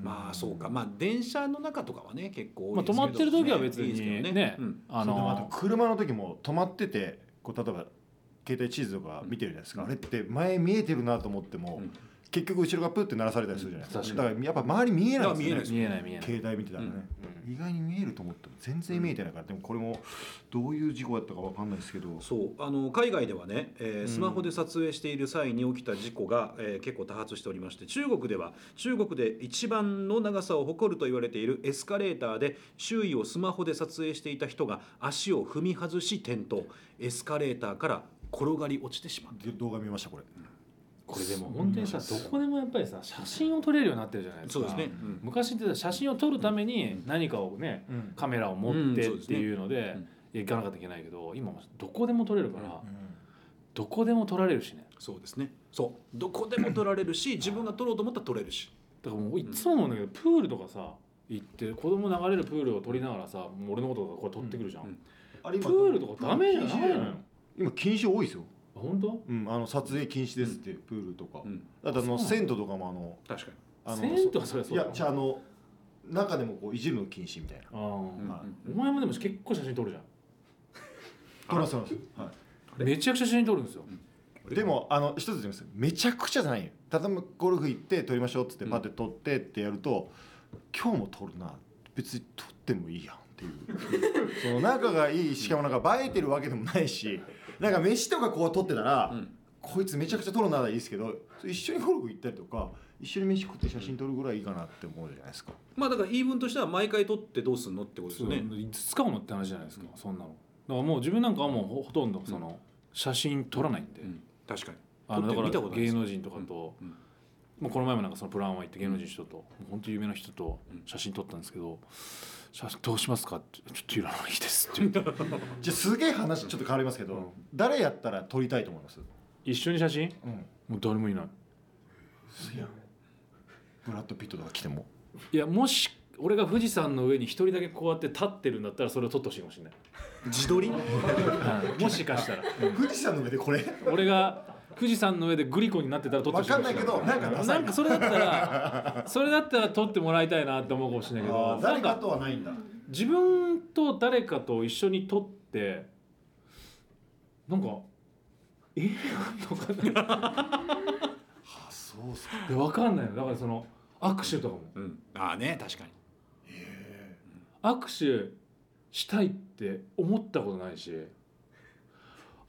[SPEAKER 3] まあそうかまあ電車の中とかはね結構多い
[SPEAKER 1] まあ
[SPEAKER 3] ですけど
[SPEAKER 1] 止まってる時は別に
[SPEAKER 3] いいですけど
[SPEAKER 1] ね
[SPEAKER 3] うん
[SPEAKER 1] あ
[SPEAKER 2] そうでもあ
[SPEAKER 1] の
[SPEAKER 2] と車の時も止まっててこう例えば携帯地図とか見てるじゃないですか、
[SPEAKER 3] うん
[SPEAKER 2] あれって前見えてるなと思っても、
[SPEAKER 3] うん
[SPEAKER 2] 結局後ろがプッて鳴らされたりするじゃないですか,、
[SPEAKER 1] うん
[SPEAKER 2] だからやっぱ周り見えないです
[SPEAKER 3] いや見えな
[SPEAKER 2] よね
[SPEAKER 3] いです
[SPEAKER 1] 見えない見えない
[SPEAKER 2] 携帯見てたらね、
[SPEAKER 1] う
[SPEAKER 2] 意外に見えると思っても全然見えてないから、でもこれもどういう事故だったかわかんないですけど
[SPEAKER 3] そうあの海外ではね、えー
[SPEAKER 1] うん
[SPEAKER 3] スマホで撮影している際に起きた事故が、えー結構多発しておりまして中国では中国で一番の長さを誇ると言われているエスカレーターで周囲をスマホで撮影していた人が足を踏み外し転倒エスカレーターから転がり落ちてしまう
[SPEAKER 2] で動画見ましたこれ
[SPEAKER 1] これでも本当にさどこでもやっぱりさ写真を撮れるようになってるじゃないですか
[SPEAKER 3] そうですね、
[SPEAKER 1] 昔ってさ写真を撮るために何かをね
[SPEAKER 2] うん
[SPEAKER 1] カメラを持ってっ
[SPEAKER 3] うんそうです
[SPEAKER 1] て
[SPEAKER 3] ね
[SPEAKER 1] いうので
[SPEAKER 3] うん
[SPEAKER 1] 行かなかったらいけないけど今もどこでも撮れるか
[SPEAKER 3] うん
[SPEAKER 1] らどこでも撮られるしね
[SPEAKER 3] そうですねそうどこでも撮られるし自分が撮ろうと思ったら撮れるし
[SPEAKER 1] だからもういつも思うんだけどプールとかさ行って子供流れるプールを撮りながらさもう俺のこととかこれ撮ってくるじゃ
[SPEAKER 3] うん
[SPEAKER 1] ん
[SPEAKER 2] あれ
[SPEAKER 1] プ
[SPEAKER 2] 今
[SPEAKER 1] ールとかダメじゃないのよ
[SPEAKER 2] 今禁止多いですよ、
[SPEAKER 1] 本当
[SPEAKER 2] うん、あの撮影禁止ですって、プールとか、
[SPEAKER 3] うん
[SPEAKER 2] あとあの
[SPEAKER 1] そうなの
[SPEAKER 2] 銭湯とかもあの
[SPEAKER 3] 確かに
[SPEAKER 2] あの
[SPEAKER 1] 銭湯はそりゃそう
[SPEAKER 2] い
[SPEAKER 1] だ
[SPEAKER 2] やじゃああの中でもこういじるの禁止みたいな
[SPEAKER 1] あー
[SPEAKER 2] んはい
[SPEAKER 1] お前もでも結構写真撮るじゃん
[SPEAKER 2] 撮らせます、は
[SPEAKER 3] あれ
[SPEAKER 1] めちゃくちゃ写真撮るんですよ
[SPEAKER 2] い、でもあの一つ言いますめちゃくちゃじゃないよ例えばゴルフ行って撮りましょうっつって
[SPEAKER 3] うん
[SPEAKER 2] パッて撮ってってやると、今日も撮るな別に撮ってもいいやんっていうその仲がいいしかもなんか映えてるわけでもないしなんか飯とかこう撮ってたら、
[SPEAKER 3] うん
[SPEAKER 2] こいつめちゃくちゃ撮るならいいですけど一緒にゴルフ行ったりとか一緒に飯食って写真撮るぐらいいいかなって思うじゃないですか
[SPEAKER 3] まあだから言い分としては毎回撮ってどうすんのってことです
[SPEAKER 1] そ
[SPEAKER 3] よ
[SPEAKER 1] う
[SPEAKER 3] ね
[SPEAKER 1] いつ使うのって話じゃないですかそんなのだからもう自分なんかはもうほほとんどその写真撮らないんで
[SPEAKER 3] うん確かに
[SPEAKER 1] あの
[SPEAKER 3] 撮
[SPEAKER 1] だか
[SPEAKER 3] って見た
[SPEAKER 1] ら
[SPEAKER 3] ことないで
[SPEAKER 1] 芸
[SPEAKER 3] す
[SPEAKER 1] 能人とかと
[SPEAKER 3] うんうん
[SPEAKER 1] もうこの前もなんかそのプランワン行って芸能人の人と、もう本当有名な人と
[SPEAKER 3] うん
[SPEAKER 1] 写真撮ったんですけど「写真どうしますか?」って「ちょっといらないです」って言って [LAUGHS]
[SPEAKER 2] じゃあすげえ話ちょっと変わりますけど、
[SPEAKER 1] うん
[SPEAKER 2] 誰やったら撮りたいと思います、
[SPEAKER 1] 一緒に写真
[SPEAKER 2] うん、
[SPEAKER 1] もう誰もいない
[SPEAKER 2] ブラッド・ピットとか来ても
[SPEAKER 1] いやもし俺が富士山の上に一人だけこうやって立ってるんだったらそれを撮ってほしいかもしれない、
[SPEAKER 3] 自撮り
[SPEAKER 1] はいもしかしたら、
[SPEAKER 2] 富士山の上でこれ
[SPEAKER 1] 俺が富士山の上でグリコになってたら撮ってほしいもしれ
[SPEAKER 2] わかんないけどなんかダサい
[SPEAKER 1] なんかそれだったらそれだったら撮ってもらいたいなって思うかもしれないけ
[SPEAKER 2] あ
[SPEAKER 1] ど
[SPEAKER 2] ー誰
[SPEAKER 1] な
[SPEAKER 2] か
[SPEAKER 1] ん
[SPEAKER 2] とはないんだ
[SPEAKER 1] 自分と誰かと一緒に撮ってなんか映画 [LAUGHS] とかね
[SPEAKER 2] あそうっすか
[SPEAKER 1] いやわかんないのだからその握手とかも
[SPEAKER 3] うん、ああね確かに
[SPEAKER 1] 握手したいって思ったことないし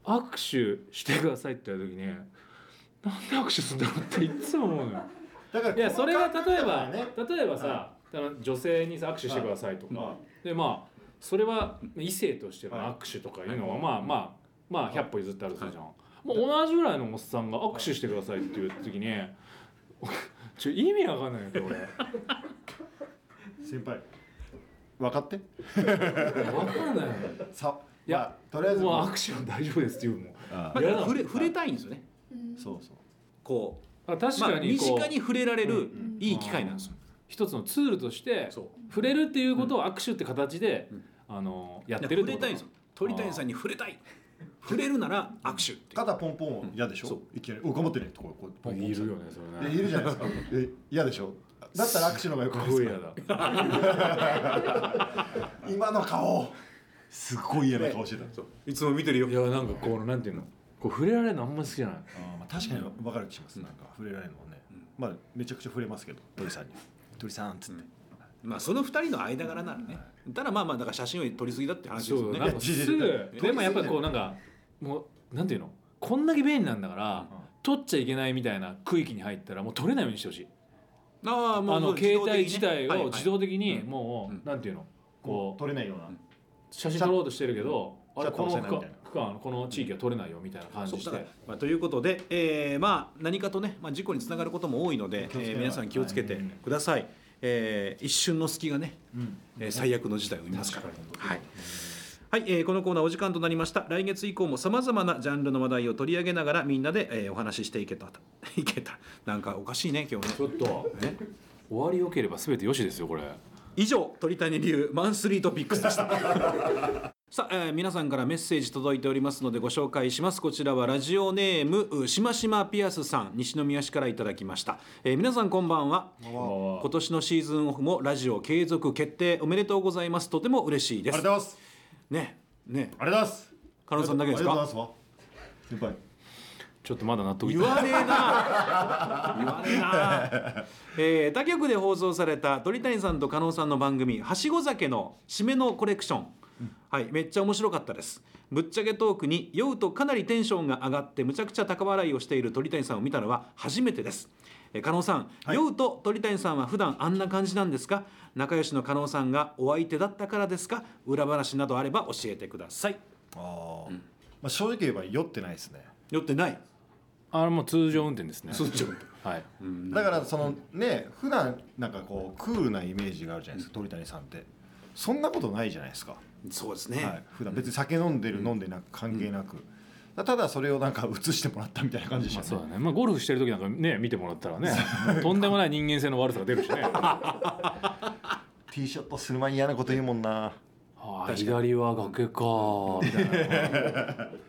[SPEAKER 1] 握手してくださいって言った時になんで握手するんだろうっていつも思うのよ
[SPEAKER 2] だから
[SPEAKER 1] いやそれが例えば
[SPEAKER 2] ね
[SPEAKER 1] 例えばさあの女性にさ握手してくださいと
[SPEAKER 2] は
[SPEAKER 1] かでまあそれは異性としての握手とかいうのはまあまあまあ100歩譲ってあるとするじゃんもう同じぐらいのおっさんが握手してくださいって言った時にちょ意味わかんないんだけど俺。
[SPEAKER 2] 先輩分かって
[SPEAKER 1] わかんない
[SPEAKER 2] さ
[SPEAKER 1] いや
[SPEAKER 2] まあとりあえず
[SPEAKER 1] もう握手は大丈夫ですっていうもん
[SPEAKER 2] あ
[SPEAKER 3] まあ
[SPEAKER 1] いや
[SPEAKER 3] 触れ触れたいんですよね
[SPEAKER 4] うん
[SPEAKER 2] そうそう
[SPEAKER 3] こ
[SPEAKER 1] あ
[SPEAKER 3] う
[SPEAKER 1] 確か
[SPEAKER 3] まあ、
[SPEAKER 1] に
[SPEAKER 3] 身
[SPEAKER 1] こう、
[SPEAKER 3] 近に触れられる
[SPEAKER 4] ん
[SPEAKER 3] いい機会なんですよ、
[SPEAKER 1] 一つのツールとして
[SPEAKER 3] そう
[SPEAKER 1] 触れるっていうことを握手って形で、
[SPEAKER 3] うん
[SPEAKER 1] あのやってるっ
[SPEAKER 3] 触
[SPEAKER 1] て
[SPEAKER 3] れ
[SPEAKER 1] こ
[SPEAKER 3] た
[SPEAKER 1] と
[SPEAKER 3] いんですよ鳥谷さんに触れたい触れるなら握手って
[SPEAKER 2] 肩ポンポンは嫌でし
[SPEAKER 3] そ
[SPEAKER 2] ょいきなり「お頑張ってね」とかこうポンポン
[SPEAKER 1] いるよねそれね
[SPEAKER 2] でいるじゃないですかえ嫌でしょだったら握手の方がよくないで
[SPEAKER 1] ご
[SPEAKER 2] す
[SPEAKER 1] い
[SPEAKER 2] か
[SPEAKER 1] 嫌だ
[SPEAKER 2] 今の顔すっごい嫌な顔してた
[SPEAKER 3] いつも見てるよ
[SPEAKER 1] いやなんかこうなんていうのこう触れられるのあんまり好きじゃない
[SPEAKER 2] あーまあ確かに分かる気します、なんか触れられるのはね、まあめちゃくちゃ触れますけど鳥さんに「鳥さん」っつって、
[SPEAKER 3] まあその二人の間柄ならねただまあまあだから写真を撮りすぎだって話です
[SPEAKER 1] そ
[SPEAKER 3] よ
[SPEAKER 1] う
[SPEAKER 3] ね
[SPEAKER 1] なんか
[SPEAKER 2] いや
[SPEAKER 1] すぐ
[SPEAKER 3] いや
[SPEAKER 1] でもやっぱりこうなんかもうなんていうのこんだけ便利なんだから
[SPEAKER 2] うん
[SPEAKER 1] 取っちゃいけないみたいな区域に入ったらもう取れないようにしてほしい
[SPEAKER 3] ああ
[SPEAKER 1] あ
[SPEAKER 3] もう
[SPEAKER 1] の携帯自体を自動的
[SPEAKER 3] はい
[SPEAKER 1] に
[SPEAKER 3] はい
[SPEAKER 1] も
[SPEAKER 3] うん
[SPEAKER 1] うなんていうの
[SPEAKER 2] こ
[SPEAKER 1] こ
[SPEAKER 2] う
[SPEAKER 1] う
[SPEAKER 2] 取れないような、
[SPEAKER 3] うん
[SPEAKER 1] 写真撮ろうとしてるけど
[SPEAKER 2] シャ
[SPEAKER 1] あ
[SPEAKER 2] シャ
[SPEAKER 1] れ
[SPEAKER 2] ッター
[SPEAKER 1] この区
[SPEAKER 2] 押せない
[SPEAKER 1] 間
[SPEAKER 2] みたいな
[SPEAKER 1] 区間この地域は取れないよみたいな感
[SPEAKER 3] そう
[SPEAKER 1] じし
[SPEAKER 3] だから
[SPEAKER 1] て、
[SPEAKER 3] まあ、ということで、えーまあ、何かとね、まあ、事故につながることも多いので、
[SPEAKER 2] 気をつけな
[SPEAKER 3] え
[SPEAKER 2] が
[SPEAKER 3] ー
[SPEAKER 2] ら
[SPEAKER 3] 皆さん気をつけてください、えー一瞬の隙がね、
[SPEAKER 2] うん
[SPEAKER 3] えー最悪の事態を生みますから。はいはい、えーこのコーナーお時間となりました来月以降もさまざまなジャンルの話題を取り上げながらみんなで、えーお話ししていけた [LAUGHS] いけたなんかおかしいね今日ね
[SPEAKER 1] ちょっと
[SPEAKER 3] ね
[SPEAKER 1] 終わりよければ全てよしですよこれ
[SPEAKER 3] 以上鳥谷流マンスリートピックスでした [LAUGHS] さあ、えー皆さんからメッセージ届いておりますのでご紹介しますこちらはラジオネームうしましまピアスさん西宮市からいただきました、えー皆さんこんばんは
[SPEAKER 1] も
[SPEAKER 3] 今年のシーズンオフもラジオ継続決定おめでとうございますとても嬉しいで
[SPEAKER 2] ありがとう
[SPEAKER 3] す
[SPEAKER 2] ございます
[SPEAKER 3] ねね
[SPEAKER 2] ありがとうございます
[SPEAKER 3] 加納さんだけですか
[SPEAKER 2] ありがとうございますわ先輩
[SPEAKER 1] うちょっとまだ納得い
[SPEAKER 3] 言
[SPEAKER 1] かない
[SPEAKER 3] わねえ [LAUGHS] な言わねえな、えー他局で放送された鳥谷さんと加納さんの番組「はしご酒」の締めのコレクション、はいめっちゃ面白かったですぶっちゃけトークに酔うとかなりテンションが上がってむちゃくちゃ高笑いをしている鳥谷さんを見たのは初めてですえー加納さん、酔うと鳥谷さんは普段あんな感じなんですか仲良しの加納さんがお相手だったからですか裏話などあれば教えてください
[SPEAKER 2] ああ、まあ正直言えば酔ってないですね
[SPEAKER 3] 酔ってない
[SPEAKER 1] あれもう通常運転ですねはい
[SPEAKER 2] だからそのね普段なんかこうクールなイメージがあるじゃないですか鳥谷さんってそんなことないじゃないですか、
[SPEAKER 3] そうですね、
[SPEAKER 2] はい、普段別に酒飲んでる飲んでなく関係なく、ただそれをなんか映してもらったみたいな感じでし
[SPEAKER 1] まあ
[SPEAKER 2] た
[SPEAKER 1] そう
[SPEAKER 2] よ
[SPEAKER 1] だ
[SPEAKER 2] ね、
[SPEAKER 1] ね、まあ、ゴルフしてる時なんかね見てもらったらねもうとんでもない人間性の悪さが出るしねあ
[SPEAKER 2] ティーショットする前に嫌なこと言うもんな
[SPEAKER 1] あ左は崖かみたい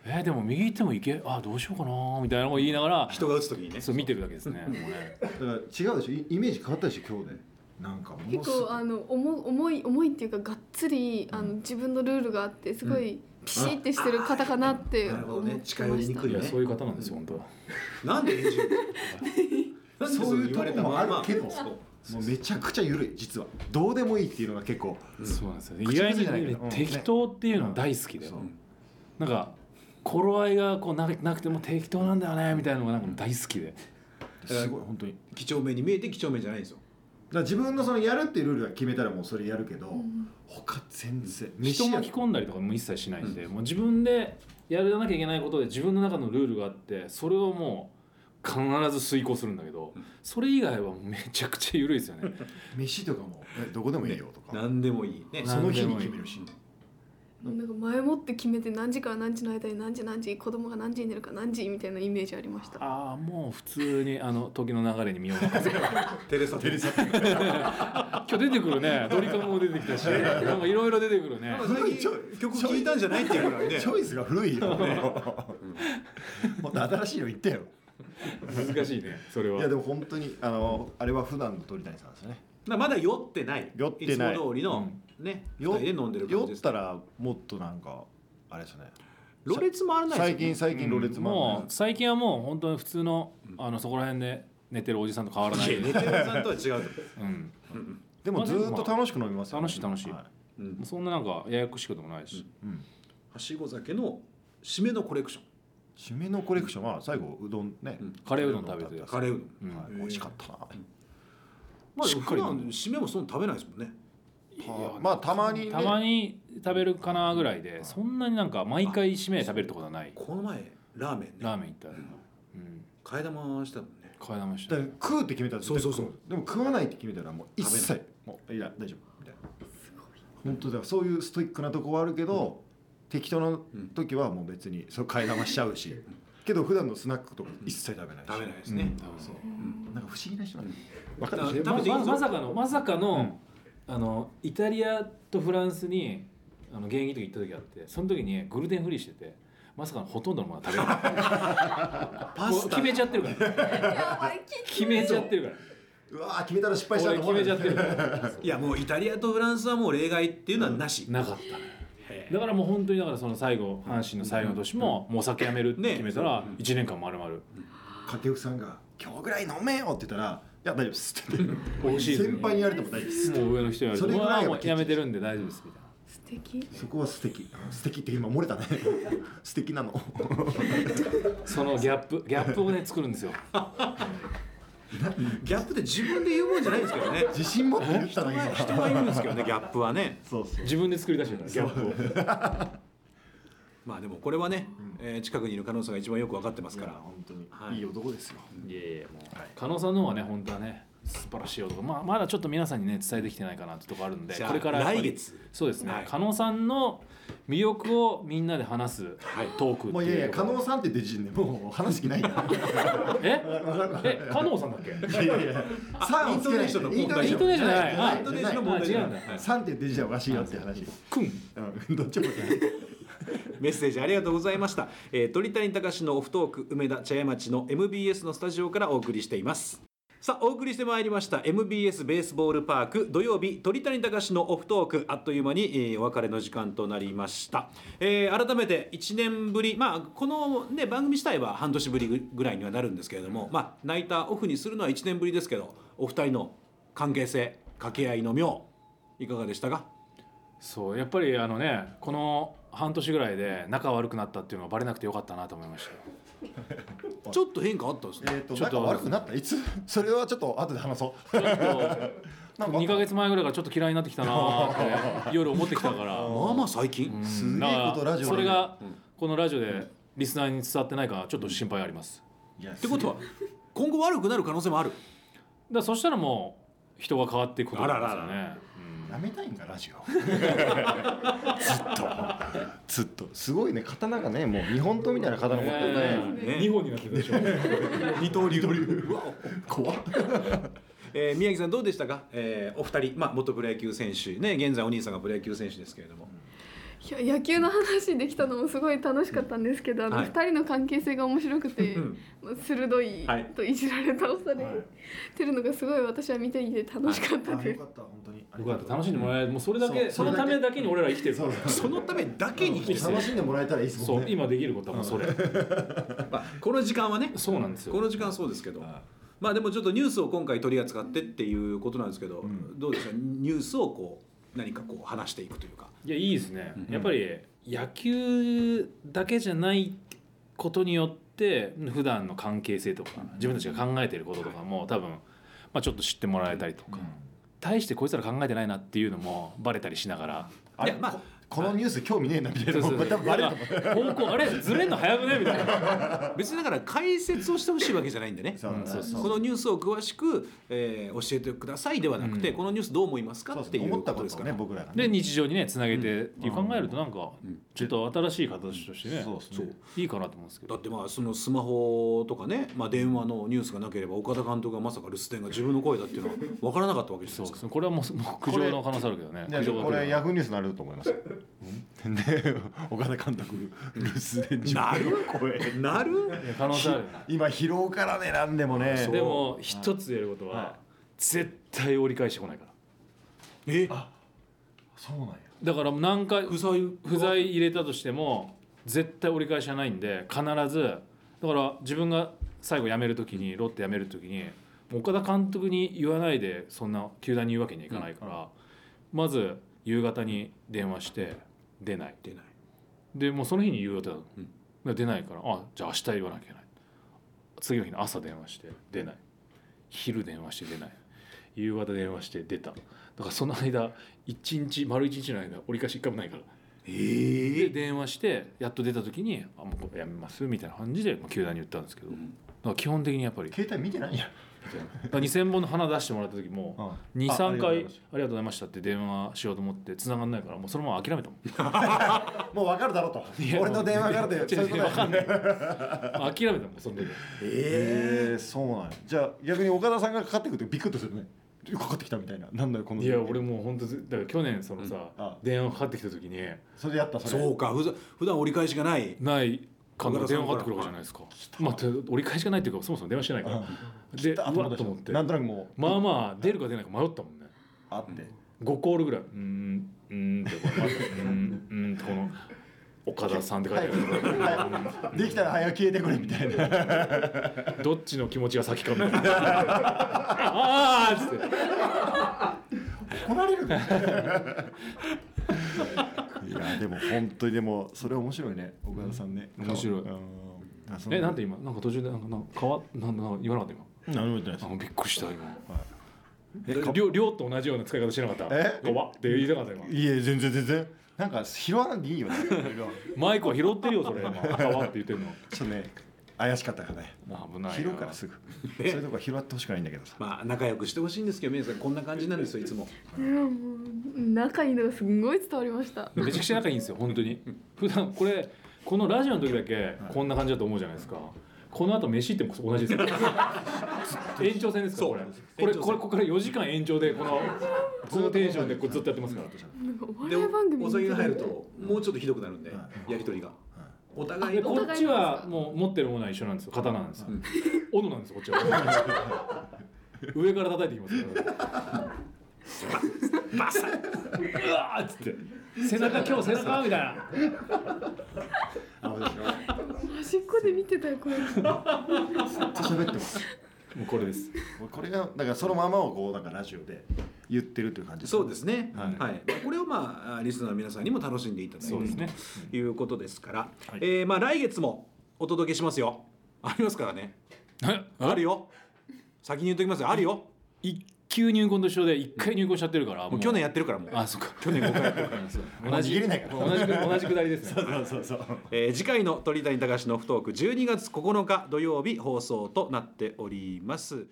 [SPEAKER 1] なえでも右行っても行けあどうしようかなみたいなのを言いながら
[SPEAKER 3] 人が打つ時にね
[SPEAKER 1] そう見てるだけですねもうね
[SPEAKER 2] だから違うでしょイイメージ変わったでしょ今日でなんかもの
[SPEAKER 4] 結
[SPEAKER 2] すごい
[SPEAKER 4] 構あの重重い重いっていうかがっつりあの自分のルールがあってすごいピシッてしてる方かなって
[SPEAKER 3] あなるほ
[SPEAKER 4] 思
[SPEAKER 3] ど
[SPEAKER 4] っ
[SPEAKER 3] ね
[SPEAKER 4] てまし
[SPEAKER 3] 近寄りに
[SPEAKER 4] た
[SPEAKER 3] くい
[SPEAKER 1] い
[SPEAKER 3] よ
[SPEAKER 1] や
[SPEAKER 3] ね
[SPEAKER 1] そういう方なんですよ本当
[SPEAKER 3] なんで編集部なんで
[SPEAKER 2] そういうところもあるけど
[SPEAKER 3] まま
[SPEAKER 2] もうめちゃくちゃ緩い実はどうでもいいっていうのが結構
[SPEAKER 1] そうなんですよね
[SPEAKER 2] 口
[SPEAKER 1] 意外
[SPEAKER 2] 癖じゃないけ
[SPEAKER 1] に、ね
[SPEAKER 2] どうん
[SPEAKER 1] 適当っていうの大好きで、
[SPEAKER 2] そう
[SPEAKER 1] なんか頃合いがこうななくても適当なんだよねみたいなのがなんか大好きで、
[SPEAKER 2] すごい本当にだか
[SPEAKER 3] 几帳面に見えて几帳面じゃないんですよ
[SPEAKER 2] ら自分のそのやるっていうルールは決めたらもうそれやるけど、
[SPEAKER 4] ん
[SPEAKER 2] 他全然
[SPEAKER 1] 人
[SPEAKER 2] 飯や
[SPEAKER 1] 巻き込んだりとかも一切しないんで、もう自分でやらなきゃいけないことで自分の中のルールがあってそれをもう必ず遂行するんだけど、それ以外はめちゃくちゃ緩いですよね
[SPEAKER 2] 飯とかもえどこでもいいよとか、
[SPEAKER 3] 何でもいいね
[SPEAKER 2] その日に決めるし
[SPEAKER 4] なんか前もって決めて何時から何時の間に何時何時子供が何時に寝るから何時みたいなイメージありました。
[SPEAKER 1] ああもう普通にあの時の流れに身を任せて
[SPEAKER 3] テレサテレサ
[SPEAKER 1] [LAUGHS] 今日出てくるねドリカムも出てきたしなんかいろいろ出てくる [LAUGHS] ね
[SPEAKER 3] 最近曲聞いたんじゃないっていうぐらいね
[SPEAKER 2] チョイスが古いよ、 [LAUGHS] もっと新しいの言ってよ
[SPEAKER 1] 難しいねそれはい
[SPEAKER 2] やでも本当にあのあれは普段の鳥谷さんですね
[SPEAKER 3] だからまだ酔ってない
[SPEAKER 2] 酔ってない
[SPEAKER 3] つも通りのね二
[SPEAKER 2] 酔っ
[SPEAKER 3] 人で飲んでる感
[SPEAKER 2] 酔
[SPEAKER 3] じで
[SPEAKER 2] っ
[SPEAKER 3] す
[SPEAKER 2] たらもっとなんかあれですね
[SPEAKER 3] ろれつ回らない
[SPEAKER 2] 最
[SPEAKER 3] ですよ
[SPEAKER 2] 近最近ろれつ
[SPEAKER 1] も
[SPEAKER 2] も
[SPEAKER 1] う最近はもう本当に普通のあのそこら辺で寝てるおじさんと変わらない
[SPEAKER 3] いや寝てるさんとは違うと
[SPEAKER 1] うん
[SPEAKER 2] でもずーっと楽しく飲みますよ、
[SPEAKER 1] 楽しい楽しい
[SPEAKER 2] は
[SPEAKER 3] うん
[SPEAKER 1] そんななんかややこしいこともないし、
[SPEAKER 2] うん、
[SPEAKER 3] はしご酒の締めのコレクション
[SPEAKER 2] 締めのコレクションは最後うどんね、
[SPEAKER 3] うん
[SPEAKER 1] カレーうどん食べて
[SPEAKER 3] カレーうどん
[SPEAKER 1] うん
[SPEAKER 2] はい、美味しかったな、
[SPEAKER 3] まあ
[SPEAKER 1] しっか
[SPEAKER 3] 普
[SPEAKER 1] り飲
[SPEAKER 3] 段
[SPEAKER 1] んで
[SPEAKER 3] 締めもそんな食べないですもんね
[SPEAKER 2] はいまあたまに、ね、
[SPEAKER 1] たまに食べるかなぐらいでそんなになんか毎回締め食べるってことはない
[SPEAKER 3] この前ラーメンね
[SPEAKER 1] ラーメン行ったらうん
[SPEAKER 3] 替え玉したもんね
[SPEAKER 1] 買い玉した
[SPEAKER 2] だから食うって決めたら絶対
[SPEAKER 3] そうそうそう
[SPEAKER 2] 食でも食わないって決めたらもう一
[SPEAKER 3] 食べ
[SPEAKER 2] 切もういや大丈夫みたいな本当だからそういうストイックなとこはあるけど、適当な時はもう別にそれ買い玉しちゃうし、けど普段のスナックとか一切食べないし、
[SPEAKER 3] 食べないですね、
[SPEAKER 1] うんそう
[SPEAKER 2] なんか不思議な人なんだよわか
[SPEAKER 3] だ
[SPEAKER 2] る
[SPEAKER 3] から
[SPEAKER 1] ま
[SPEAKER 3] 食べていい
[SPEAKER 1] ま
[SPEAKER 3] ぞ
[SPEAKER 1] まさかのまさかの,、あのイタリアとフランスにあの現役の時行った時があってその時にグルテンフリーしててまさかのほとんどのものは食べない
[SPEAKER 3] パ
[SPEAKER 1] もう
[SPEAKER 3] スタ
[SPEAKER 1] 決めちゃってるから決めちゃってるから
[SPEAKER 2] うわー決めたら失敗した
[SPEAKER 1] 俺
[SPEAKER 2] と
[SPEAKER 1] 決
[SPEAKER 2] 思
[SPEAKER 1] めちゃってる
[SPEAKER 3] いやもうイタリアとフランスはもう例外っていうのはなし、
[SPEAKER 1] なかったね
[SPEAKER 3] へえ
[SPEAKER 1] だからもう本当にだからその最後阪神の最後の年ももうお酒やめるって
[SPEAKER 3] ね
[SPEAKER 1] 決めたら1年間丸々
[SPEAKER 2] 掛布さんが「今日ぐらい飲めよ」って言ったら「いや大丈夫です」って
[SPEAKER 1] 今シーズン
[SPEAKER 2] 先輩に言われても大丈夫です
[SPEAKER 1] もう上の人に言わ
[SPEAKER 2] そ
[SPEAKER 1] れて
[SPEAKER 2] れぐ
[SPEAKER 1] も
[SPEAKER 2] らいは
[SPEAKER 1] うもうやめてるんで大丈夫ですみたいな
[SPEAKER 4] 素敵
[SPEAKER 2] そこは素敵素敵って今漏れたね [LAUGHS] 素敵なの
[SPEAKER 1] そのギャップギャップをね作るんですよ
[SPEAKER 3] ギャップって自分で言うもんじゃないですけどね
[SPEAKER 2] 自信持って言ったの今
[SPEAKER 3] 人は言うんですけどねギャップはね
[SPEAKER 2] そうそう
[SPEAKER 1] 自分で作り出してるからギャップを
[SPEAKER 3] まあでもこれはね、えー近くにいる加納さんが一番よく分かってます
[SPEAKER 2] だ
[SPEAKER 3] か
[SPEAKER 2] から
[SPEAKER 3] ら
[SPEAKER 2] 本当に
[SPEAKER 3] はい
[SPEAKER 2] いい男ですよ、
[SPEAKER 1] いやいやもう、加納さんの方はね本当はね素晴らしい男まあまだちょっと皆さんにね伝えてきてないかなってとこあるんで
[SPEAKER 3] じゃあ
[SPEAKER 1] これからやっぱり
[SPEAKER 3] 来月
[SPEAKER 1] そうですね、
[SPEAKER 3] はい
[SPEAKER 1] 加納さんの魅力をみんなで話す
[SPEAKER 3] はい
[SPEAKER 1] トークって
[SPEAKER 2] もういやい
[SPEAKER 1] い
[SPEAKER 2] や
[SPEAKER 1] う
[SPEAKER 2] 加
[SPEAKER 1] とこ
[SPEAKER 2] 納さんって出陣でもう話す気ないんだ
[SPEAKER 1] ええ加納さんだっけ
[SPEAKER 2] いやいやいやさんをつけない
[SPEAKER 3] イントネーションの問題
[SPEAKER 1] イントネーションじゃない
[SPEAKER 2] は
[SPEAKER 1] イ
[SPEAKER 3] ントネーションの問題じゃな
[SPEAKER 1] あ違
[SPEAKER 3] い
[SPEAKER 1] うんだ
[SPEAKER 2] さんって出陣はおかしいよっていう話
[SPEAKER 1] くん
[SPEAKER 2] うんどっちもじゃない
[SPEAKER 3] メッセージありがとうございました、えー、鳥谷隆のオフトーク梅田茶屋町の MBS のスタジオからお送りしていますさあお送りしてまいりました MBS ベースボールパーク土曜日鳥谷隆のオフトークあっという間に、えーお別れの時間となりました、えー改めて1年ぶりまあこの、ね、番組自体は半年ぶりぐらいにはなるんですけれどもまあナイターオフにするのは1年ぶりですけどお二人の関係性掛け合いの妙いかがでしたか
[SPEAKER 1] そうやっぱりあのねこの半年ぐらいで仲悪くなったっていうのはバレなくてよかったなと思いました
[SPEAKER 3] [LAUGHS] ちょっと変化あったんですね
[SPEAKER 2] えっと
[SPEAKER 1] ちょっ
[SPEAKER 2] 仲
[SPEAKER 1] と
[SPEAKER 2] 悪くなったいつそれはちょっと後で話そうなんか
[SPEAKER 1] 2か月前ぐらいからちょっと嫌いになってきたなーって夜思ってきた
[SPEAKER 3] [LAUGHS]
[SPEAKER 1] から
[SPEAKER 3] まあまあ最近、
[SPEAKER 1] うん
[SPEAKER 2] すげえことラジオで
[SPEAKER 1] それがこのラジオでリスナーに伝わってないかちょっと心配あります
[SPEAKER 2] いや
[SPEAKER 3] ってことは今後悪くなる可能性もある
[SPEAKER 1] だからそしたらもう人が変わっていくことになりますよ
[SPEAKER 3] あら
[SPEAKER 1] ね
[SPEAKER 2] やめたいんかラジオずっとずっとすごいね刀がねもう日本刀みたいな刀持ってるね
[SPEAKER 1] ねえ二本になってるでしょ
[SPEAKER 3] 二刀流うわ
[SPEAKER 2] 怖っ
[SPEAKER 3] えー宮城さんどうでしたか、えーお二人、まあ、元プロ野球選手ね現在お兄さんがプロ野球選手ですけれども、
[SPEAKER 4] いや野球の話できたのもすごい楽しかったんですけど、あの
[SPEAKER 3] はい
[SPEAKER 4] 2人の関係性が面白くて、
[SPEAKER 3] うん
[SPEAKER 4] まあ鋭い
[SPEAKER 3] はい
[SPEAKER 4] といじられ倒されてるのがすごい私は見ていて楽しかった
[SPEAKER 2] あ
[SPEAKER 4] で
[SPEAKER 2] よ
[SPEAKER 4] す。
[SPEAKER 2] かった本当に
[SPEAKER 1] 僕だって楽しんでもらえるもうそれだけ
[SPEAKER 2] そう
[SPEAKER 1] そのためだけに俺ら生きてる
[SPEAKER 2] そ
[SPEAKER 1] か
[SPEAKER 2] う
[SPEAKER 1] ら
[SPEAKER 3] そのためだけに生きてる、
[SPEAKER 2] 楽しんでもらえたらいいです
[SPEAKER 1] そ
[SPEAKER 2] もん
[SPEAKER 1] う
[SPEAKER 2] ね
[SPEAKER 1] 今できることはもうそれ
[SPEAKER 3] まあ、この時間はね
[SPEAKER 1] そうなんですよ
[SPEAKER 3] この時間はそうですけどまあでもちょっとニュースを今回取り扱ってっていうことなんですけど、
[SPEAKER 2] ん
[SPEAKER 3] どうですかニュースをこう何かこう話していくというか
[SPEAKER 1] いやいいですね、
[SPEAKER 3] うん
[SPEAKER 1] やっぱり野球だけじゃないことによって普段の関係性とか自分たちが考えてることとかも多分、まあ、ちょっと知ってもらえたりとか、対してこいつら考えてないなっていうのもバレたりしながら。
[SPEAKER 2] あ
[SPEAKER 3] い
[SPEAKER 2] れ
[SPEAKER 3] やまあ
[SPEAKER 2] ここのニュース興味ねえなみたい
[SPEAKER 1] そ
[SPEAKER 2] な
[SPEAKER 1] うそう
[SPEAKER 2] もう多分バレると思う
[SPEAKER 1] 方向あれずれんの早くねみたいな
[SPEAKER 3] 別にだから解説をしてほしいわけじゃないんでね
[SPEAKER 2] そう
[SPEAKER 1] うんそうそう
[SPEAKER 3] このニュースを詳しく、えー教えてくださいではなくて、
[SPEAKER 1] うん
[SPEAKER 3] このニュースどう思いますか
[SPEAKER 2] そう
[SPEAKER 3] っ
[SPEAKER 2] そう
[SPEAKER 3] ていう
[SPEAKER 2] 思
[SPEAKER 3] こ
[SPEAKER 2] った
[SPEAKER 3] と
[SPEAKER 2] こ
[SPEAKER 3] です
[SPEAKER 2] と
[SPEAKER 3] か
[SPEAKER 2] をね
[SPEAKER 3] ら、
[SPEAKER 2] 僕らが
[SPEAKER 1] で
[SPEAKER 2] ね
[SPEAKER 1] 日常にねつなげてっていう考えるとなんか
[SPEAKER 3] うん
[SPEAKER 1] ちょっと新しい形としてね
[SPEAKER 2] そうそう
[SPEAKER 1] いいかなと思うんですけ
[SPEAKER 3] だ
[SPEAKER 1] ど
[SPEAKER 3] ってまあそのスマホとかね、まあ、電話のニュースがなければ岡田監督がまさか留守電が自分の声だっていうのは分からなかったわけじゃ
[SPEAKER 1] そ
[SPEAKER 3] な
[SPEAKER 1] うで
[SPEAKER 3] いです
[SPEAKER 1] す
[SPEAKER 3] か。
[SPEAKER 1] ねこれはもうもう苦情の可能性あるけどね
[SPEAKER 2] い
[SPEAKER 1] 苦
[SPEAKER 2] やで
[SPEAKER 1] 情
[SPEAKER 2] も
[SPEAKER 1] が
[SPEAKER 2] こ
[SPEAKER 1] 来る
[SPEAKER 2] れヤフーニュースになると思いますで岡田監督留守電自分の声
[SPEAKER 3] なる
[SPEAKER 1] 可能性あるよね
[SPEAKER 2] 今疲労からねなんでもね
[SPEAKER 3] そう
[SPEAKER 1] でも一つ言えること
[SPEAKER 2] は
[SPEAKER 1] は絶対折り返してこないから
[SPEAKER 3] え
[SPEAKER 2] そうなんや
[SPEAKER 1] だから何回
[SPEAKER 3] 不在
[SPEAKER 1] 不在入れたとしても絶対折り返しはないんで必ずだから自分が最後辞める時にロッテ辞める時にもう岡田監督に言わないでそんな球団に言うわけにはいかないから、まず夕方に電話して出ない
[SPEAKER 3] 出ない
[SPEAKER 1] でもうその日に言う予定だと、
[SPEAKER 3] うん
[SPEAKER 1] だから出ないからあじゃあ明日言わなきゃいけない次の日の朝電話して出ない昼電話して出ない夕方電話して出ただからその間一日丸一日の間折り返し一回もないから
[SPEAKER 3] え
[SPEAKER 1] で
[SPEAKER 3] ー
[SPEAKER 1] 電話してやっと出た時に「あもうこれやめます」みたいな感じでまあ球団に言ったんですけど、だから基本的にやっぱり
[SPEAKER 2] 携帯見てないんや
[SPEAKER 1] だから2000本の花出してもらった時も
[SPEAKER 2] うんああ
[SPEAKER 1] 23
[SPEAKER 2] りがとうござ
[SPEAKER 1] 回「
[SPEAKER 2] い
[SPEAKER 1] あ
[SPEAKER 2] ます
[SPEAKER 1] りがとうございました」って電話しようと思って繋がんないからもうそのまま諦めたも [LAUGHS] ん
[SPEAKER 2] もう分かるだろうと
[SPEAKER 1] いや
[SPEAKER 2] 俺の電話からで
[SPEAKER 1] 違
[SPEAKER 2] そう
[SPEAKER 1] う
[SPEAKER 2] いうこ
[SPEAKER 1] 違う
[SPEAKER 2] とだ
[SPEAKER 1] わ
[SPEAKER 2] よ
[SPEAKER 1] かんない諦めたもんその時
[SPEAKER 2] えー、そうなんやじゃあ逆に岡田さんがかかってくるとビクッとするねかかってきたみたいななんだよこの
[SPEAKER 1] いや俺もう本当ずだから去年そのさ、
[SPEAKER 2] あ
[SPEAKER 1] 電話かかってきた時に
[SPEAKER 2] それやったそれ
[SPEAKER 3] そうか普段普段折り返しがない
[SPEAKER 1] ないかの電話かかってくるわけじゃないですか、まあ、て折り返しがないっていうかそもそも電話してないから、でう
[SPEAKER 2] あ
[SPEAKER 1] わっと思って
[SPEAKER 2] なんとなくもう
[SPEAKER 1] まあまあ出るか出ないか迷ったもんね
[SPEAKER 2] あって
[SPEAKER 1] 5コールぐらい「うーんうーん」ってこう「うんうん」ってこの「岡田さん」って書いてあるとこ
[SPEAKER 2] はいできたら早く消えてくれみたいな
[SPEAKER 1] どっちの気持ちが先かみたいなああっつって
[SPEAKER 2] 怒られる [LAUGHS] いやでも本当にでもそれ面白いね岡田さんね
[SPEAKER 1] 面白い
[SPEAKER 2] うんあそ
[SPEAKER 1] えなんて今なんか途中でなんかなんか変わなんなんか言わなかった
[SPEAKER 2] 何も言ってないで
[SPEAKER 1] 今あびっくりした今
[SPEAKER 2] えか
[SPEAKER 1] りょうりょうと同じような使い方してなかった
[SPEAKER 2] え
[SPEAKER 1] こうわって言いたかった今
[SPEAKER 2] すいや全然全然なんか拾わないでい [LAUGHS] いよね
[SPEAKER 1] マイクは拾ってるよそれ今赤わって言ってるの
[SPEAKER 2] ちょっとね怪しかったからね
[SPEAKER 1] 危ないな
[SPEAKER 2] 拾うからすぐそういうとこは拾ってほしくないんだけどさ
[SPEAKER 3] まあ仲良くしてほしいんですけど皆さんこんな感じなんですよいつも
[SPEAKER 4] いやもう仲いいのがすんごい伝わりました
[SPEAKER 1] めちゃくちゃ仲いいんですよ本当に普段これこのラジオの時だけこんな感じだと思うじゃないですかこの後飯行っても同じですよ [LAUGHS] 延長戦ですからこれこれ
[SPEAKER 3] 延長戦
[SPEAKER 1] これここから4時間延長でこのこのテンションでこうずっとやってますから
[SPEAKER 4] なんかお
[SPEAKER 3] で
[SPEAKER 4] 笑い番組
[SPEAKER 3] お
[SPEAKER 4] みたい
[SPEAKER 3] 酒
[SPEAKER 4] な
[SPEAKER 3] が入るともうちょっとひどくなるんで
[SPEAKER 2] は
[SPEAKER 3] やり取りがお互い
[SPEAKER 1] で [LAUGHS]
[SPEAKER 3] の
[SPEAKER 1] こっちはもう持ってるものは一緒なんですよ刀なんですよ、斧なんですよこっちは上から叩いてきますよバサッうわーっつって背中今日背中みたいな
[SPEAKER 4] 端っこで見てたよこれ
[SPEAKER 2] ずっと喋ってます
[SPEAKER 1] もうこれです
[SPEAKER 2] これがだからそのままをこうなんかラジオで言ってるという感じ
[SPEAKER 3] そうですね、は
[SPEAKER 2] はいい
[SPEAKER 3] まあこれをまあリスナーの皆さんにも楽しんでいただいて
[SPEAKER 1] そうですね
[SPEAKER 3] ということですから、
[SPEAKER 2] はい
[SPEAKER 3] えーまあ来月もお届けしますよありますからねあるよ先に言っときますよあるよ
[SPEAKER 1] 一級入魂と一緒で一回入魂しちゃってるからも
[SPEAKER 3] もう去年やってるからもう
[SPEAKER 1] あそっか去年5回やってるからそう同じ
[SPEAKER 2] 逃げれないから
[SPEAKER 1] 同じく同じくだりですね
[SPEAKER 2] [LAUGHS] そうそうそう
[SPEAKER 3] えー次回の鳥谷隆の不トーク12月9日土曜日放送となっております。